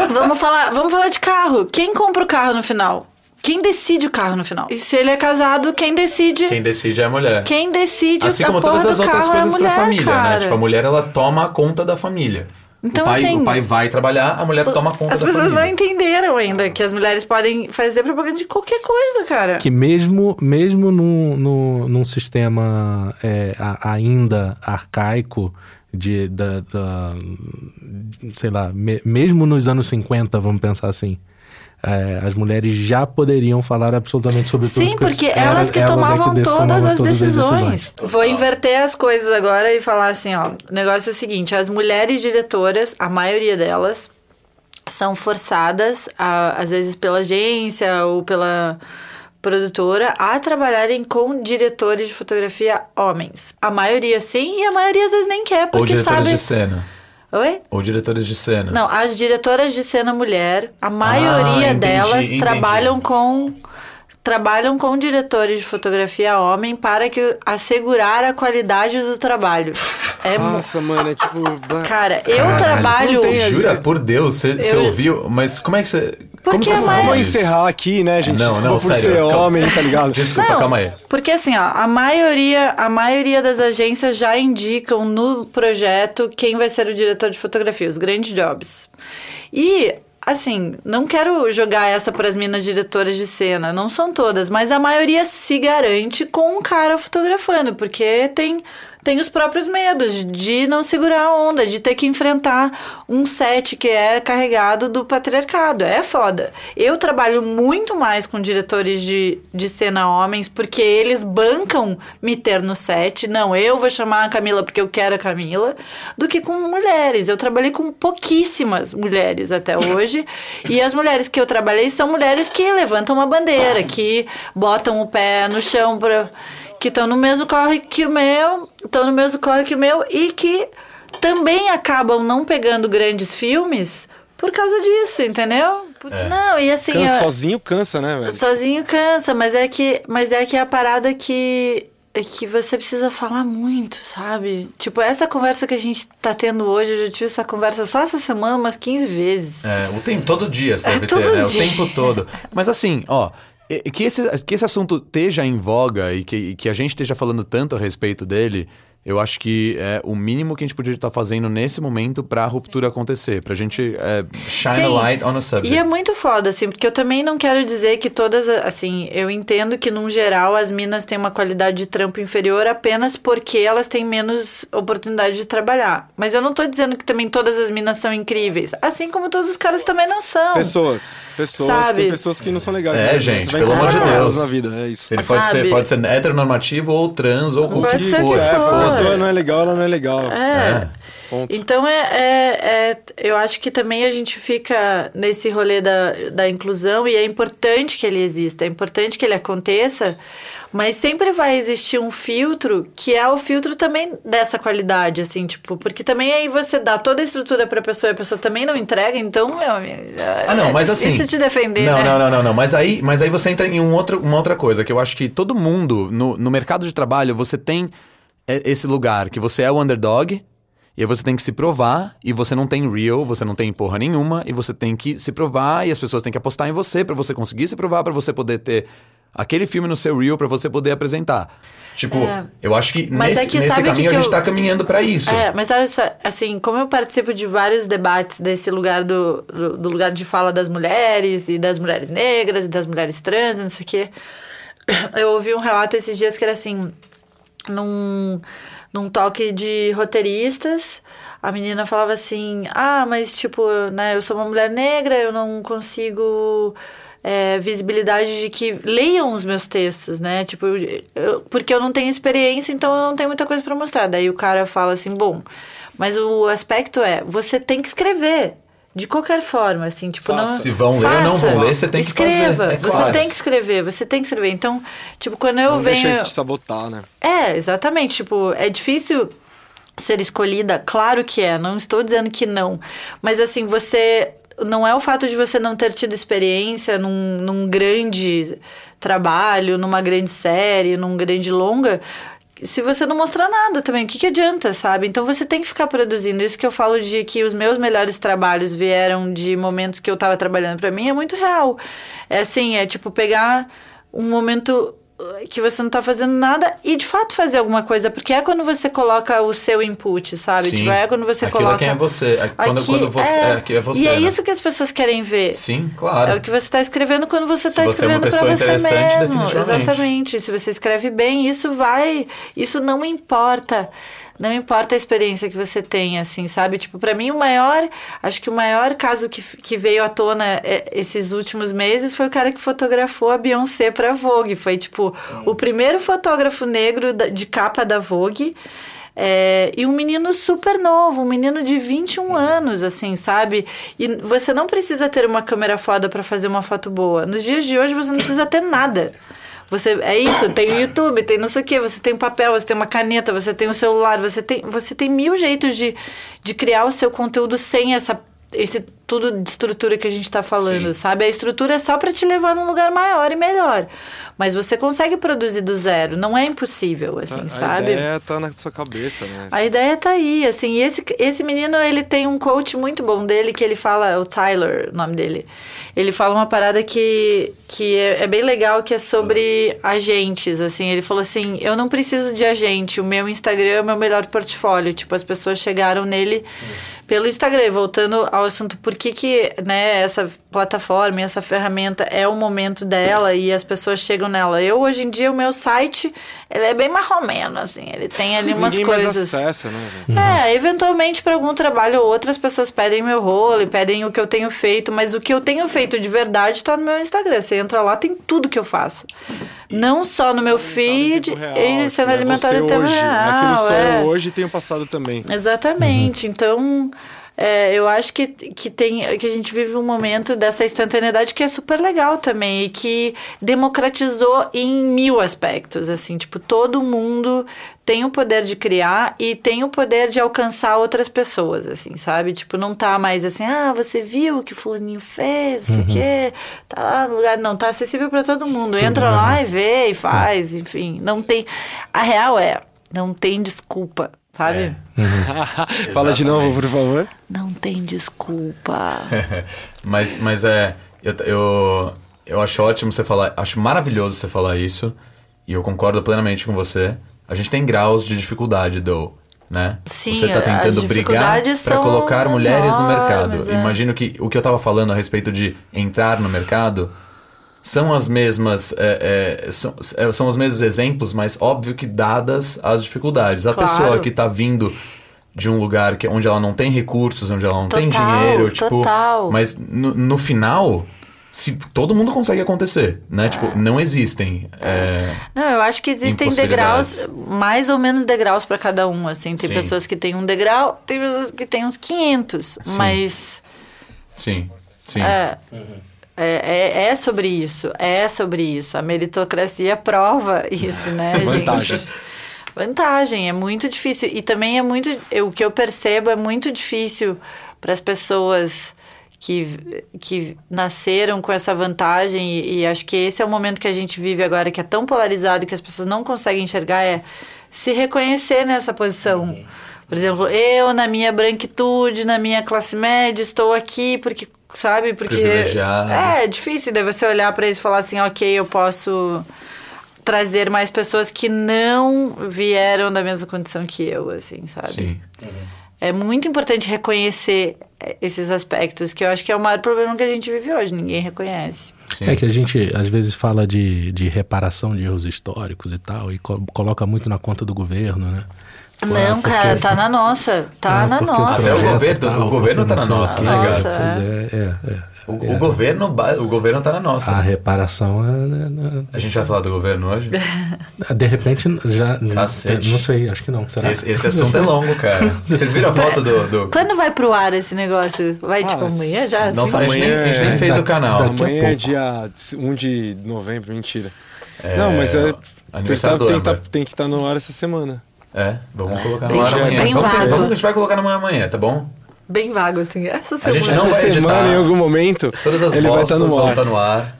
Speaker 1: Ah.
Speaker 4: Vamos falar, vamos falar de carro. Quem compra o carro no final? Quem decide o carro no final? E se ele é casado, quem decide?
Speaker 1: Quem decide é a mulher.
Speaker 4: Quem decide
Speaker 1: Assim
Speaker 4: a
Speaker 1: como
Speaker 4: porra
Speaker 1: todas
Speaker 4: do
Speaker 1: as outras
Speaker 4: carro é a
Speaker 1: coisas
Speaker 4: mulher,
Speaker 1: pra família, Tipo,
Speaker 4: cara.
Speaker 1: né? Tipo, a mulher ela toma a conta da família.
Speaker 4: Então,
Speaker 1: o, pai,
Speaker 4: assim.
Speaker 1: o pai vai trabalhar, a mulher toma conta
Speaker 4: As
Speaker 1: da
Speaker 4: pessoas
Speaker 1: família.
Speaker 4: não entenderam ainda que as mulheres podem fazer propaganda de qualquer coisa, cara.
Speaker 2: Que mesmo, mesmo num, num, num sistema é, a- ainda arcaico, de, da, da- sei lá, me- mesmo nos anos 50, vamos pensar assim, é, as mulheres já poderiam falar absolutamente sobre tudo.
Speaker 4: Sim, porque
Speaker 2: era-
Speaker 4: elas que
Speaker 2: elas é
Speaker 4: tomavam
Speaker 2: des-
Speaker 4: todas,
Speaker 2: tomavam
Speaker 4: as decisões. Vou inverter as coisas agora e falar assim, ó. O negócio é o seguinte, as mulheres diretoras, a maioria delas, são forçadas, a- às vezes pela agência ou pela produtora, a trabalharem com diretores de fotografia homens. A maioria sim, e a maioria às vezes nem quer,
Speaker 1: Ou
Speaker 4: porque
Speaker 1: diretoras
Speaker 4: sabe...
Speaker 1: de cena.
Speaker 4: Oi?
Speaker 1: Ou diretores de cena.
Speaker 4: Não, as diretoras de cena mulher, a maioria
Speaker 1: entendi,
Speaker 4: delas
Speaker 1: entendi.
Speaker 4: trabalham com trabalham com diretores de fotografia homem para que assegurar a qualidade do trabalho. É mu-
Speaker 7: Nossa, mano, é tipo.
Speaker 4: cara, eu
Speaker 1: Caralho,
Speaker 4: trabalho
Speaker 7: não tem a-
Speaker 1: Jura? Por Deus, você
Speaker 4: Eu-
Speaker 1: ouviu? Mas como é que você. Como
Speaker 4: Porque
Speaker 1: você
Speaker 4: é mais-
Speaker 1: sabe
Speaker 5: Vamos
Speaker 1: disso?
Speaker 5: encerrar aqui, né, gente?
Speaker 1: Não,
Speaker 5: Desculpa
Speaker 1: não,
Speaker 5: por
Speaker 1: sério,
Speaker 5: ser
Speaker 1: calma.
Speaker 5: homem, tá ligado?
Speaker 1: Desculpa,
Speaker 4: Não,
Speaker 1: calma aí.
Speaker 4: Porque assim, ó, a maioria, a maioria das agências já indicam no projeto quem vai ser o diretor de fotografia, os grandes jobs. E assim, não quero jogar essa para as minas diretoras de cena, não são todas, mas a maioria se garante com um cara fotografando, porque tem tem os próprios medos de não segurar a onda, de ter que enfrentar um set que é carregado do patriarcado. É foda. Eu trabalho muito mais com diretores de, de cena homens, porque eles bancam me ter no set. Não, eu vou chamar a Camila porque eu quero a Camila, do que com mulheres. Eu trabalhei com pouquíssimas mulheres até hoje. e as mulheres que eu trabalhei são mulheres que levantam uma bandeira, que botam o pé no chão pra que estão no mesmo corre que o meu, estão no mesmo corre que o meu e que também acabam não pegando grandes filmes por causa disso, entendeu? Por- Não, e assim,
Speaker 5: Cansa,
Speaker 4: eu-
Speaker 5: sozinho cansa, né, velho?
Speaker 4: sozinho cansa, mas é que, mas é que é a parada que é que você precisa falar muito, sabe? Tipo, essa conversa que a gente tá tendo hoje, eu já tive essa conversa só essa semana umas 15 vezes.
Speaker 1: É, o tempo, todo dia você
Speaker 4: É,
Speaker 1: deve
Speaker 4: todo
Speaker 1: ter, né?
Speaker 4: dia.
Speaker 1: O tempo todo. Mas assim, ó, e- que esse, que esse assunto esteja em voga e que, e que a gente esteja falando tanto a respeito dele, eu acho que é o mínimo que a gente podia estar fazendo nesse momento pra ruptura acontecer, pra gente é, shine a
Speaker 4: Sim.
Speaker 1: light on a
Speaker 4: E
Speaker 1: subject.
Speaker 4: é muito foda, assim, porque eu também não quero dizer que todas, assim, eu entendo que, num geral, as minas têm uma qualidade de trampo inferior apenas porque elas têm menos oportunidade de trabalhar. Mas eu não tô dizendo que também todas as minas são incríveis. Assim como todos os caras também não são.
Speaker 5: Pessoas. Pessoas.
Speaker 4: Sabe?
Speaker 5: Tem pessoas que não são legais.
Speaker 1: É,
Speaker 5: né?
Speaker 1: gente,
Speaker 5: Você vai
Speaker 1: pelo amor
Speaker 5: encontrar
Speaker 1: de
Speaker 5: elas
Speaker 1: Deus.
Speaker 5: na vida, é isso.
Speaker 1: Ele pode
Speaker 4: Sabe?
Speaker 1: ser, pode ser heteronormativo ou trans ou o
Speaker 4: Pode
Speaker 1: que
Speaker 4: ser né?
Speaker 1: for.
Speaker 4: que
Speaker 5: É,
Speaker 4: for.
Speaker 5: a
Speaker 1: foda-se.
Speaker 5: pessoa não é legal, ela não é legal.
Speaker 4: É. Então é, é- é- eu acho que também a gente fica nesse rolê da, da inclusão e é importante que ele exista, é importante que ele aconteça, mas sempre vai existir um filtro que é o filtro também dessa qualidade, assim, tipo, porque também aí você dá toda a estrutura pra pessoa e a pessoa também não entrega, então, meu amigo, é,
Speaker 1: Ah, não, mas
Speaker 4: é
Speaker 1: assim.
Speaker 4: difícil te defender,
Speaker 1: não,
Speaker 4: né?
Speaker 1: não, não, não, não. Mas aí, mas aí você entra em um outro, uma outra coisa, que eu acho que todo mundo, no, no mercado de trabalho, você tem é, esse lugar que você é o underdog. E aí você tem que se provar, e você não tem real, você não tem porra nenhuma, e você tem que se provar, e as pessoas têm que apostar em você pra você conseguir se provar, pra você poder ter aquele filme no seu reel, pra você poder apresentar. Tipo,
Speaker 4: É.
Speaker 1: eu acho que
Speaker 4: Mas é
Speaker 1: nesse,
Speaker 4: que
Speaker 1: nesse
Speaker 4: sabe que
Speaker 1: caminho
Speaker 4: que
Speaker 1: a gente
Speaker 4: eu-
Speaker 1: tá caminhando pra isso.
Speaker 4: É, mas sabe, sa- assim, como eu participo de vários debates desse lugar do, do, do lugar de fala das mulheres e das mulheres negras e das mulheres trans, e não sei o quê. [coughs] Eu ouvi um relato esses dias que era assim, num, num toque de roteiristas, a menina falava assim, ah, mas tipo, né, eu sou uma mulher negra, eu não consigo é, visibilidade de que leiam os meus textos, né? Tipo, eu- eu- porque eu não tenho experiência, então eu não tenho muita coisa pra mostrar. Daí o cara fala assim, bom, mas o aspecto é, você tem que escrever. De qualquer forma, assim, tipo, não.
Speaker 5: Faça.
Speaker 1: Se vão ler ou não vão ler, você tem que fazer,
Speaker 4: Escreva.
Speaker 1: é
Speaker 4: você
Speaker 1: claro.
Speaker 4: tem que escrever, você tem que escrever. Então, tipo, quando eu
Speaker 5: Não
Speaker 4: venho.
Speaker 5: deixa isso te sabotar, né?
Speaker 4: É, exatamente. Tipo, é difícil ser escolhida? Claro que é, não estou dizendo que não. Mas assim, você. Não é o fato de você não ter tido experiência num, num grande trabalho, numa grande série, num grande longa, se você não mostrar nada também, o que, que adianta, sabe? Então você tem que ficar produzindo. Isso que eu falo de que os meus melhores trabalhos vieram de momentos que eu tava trabalhando pra mim é muito real. É assim, é tipo pegar um momento que você não tá fazendo nada e de fato fazer alguma coisa, porque é quando você coloca o seu input, sabe?
Speaker 1: Sim.
Speaker 4: Tipo, é quando você
Speaker 1: Aquilo
Speaker 4: coloca.
Speaker 1: é quem é você. É Quando,
Speaker 4: Aqui
Speaker 1: quando você, é, aqui é você.
Speaker 4: E é
Speaker 1: né?
Speaker 4: isso que as pessoas querem ver.
Speaker 1: Sim, claro.
Speaker 4: É o que você está escrevendo quando você está
Speaker 1: você é uma
Speaker 4: escrevendo para
Speaker 1: pessoa
Speaker 4: você
Speaker 1: interessante,
Speaker 4: mesmo.
Speaker 1: definitivamente.
Speaker 4: Exatamente. Se você escreve bem, isso vai. Isso não importa. Não importa a experiência que você tenha, assim, sabe? Tipo, para mim, o maior. Acho que o maior caso que, que veio à tona é, esses últimos meses foi o cara que fotografou a Beyoncé pra Vogue. Foi, tipo, o primeiro fotógrafo negro da- de capa da Vogue. É, e um menino super novo, um menino de 21 anos, assim, sabe? E você não precisa ter uma câmera foda pra fazer uma foto boa. Nos dias de hoje você não precisa ter nada. Você é isso, tem o YouTube, tem não sei o quê, você tem um papel, você tem uma caneta, você tem o celular, você tem, você tem mil jeitos de, de criar o seu conteúdo sem essa esse tudo de estrutura que a gente tá falando,
Speaker 1: Sim.
Speaker 4: sabe? A estrutura é só pra te levar num lugar maior e melhor. Mas você consegue produzir do zero, não é impossível, assim,
Speaker 5: a
Speaker 4: sabe?
Speaker 5: ideia tá na sua cabeça, né?
Speaker 4: A ideia tá aí, assim, e esse, esse menino, ele tem um coach muito bom dele, que ele fala, é o Tyler, o nome dele, ele fala uma parada que, que é, é bem legal, que é sobre agentes, assim, ele falou assim, eu não preciso de agente, o meu Instagram é o meu melhor portfólio, tipo, as pessoas chegaram nele pelo Instagram, E voltando ao assunto, por que que, né, essa plataforma, e essa ferramenta é o momento dela e as pessoas chegam nela, eu, hoje em dia, o meu site, ele é bem marromeno, assim, ele tem ali umas
Speaker 5: Ninguém
Speaker 4: coisas...
Speaker 5: mais acessa, né? velho?
Speaker 4: É, eventualmente para algum trabalho ou outro as pessoas pedem meu rolo e pedem o que eu tenho feito, mas o que eu tenho feito de verdade tá no meu Instagram. Você entra lá, tem tudo que eu faço. Não só no meu feed,
Speaker 5: tá Tempo real,
Speaker 4: e sendo
Speaker 5: né?
Speaker 4: alimentado
Speaker 5: Você
Speaker 4: em tempo
Speaker 5: hoje.
Speaker 4: real.
Speaker 5: Aquilo sou
Speaker 4: é.
Speaker 5: eu hoje e tenho
Speaker 1: [laughs]
Speaker 5: passado também.
Speaker 4: Exatamente. Então, é, eu acho que, que, tem, que a gente vive um momento dessa instantaneidade que é super legal também e que democratizou em mil aspectos. Assim, tipo, todo mundo tem o poder de criar e tem o poder de alcançar outras pessoas, assim, sabe? Tipo, não tá mais assim, ah, você viu o que o fulaninho fez, não sei o quê, tá lá no lugar. Não, tá acessível para todo mundo. né? É. Entra lá e vê e faz, enfim. Não tem. A real é, não tem desculpa, sabe?
Speaker 1: É.
Speaker 5: Fala de novo, por favor.
Speaker 4: Não tem
Speaker 1: [laughs]
Speaker 4: desculpa.
Speaker 1: Mas, mas é. Eu, eu, eu acho ótimo você falar. Acho maravilhoso você falar isso. E eu concordo plenamente com você. A gente tem graus de dificuldade, do, né?
Speaker 4: Sim,
Speaker 1: você tá
Speaker 4: as
Speaker 1: tentando brigar
Speaker 4: dificuldades
Speaker 1: pra
Speaker 4: são
Speaker 1: colocar mulheres no
Speaker 4: enormes,
Speaker 1: mercado.
Speaker 4: é.
Speaker 1: Imagino que o que eu tava falando a respeito de entrar no mercado são as mesmas é, é, são, é, são os mesmos exemplos, mas óbvio que dadas as dificuldades. A
Speaker 4: Claro.
Speaker 1: pessoa que tá vindo de um lugar que, onde ela não tem recursos, onde ela não tem
Speaker 4: Total,
Speaker 1: dinheiro, tipo,
Speaker 4: total.
Speaker 1: mas no, no final se todo mundo consegue acontecer, né? Tipo, não existem. é,
Speaker 4: Não, eu acho que existem
Speaker 1: Impossibilidades.
Speaker 4: degraus, mais ou menos degraus pra cada um, assim. Tem
Speaker 1: Sim.
Speaker 4: pessoas que têm um degrau, tem pessoas que têm uns 500.
Speaker 1: Sim.
Speaker 4: Mas
Speaker 1: sim, sim.
Speaker 4: é, é, é- é sobre isso, é sobre isso. A meritocracia prova isso, né,
Speaker 5: Vantagem.
Speaker 4: gente? Vantagem, é muito difícil. E também é muito. eu- O que eu percebo é muito difícil para as pessoas que, que nasceram com essa vantagem. E, e acho que esse é o momento que a gente vive agora, que é tão polarizado que as pessoas não conseguem enxergar, é se reconhecer nessa posição. Por exemplo, eu, na minha branquitude, na minha classe média, estou aqui porque. Sabe? Porque.
Speaker 1: Privilegiado.
Speaker 4: É, é difícil. Daí você olhar para isso e falar assim: ok, eu posso trazer mais pessoas que não vieram da mesma condição que eu, assim, sabe?
Speaker 1: Sim.
Speaker 4: É muito importante reconhecer eh, esses aspectos, que eu acho que é o maior problema que a gente vive hoje, ninguém reconhece.
Speaker 1: Sim.
Speaker 2: É que a gente às vezes fala de, de reparação de erros históricos e tal, e co- coloca muito na conta do governo, né?
Speaker 4: não,
Speaker 2: porque-
Speaker 4: cara, tá na nossa. Tá
Speaker 2: Ah,
Speaker 4: na
Speaker 2: porque
Speaker 4: nossa.
Speaker 1: Até é o é
Speaker 2: projeto
Speaker 1: governo- o governo
Speaker 2: porque
Speaker 1: tá
Speaker 2: não
Speaker 1: na
Speaker 2: sei o
Speaker 1: nossa,
Speaker 2: quê,
Speaker 1: tá
Speaker 4: ligado?
Speaker 2: pois é, é, é.
Speaker 1: O, o governo, ba- o governo tá na nossa.
Speaker 2: A reparação é, né, né,
Speaker 1: A gente vai falar do governo [laughs] hoje?
Speaker 2: De repente, já.
Speaker 1: Cacete.
Speaker 2: Não sei, acho que não. Será?
Speaker 1: Tá Esse, esse assunto é longo, cara. Vocês viram a foto do. do...
Speaker 4: Quando vai pro ar esse negócio? Vai, tipo, amanhã já? assim?
Speaker 1: Nossa, a gente, nem, a gente nem fez o canal.
Speaker 2: Daqui a
Speaker 5: Amanhã é
Speaker 2: pouco.
Speaker 5: dia 1 de novembro, mentira. Não, mas é. Tem que tá-
Speaker 1: aniversário do
Speaker 5: tem que tá-
Speaker 1: Amber.
Speaker 5: tem que estar no ar essa semana.
Speaker 1: É, vamos colocar
Speaker 4: Bem
Speaker 1: no ar
Speaker 4: vago,
Speaker 1: amanhã.
Speaker 4: bem
Speaker 1: Vamos, ter-
Speaker 4: vago.
Speaker 1: vamos, a gente vai colocar no ar amanhã, tá bom?
Speaker 4: Bem vago, assim. Essa
Speaker 1: A
Speaker 4: semana.
Speaker 1: gente não
Speaker 5: Essa
Speaker 1: vai editar.
Speaker 5: semana, em algum momento,
Speaker 1: Todas as
Speaker 5: ele vai
Speaker 1: vozes
Speaker 5: estar no
Speaker 1: vão
Speaker 5: ar.
Speaker 1: estar no ar.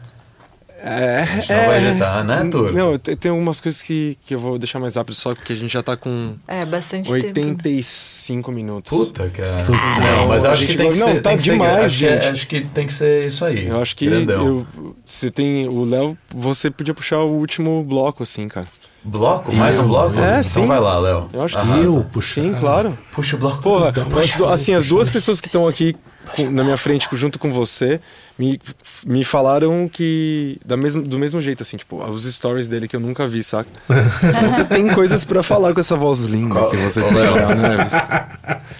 Speaker 5: É,
Speaker 1: A gente não vai editar, né, Arthur?
Speaker 5: Não, tem, tem algumas coisas que, que eu vou deixar mais rápido, só porque a gente já tá com
Speaker 4: É, bastante tempo.
Speaker 5: 85 minutos.
Speaker 1: Puta, cara.
Speaker 2: Puta.
Speaker 1: Não, mas eu
Speaker 5: A
Speaker 1: acho que
Speaker 5: gente
Speaker 1: tem que
Speaker 5: vai-
Speaker 1: ser.
Speaker 5: não, tá
Speaker 1: tem que ser-
Speaker 5: demais,
Speaker 1: acho que é-
Speaker 5: gente.
Speaker 1: acho que tem que ser isso aí.
Speaker 5: Eu acho que
Speaker 1: Grandão.
Speaker 5: eu- você tem. O Léo, você podia puxar o último bloco, assim, cara.
Speaker 1: Bloco? Mais um bloco?
Speaker 5: É,
Speaker 1: então
Speaker 5: sim.
Speaker 1: vai lá, Léo.
Speaker 5: Eu acho que
Speaker 1: Arrasa.
Speaker 2: Eu, puxa.
Speaker 5: Sim, claro.
Speaker 1: Puxa o bloco.
Speaker 5: Porra,
Speaker 2: Então,
Speaker 5: as
Speaker 2: vai,
Speaker 5: du-
Speaker 2: vai,
Speaker 5: assim, as
Speaker 2: vai,
Speaker 5: duas
Speaker 2: vai.
Speaker 5: pessoas que estão aqui com- na minha frente junto com você me, me falaram que. Da mesma, do mesmo jeito, assim, tipo, os stories dele que eu nunca
Speaker 4: [laughs]
Speaker 5: vi, saca? Então, você tem coisas pra falar com essa voz linda
Speaker 1: Qual-
Speaker 5: que você
Speaker 1: qual
Speaker 5: tem, né,
Speaker 1: é o-
Speaker 5: Léo Neves.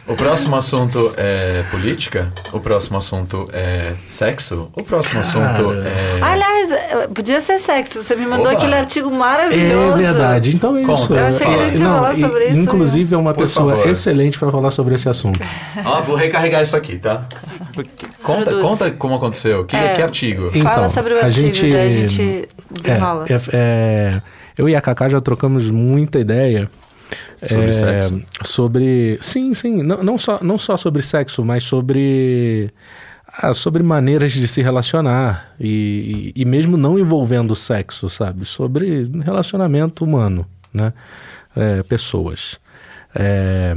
Speaker 1: O próximo assunto é política? O próximo assunto é sexo? O próximo assunto é.
Speaker 4: Aliás, eh, podia ser sexo. Você me mandou
Speaker 1: Oba.
Speaker 4: aquele artigo
Speaker 2: É
Speaker 4: maravilhoso.
Speaker 2: verdade. Então é
Speaker 1: Conta.
Speaker 2: isso.
Speaker 1: Eu achei que a
Speaker 2: É,
Speaker 1: gente
Speaker 4: ia falar
Speaker 2: e-
Speaker 4: sobre isso,
Speaker 2: Inclusive, é uma
Speaker 1: Por
Speaker 2: pessoa
Speaker 1: favor.
Speaker 2: excelente para falar sobre esse assunto.
Speaker 1: Ó, vou recarregar isso aqui, tá? Conta,
Speaker 4: Traduz.
Speaker 1: conta como aconteceu. Que,
Speaker 4: É.
Speaker 1: que artigo?
Speaker 2: E-
Speaker 4: Fala
Speaker 2: Então,
Speaker 4: sobre o
Speaker 2: a
Speaker 4: artigo,
Speaker 2: gente-
Speaker 4: daí a gente desenrola.
Speaker 2: É, é- é, eu e a Cacá já trocamos muita ideia.
Speaker 1: Sobre sexo.
Speaker 2: É, sobre- Sim, sim. Não, não só, não só sobre sexo, mas sobre. ah, sobre maneiras de se relacionar. E, e, e mesmo não envolvendo o sexo, sabe? Sobre relacionamento humano, né? É, pessoas. É,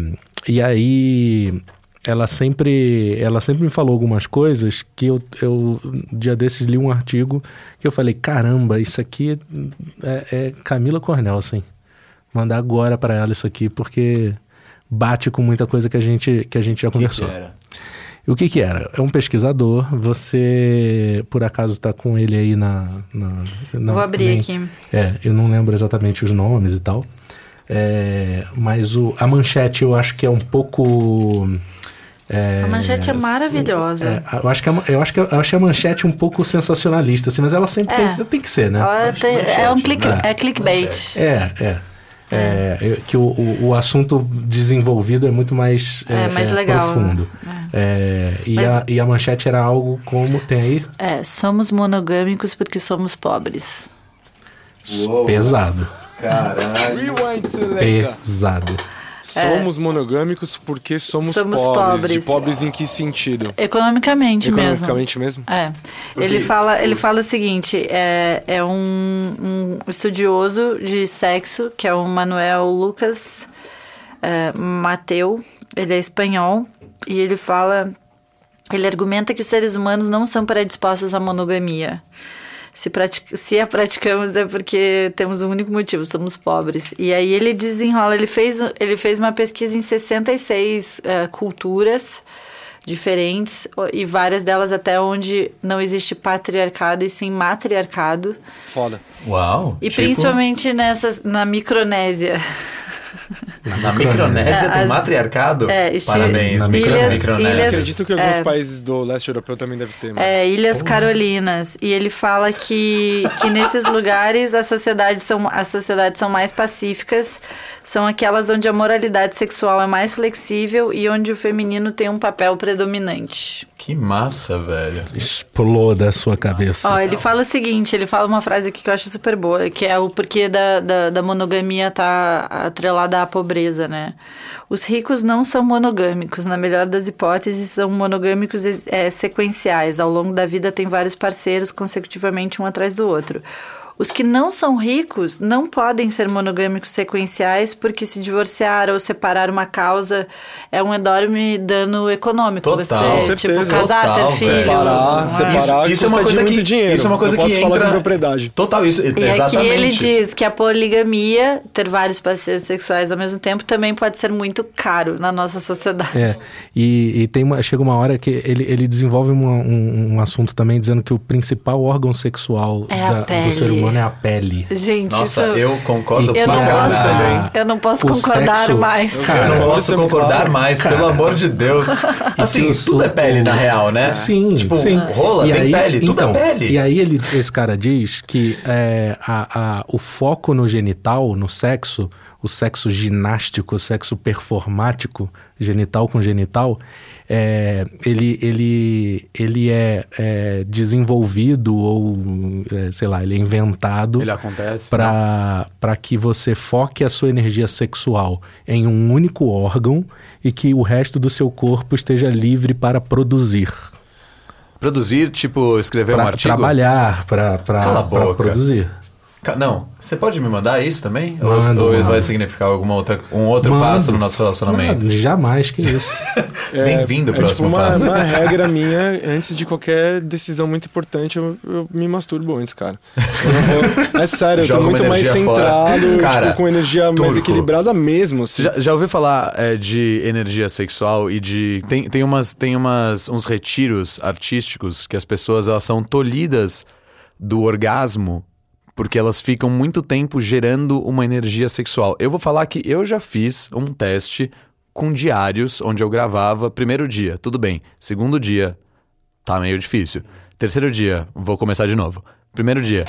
Speaker 2: e aí. Ela sempre, ela sempre me falou algumas coisas que eu, eu um dia desses li um artigo que eu falei, caramba, isso aqui é, é Camila Cornel, assim mandar agora pra ela isso aqui, porque bate com muita coisa que a gente, que a gente já conversou. E o que que era? É um pesquisador, você por acaso tá com ele aí na... na- não,
Speaker 4: Vou abrir
Speaker 2: nem-
Speaker 4: aqui.
Speaker 2: É, eu não lembro exatamente os nomes e tal, É, mas o, a manchete eu acho que é um pouco... é,
Speaker 4: A manchete é maravilhosa.
Speaker 2: é, eu, acho que a, ma- eu, acho que, eu achei a manchete um pouco sensacionalista, assim, mas ela sempre
Speaker 4: É.
Speaker 2: tem, tem que ser, né?
Speaker 4: Ela tem- é um click,
Speaker 2: né?
Speaker 4: é clickbait.
Speaker 2: É, é. É, eu- que o, o, o assunto desenvolvido é muito mais,
Speaker 4: É, mais legal, né?
Speaker 2: profundo. É, e,
Speaker 4: Mas-
Speaker 2: a, e a manchete era algo como tem aí
Speaker 4: É, somos monogâmicos porque somos pobres.
Speaker 2: pesado.
Speaker 5: Rewind
Speaker 2: É.
Speaker 5: Selecta.
Speaker 2: Pesado.
Speaker 5: Somos monogâmicos porque somos,
Speaker 4: Somos
Speaker 5: pobres.
Speaker 4: pobres.
Speaker 5: De pobres em que sentido?
Speaker 4: Economicamente, mesmo.
Speaker 5: Economicamente mesmo?
Speaker 4: É. Ele fala, ele fala o seguinte: é, é um, um estudioso de sexo, que é o Manuel Lucas é, Mateu. Ele é espanhol e ele fala. Ele argumenta que os seres humanos não são predispostos à monogamia. Se, pratic- se a praticamos é porque temos um único motivo, somos pobres. E aí ele desenrola, ele fez, ele fez uma pesquisa em 66 eh, culturas diferentes, o- e várias delas até onde não existe patriarcado e sim matriarcado.
Speaker 5: Foda.
Speaker 1: Uau.
Speaker 4: E
Speaker 1: tipo,
Speaker 4: principalmente nessas, na Micronésia.
Speaker 1: Na Micronésia
Speaker 4: É,
Speaker 1: tem
Speaker 4: as-
Speaker 1: matriarcado?
Speaker 4: é, esse-
Speaker 1: Parabéns,
Speaker 2: Na
Speaker 1: Micronésia.
Speaker 2: Micronésia.
Speaker 4: Ilhas-
Speaker 5: Acredito que alguns países do leste europeu também devem ter, mas
Speaker 4: É, Ilhas Carolinas. E ele fala que, que nesses lugares as sociedades, são, as sociedades são mais pacíficas, são aquelas onde a moralidade sexual é mais flexível e onde o feminino tem um papel predominante.
Speaker 1: Que massa, velho.
Speaker 2: Exploda a sua
Speaker 1: assim,
Speaker 2: cabeça.
Speaker 4: Ó, ele
Speaker 1: tá?
Speaker 4: fala o seguinte, ele fala uma frase aqui que eu acho super boa, que é o porquê da, da, da monogamia tá atrelada à pobreza, né? Os ricos não são monogâmicos, na melhor das hipóteses, são monogâmicos eh, sequenciais. Ao longo da vida tem vários parceiros consecutivamente um atrás do outro. Os que não são ricos não podem ser monogâmicos sequenciais porque se divorciar ou separar uma causa é um enorme dano econômico.
Speaker 1: Total. Com
Speaker 4: Você, tipo,
Speaker 5: certeza.
Speaker 4: casar,
Speaker 1: Total,
Speaker 4: ter filho.
Speaker 1: velho.
Speaker 5: Separar,
Speaker 4: um-
Speaker 5: separar.
Speaker 1: Isso, isso é uma
Speaker 5: custa
Speaker 1: coisa
Speaker 5: muito
Speaker 1: que
Speaker 5: dinheiro.
Speaker 1: Isso é uma coisa
Speaker 5: Eu posso
Speaker 1: que
Speaker 5: falar
Speaker 1: entra
Speaker 5: com propriedade.
Speaker 1: Total isso,
Speaker 2: é
Speaker 4: E
Speaker 1: exatamente.
Speaker 4: aqui ele diz que a poligamia, ter vários parceiros sexuais ao mesmo tempo, também pode ser muito caro na nossa sociedade.
Speaker 2: É, e, e tem uma, chega uma hora que ele, ele desenvolve uma- um, um assunto também dizendo que o principal órgão sexual
Speaker 4: É a
Speaker 2: da- do
Speaker 4: pele.
Speaker 2: ser humano é a pele.
Speaker 4: Gente,
Speaker 1: Nossa,
Speaker 4: isso... é
Speaker 1: eu concordo
Speaker 2: Eu
Speaker 1: pra
Speaker 4: não
Speaker 1: caralho.
Speaker 4: posso,
Speaker 2: também.
Speaker 4: eu não posso
Speaker 2: O
Speaker 4: concordar
Speaker 2: sexo-
Speaker 4: mais.
Speaker 1: Eu não
Speaker 5: Cara,
Speaker 1: posso
Speaker 5: isso é muito
Speaker 1: concordar
Speaker 5: claro.
Speaker 1: mais, pelo amor de
Speaker 2: [laughs]
Speaker 1: Deus. Assim,
Speaker 2: Isso,
Speaker 1: tudo é pele,
Speaker 2: o-
Speaker 1: na real, né?
Speaker 2: Sim,
Speaker 1: Tipo,
Speaker 2: sim.
Speaker 1: rola,
Speaker 2: E
Speaker 1: tem
Speaker 2: aí-
Speaker 1: pele, tudo
Speaker 2: então,
Speaker 1: é pele.
Speaker 2: E aí ele, esse cara diz que é, a- a- o foco no genital, no sexo, o sexo ginástico, o sexo performático, genital com genital, é, ele, ele, ele é, é, desenvolvido ou, é, sei lá, ele é inventado
Speaker 3: Ele acontece. né?
Speaker 2: para que você foque a sua energia sexual em um único órgão e que o resto do seu corpo esteja livre para produzir.
Speaker 1: Produzir, tipo, escrever um
Speaker 2: Pra
Speaker 1: artigo?
Speaker 2: trabalhar, pra,
Speaker 1: Cala a
Speaker 2: pra, pra
Speaker 1: boca.
Speaker 2: produzir.
Speaker 1: Ca- Não, você pode me mandar isso também? Ou-
Speaker 2: Mando,
Speaker 1: ou vai
Speaker 2: mando.
Speaker 1: significar alguma outra, um outro
Speaker 2: Mando.
Speaker 1: passo no nosso relacionamento?
Speaker 2: Não, jamais que
Speaker 1: [laughs]
Speaker 2: isso.
Speaker 1: Bem-vindo ao
Speaker 5: é tipo
Speaker 1: próximo
Speaker 5: uma,
Speaker 1: passo.
Speaker 5: uma regra minha, antes de qualquer decisão muito importante, eu, eu me masturbo antes, cara. Eu não vou- é sério, eu
Speaker 1: Joga
Speaker 5: tô
Speaker 1: uma
Speaker 5: muito mais
Speaker 1: energia fora.
Speaker 5: centrado,
Speaker 1: Cara,
Speaker 5: tipo, com energia mais
Speaker 1: turco.
Speaker 5: equilibrada mesmo.
Speaker 1: Você
Speaker 5: Assim.
Speaker 1: Já, já ouviu falar é, de energia sexual e de. Tem, tem, umas, tem umas, uns retiros artísticos que as pessoas elas são tolhidas do orgasmo porque elas ficam muito tempo gerando uma energia sexual. Eu vou falar que eu já fiz um teste com diários onde eu gravava primeiro dia, tudo bem. Segundo dia, tá meio difícil. Terceiro dia, vou começar de novo. Primeiro dia.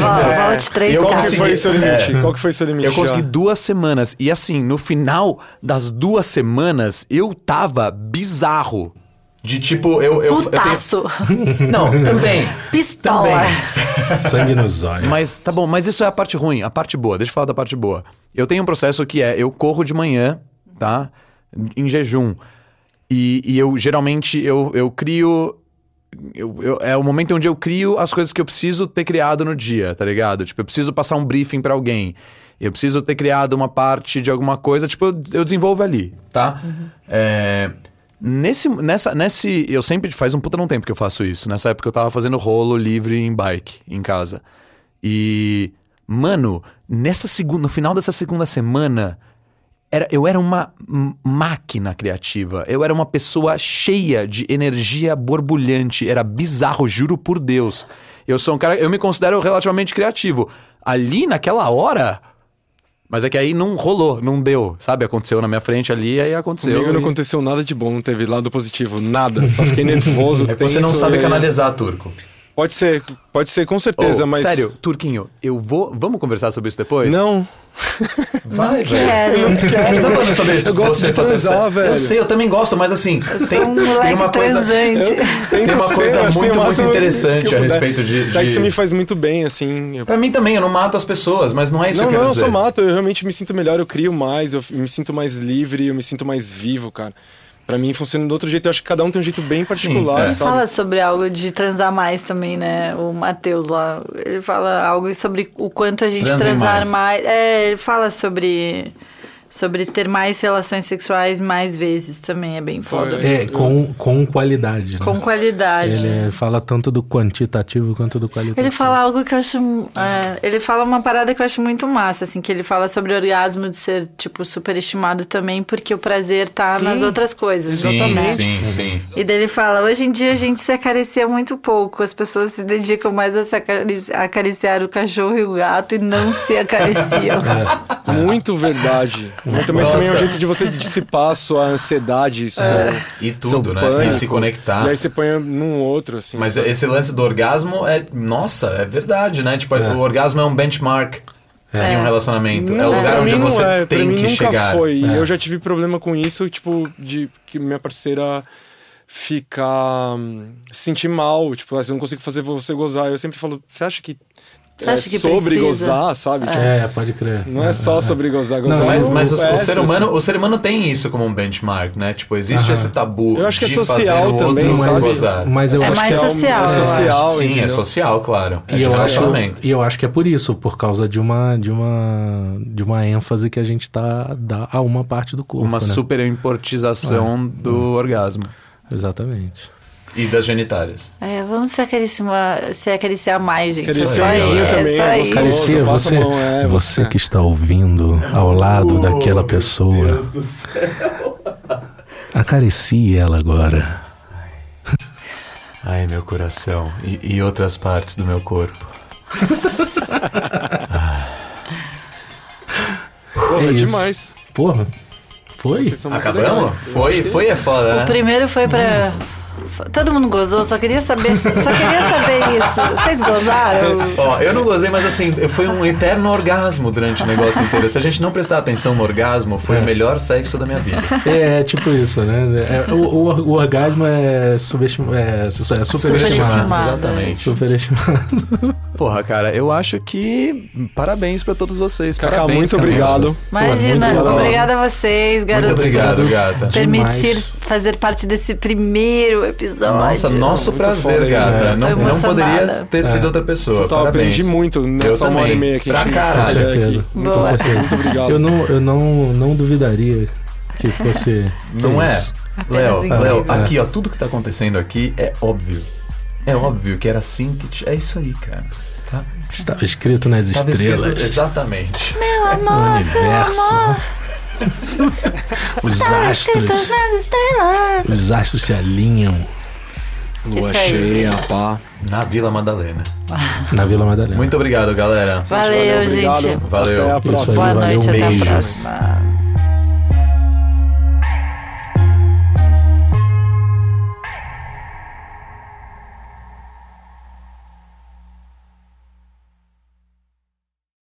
Speaker 4: Vol- Volte três
Speaker 1: eu
Speaker 5: Qual
Speaker 4: caras.
Speaker 1: consegui-
Speaker 5: que
Speaker 1: É.
Speaker 5: foi o seu limite? Qual que foi o seu limite?
Speaker 1: Eu consegui
Speaker 5: já?
Speaker 1: duas semanas. E assim, no final das duas semanas, eu tava bizarro. De tipo, eu. eu, eu [laughs]
Speaker 4: Putaço.
Speaker 1: tenho... Não, também.
Speaker 4: Pistola.
Speaker 2: Sangue nos olhos.
Speaker 1: Mas tá bom, mas isso é a parte ruim, a parte boa. Deixa eu falar da parte boa. Eu tenho um processo que é: eu corro de manhã, tá? Em jejum. E, e eu geralmente eu, eu crio. eu- eu- é o momento onde eu crio as coisas que eu preciso ter criado no dia, tá ligado? Tipo, eu preciso passar um briefing pra alguém. Eu preciso ter criado uma parte de alguma coisa. Tipo, eu, eu desenvolvo ali, tá? É, nesse, nessa, nesse. Eu sempre. Faz um puta não tempo que eu faço isso. Nessa época eu tava fazendo rolo livre em bike, em casa. E. Mano, nessa segunda, no final dessa segunda semana, era, eu era uma m- máquina criativa. Eu era uma pessoa cheia de energia borbulhante. Era bizarro, juro por Deus. Eu sou um cara. Eu me considero relativamente criativo. Ali, naquela hora. Mas é que aí não rolou, não deu, sabe? Aconteceu na minha frente ali, aí aconteceu.
Speaker 5: Comigo não
Speaker 1: E-
Speaker 5: aconteceu nada de bom, não teve lado positivo, nada. Só fiquei nervoso,
Speaker 1: é porque você não
Speaker 5: tenso,
Speaker 1: sabe
Speaker 5: e-
Speaker 1: canalizar, Turco.
Speaker 5: Pode ser, pode ser, com certeza,
Speaker 1: Ô,
Speaker 5: mas...
Speaker 1: Sério, Turquinho, eu vou. Vamos conversar sobre isso depois?
Speaker 5: Não,
Speaker 1: Vai, velho.
Speaker 4: Quero.
Speaker 1: Eu tô falando sobre isso.
Speaker 5: Eu gosto
Speaker 1: você
Speaker 5: de
Speaker 1: fazer
Speaker 5: transar,
Speaker 1: sexo. Eu
Speaker 5: velho.
Speaker 1: sei, eu também gosto, mas assim, tem,
Speaker 4: Sou um
Speaker 1: tem
Speaker 4: moleque
Speaker 1: uma coisa.
Speaker 4: transante.
Speaker 1: Tem uma
Speaker 5: assim,
Speaker 1: coisa muito, muito interessante a respeito de-
Speaker 5: disso. Sexo
Speaker 1: de-
Speaker 5: me faz muito bem, assim... eu-
Speaker 1: Pra mim também, eu não mato as pessoas, mas não é isso
Speaker 5: Não,
Speaker 1: que eu
Speaker 5: não,
Speaker 1: quero
Speaker 5: eu
Speaker 1: dizer.
Speaker 5: só mato, eu realmente me sinto melhor, eu crio mais, eu me sinto mais livre, eu me sinto mais vivo, cara. Pra mim funciona de outro jeito, eu acho que cada um tem um jeito bem particular,
Speaker 1: é.
Speaker 5: sabe?
Speaker 4: Fala sobre algo de transar mais também, né? O Matheus lá. Ele fala algo sobre o quanto a gente
Speaker 1: Transem
Speaker 4: transar
Speaker 1: mais.
Speaker 4: mais. É, ele fala sobre. Sobre ter mais relações sexuais mais vezes também é bem foda.
Speaker 5: Foi.
Speaker 2: É, com, com qualidade. né?
Speaker 4: Com qualidade.
Speaker 5: é
Speaker 2: Ele fala tanto do quantitativo quanto do qualitativo.
Speaker 4: Ele fala algo que eu acho. é, ele fala uma parada que eu acho muito massa, assim, que ele fala sobre o orgasmo de ser, tipo, superestimado também, porque o prazer tá nas outras coisas. exatamente.
Speaker 1: Sim, sim, sim.
Speaker 4: E daí ele fala: hoje em dia a gente se acaricia muito pouco, as pessoas se dedicam mais a se acarici- a acariciar o cachorro e o gato e não se
Speaker 5: [laughs]
Speaker 4: acariciam.
Speaker 5: É. Muito
Speaker 1: [laughs]
Speaker 5: verdade. Muito, mas também é um jeito de você dissipar a sua
Speaker 1: É.
Speaker 5: ansiedade, seu,
Speaker 1: E
Speaker 5: seu
Speaker 1: tudo, né?
Speaker 5: pânico.
Speaker 1: E se conectar.
Speaker 5: E aí você põe num outro, assim.
Speaker 1: Mas esse lance do orgasmo é. Nossa, é verdade, né? Tipo, o orgasmo é um benchmark em um relacionamento. é o
Speaker 5: Não,
Speaker 1: lugar
Speaker 5: pra
Speaker 1: onde
Speaker 5: mim não
Speaker 1: você
Speaker 5: é, pra
Speaker 1: tem
Speaker 5: mim
Speaker 1: que
Speaker 5: nunca
Speaker 1: chegar. É.
Speaker 5: foi. E eu já tive problema com isso, tipo, de que minha parceira ficar. hum, se sentir mal, tipo, assim, eu não consigo fazer você gozar. Eu sempre falo, você acha que. é
Speaker 4: Você acha que
Speaker 5: sobre
Speaker 4: precisa?"
Speaker 5: gozar, sabe? Tipo,
Speaker 2: É, pode crer.
Speaker 5: Não é só sobre gozar, gozar.
Speaker 2: Não,
Speaker 5: é
Speaker 1: Mas,
Speaker 5: um
Speaker 1: mas o, o
Speaker 5: extra,
Speaker 1: ser
Speaker 5: assim.
Speaker 1: humano, o ser humano tem isso como um benchmark, né? Tipo, existe
Speaker 2: Aham.
Speaker 1: esse tabu
Speaker 5: Eu acho que é
Speaker 1: de
Speaker 5: social
Speaker 1: fazer o
Speaker 5: também,
Speaker 1: outro
Speaker 5: sabe?
Speaker 1: gozar.
Speaker 2: Mas eu
Speaker 4: É
Speaker 2: acho
Speaker 4: mais social,
Speaker 5: É
Speaker 4: eu acho.
Speaker 5: social,
Speaker 1: Sim, um é
Speaker 5: entendeu?
Speaker 1: social, claro. É
Speaker 2: E eu,
Speaker 1: de
Speaker 2: acho,
Speaker 1: relacionamento.
Speaker 2: e eu acho que é por isso, por causa de uma, de uma, de uma ênfase que a gente tá, dá a uma parte do corpo.
Speaker 1: Uma
Speaker 2: né?
Speaker 1: super importização do orgasmo.
Speaker 2: Exatamente.
Speaker 1: É. E das genitárias.
Speaker 4: É, vamos se acariciar, se acariciar mais, gente. É só
Speaker 5: Acariciar,
Speaker 4: aí,
Speaker 5: eu também, né?
Speaker 4: é
Speaker 5: eu
Speaker 4: só
Speaker 5: gostaria
Speaker 4: aí.
Speaker 5: de-
Speaker 2: Caricia,
Speaker 5: passa
Speaker 2: você,
Speaker 5: a mão, é,
Speaker 2: você
Speaker 5: você.
Speaker 2: que está ouvindo ao lado
Speaker 5: Oh,
Speaker 2: daquela pessoa. Acaricie ela agora.
Speaker 1: Ai, meu coração. E, e outras partes do meu corpo.
Speaker 5: Porra,
Speaker 2: É
Speaker 5: é
Speaker 2: isso.
Speaker 5: demais.
Speaker 2: Porra, foi?
Speaker 5: Vocês são muito
Speaker 1: Acabamos?
Speaker 5: legais.
Speaker 1: Foi, foi é foda,
Speaker 4: O
Speaker 1: né?
Speaker 4: primeiro foi pra. f- Todo mundo gozou, só queria saber, só queria saber isso. Vocês gozaram?
Speaker 1: Ó, eu não gozei, mas assim, foi um eterno orgasmo durante o negócio inteiro. Se a gente não prestar atenção no orgasmo, foi o melhor sexo da minha vida.
Speaker 2: É, é tipo isso, né? É, o, o, o orgasmo é, subestim... é, su- é superestimado.
Speaker 4: Superestimado.
Speaker 1: Exatamente.
Speaker 2: Superestimado.
Speaker 1: Porra, cara, eu acho que parabéns pra todos vocês.
Speaker 5: Cacá,
Speaker 1: parabéns,
Speaker 5: Tá, muito
Speaker 1: Camila.
Speaker 5: obrigado.
Speaker 4: Imagina,
Speaker 2: muito legal.
Speaker 4: obrigada a vocês,
Speaker 1: Muito
Speaker 4: garotos.
Speaker 1: obrigado,
Speaker 2: Obrigado.
Speaker 1: gata.
Speaker 4: Permitir
Speaker 2: Demais.
Speaker 4: fazer parte desse primeiro episódio.
Speaker 1: Nossa, nosso
Speaker 5: Muito
Speaker 1: prazer,
Speaker 5: foda,
Speaker 1: gata.
Speaker 5: né? É.
Speaker 1: Não,
Speaker 4: Estou
Speaker 1: não poderia
Speaker 4: emocionada.
Speaker 1: ter sido outra pessoa.
Speaker 5: Total,
Speaker 1: Parabéns.
Speaker 5: aprendi muito
Speaker 1: Eu
Speaker 5: nessa uma hora
Speaker 1: também.
Speaker 5: e meia que a
Speaker 1: Pra
Speaker 5: gente
Speaker 2: Com
Speaker 1: caralho.
Speaker 5: trabalha aqui.
Speaker 2: certeza. Com
Speaker 4: Boa.
Speaker 2: certeza.
Speaker 5: Muito obrigado.
Speaker 2: Eu não, eu não, não duvidaria que fosse.
Speaker 1: Não é?
Speaker 2: isso.
Speaker 1: Léo,
Speaker 4: incrível.
Speaker 1: Léo,
Speaker 2: É.
Speaker 1: aqui, ó, tudo que tá acontecendo aqui é óbvio. É óbvio que era assim que. t- É isso aí, cara. Tá,
Speaker 2: Estava escrito nas
Speaker 1: tava
Speaker 2: estrelas.
Speaker 1: escrito exatamente.
Speaker 4: Meu amor, seu
Speaker 2: Universo.
Speaker 4: amor.
Speaker 2: Os
Speaker 4: Estão escritas
Speaker 2: astros.
Speaker 4: nas estrelas.
Speaker 2: Os astros se alinham
Speaker 5: Lua
Speaker 4: Isso aí,
Speaker 5: cheia,
Speaker 4: gente.
Speaker 5: pá.
Speaker 1: Na Vila Madalena.
Speaker 2: na Vila Madalena.
Speaker 1: Muito obrigado, galera.
Speaker 4: Valeu, gente.
Speaker 5: Obrigado.
Speaker 1: Valeu.
Speaker 5: Até a
Speaker 2: Isso aí,
Speaker 5: próxima.
Speaker 4: Boa
Speaker 2: valeu,
Speaker 4: noite, até a
Speaker 1: beijos.
Speaker 4: próxima.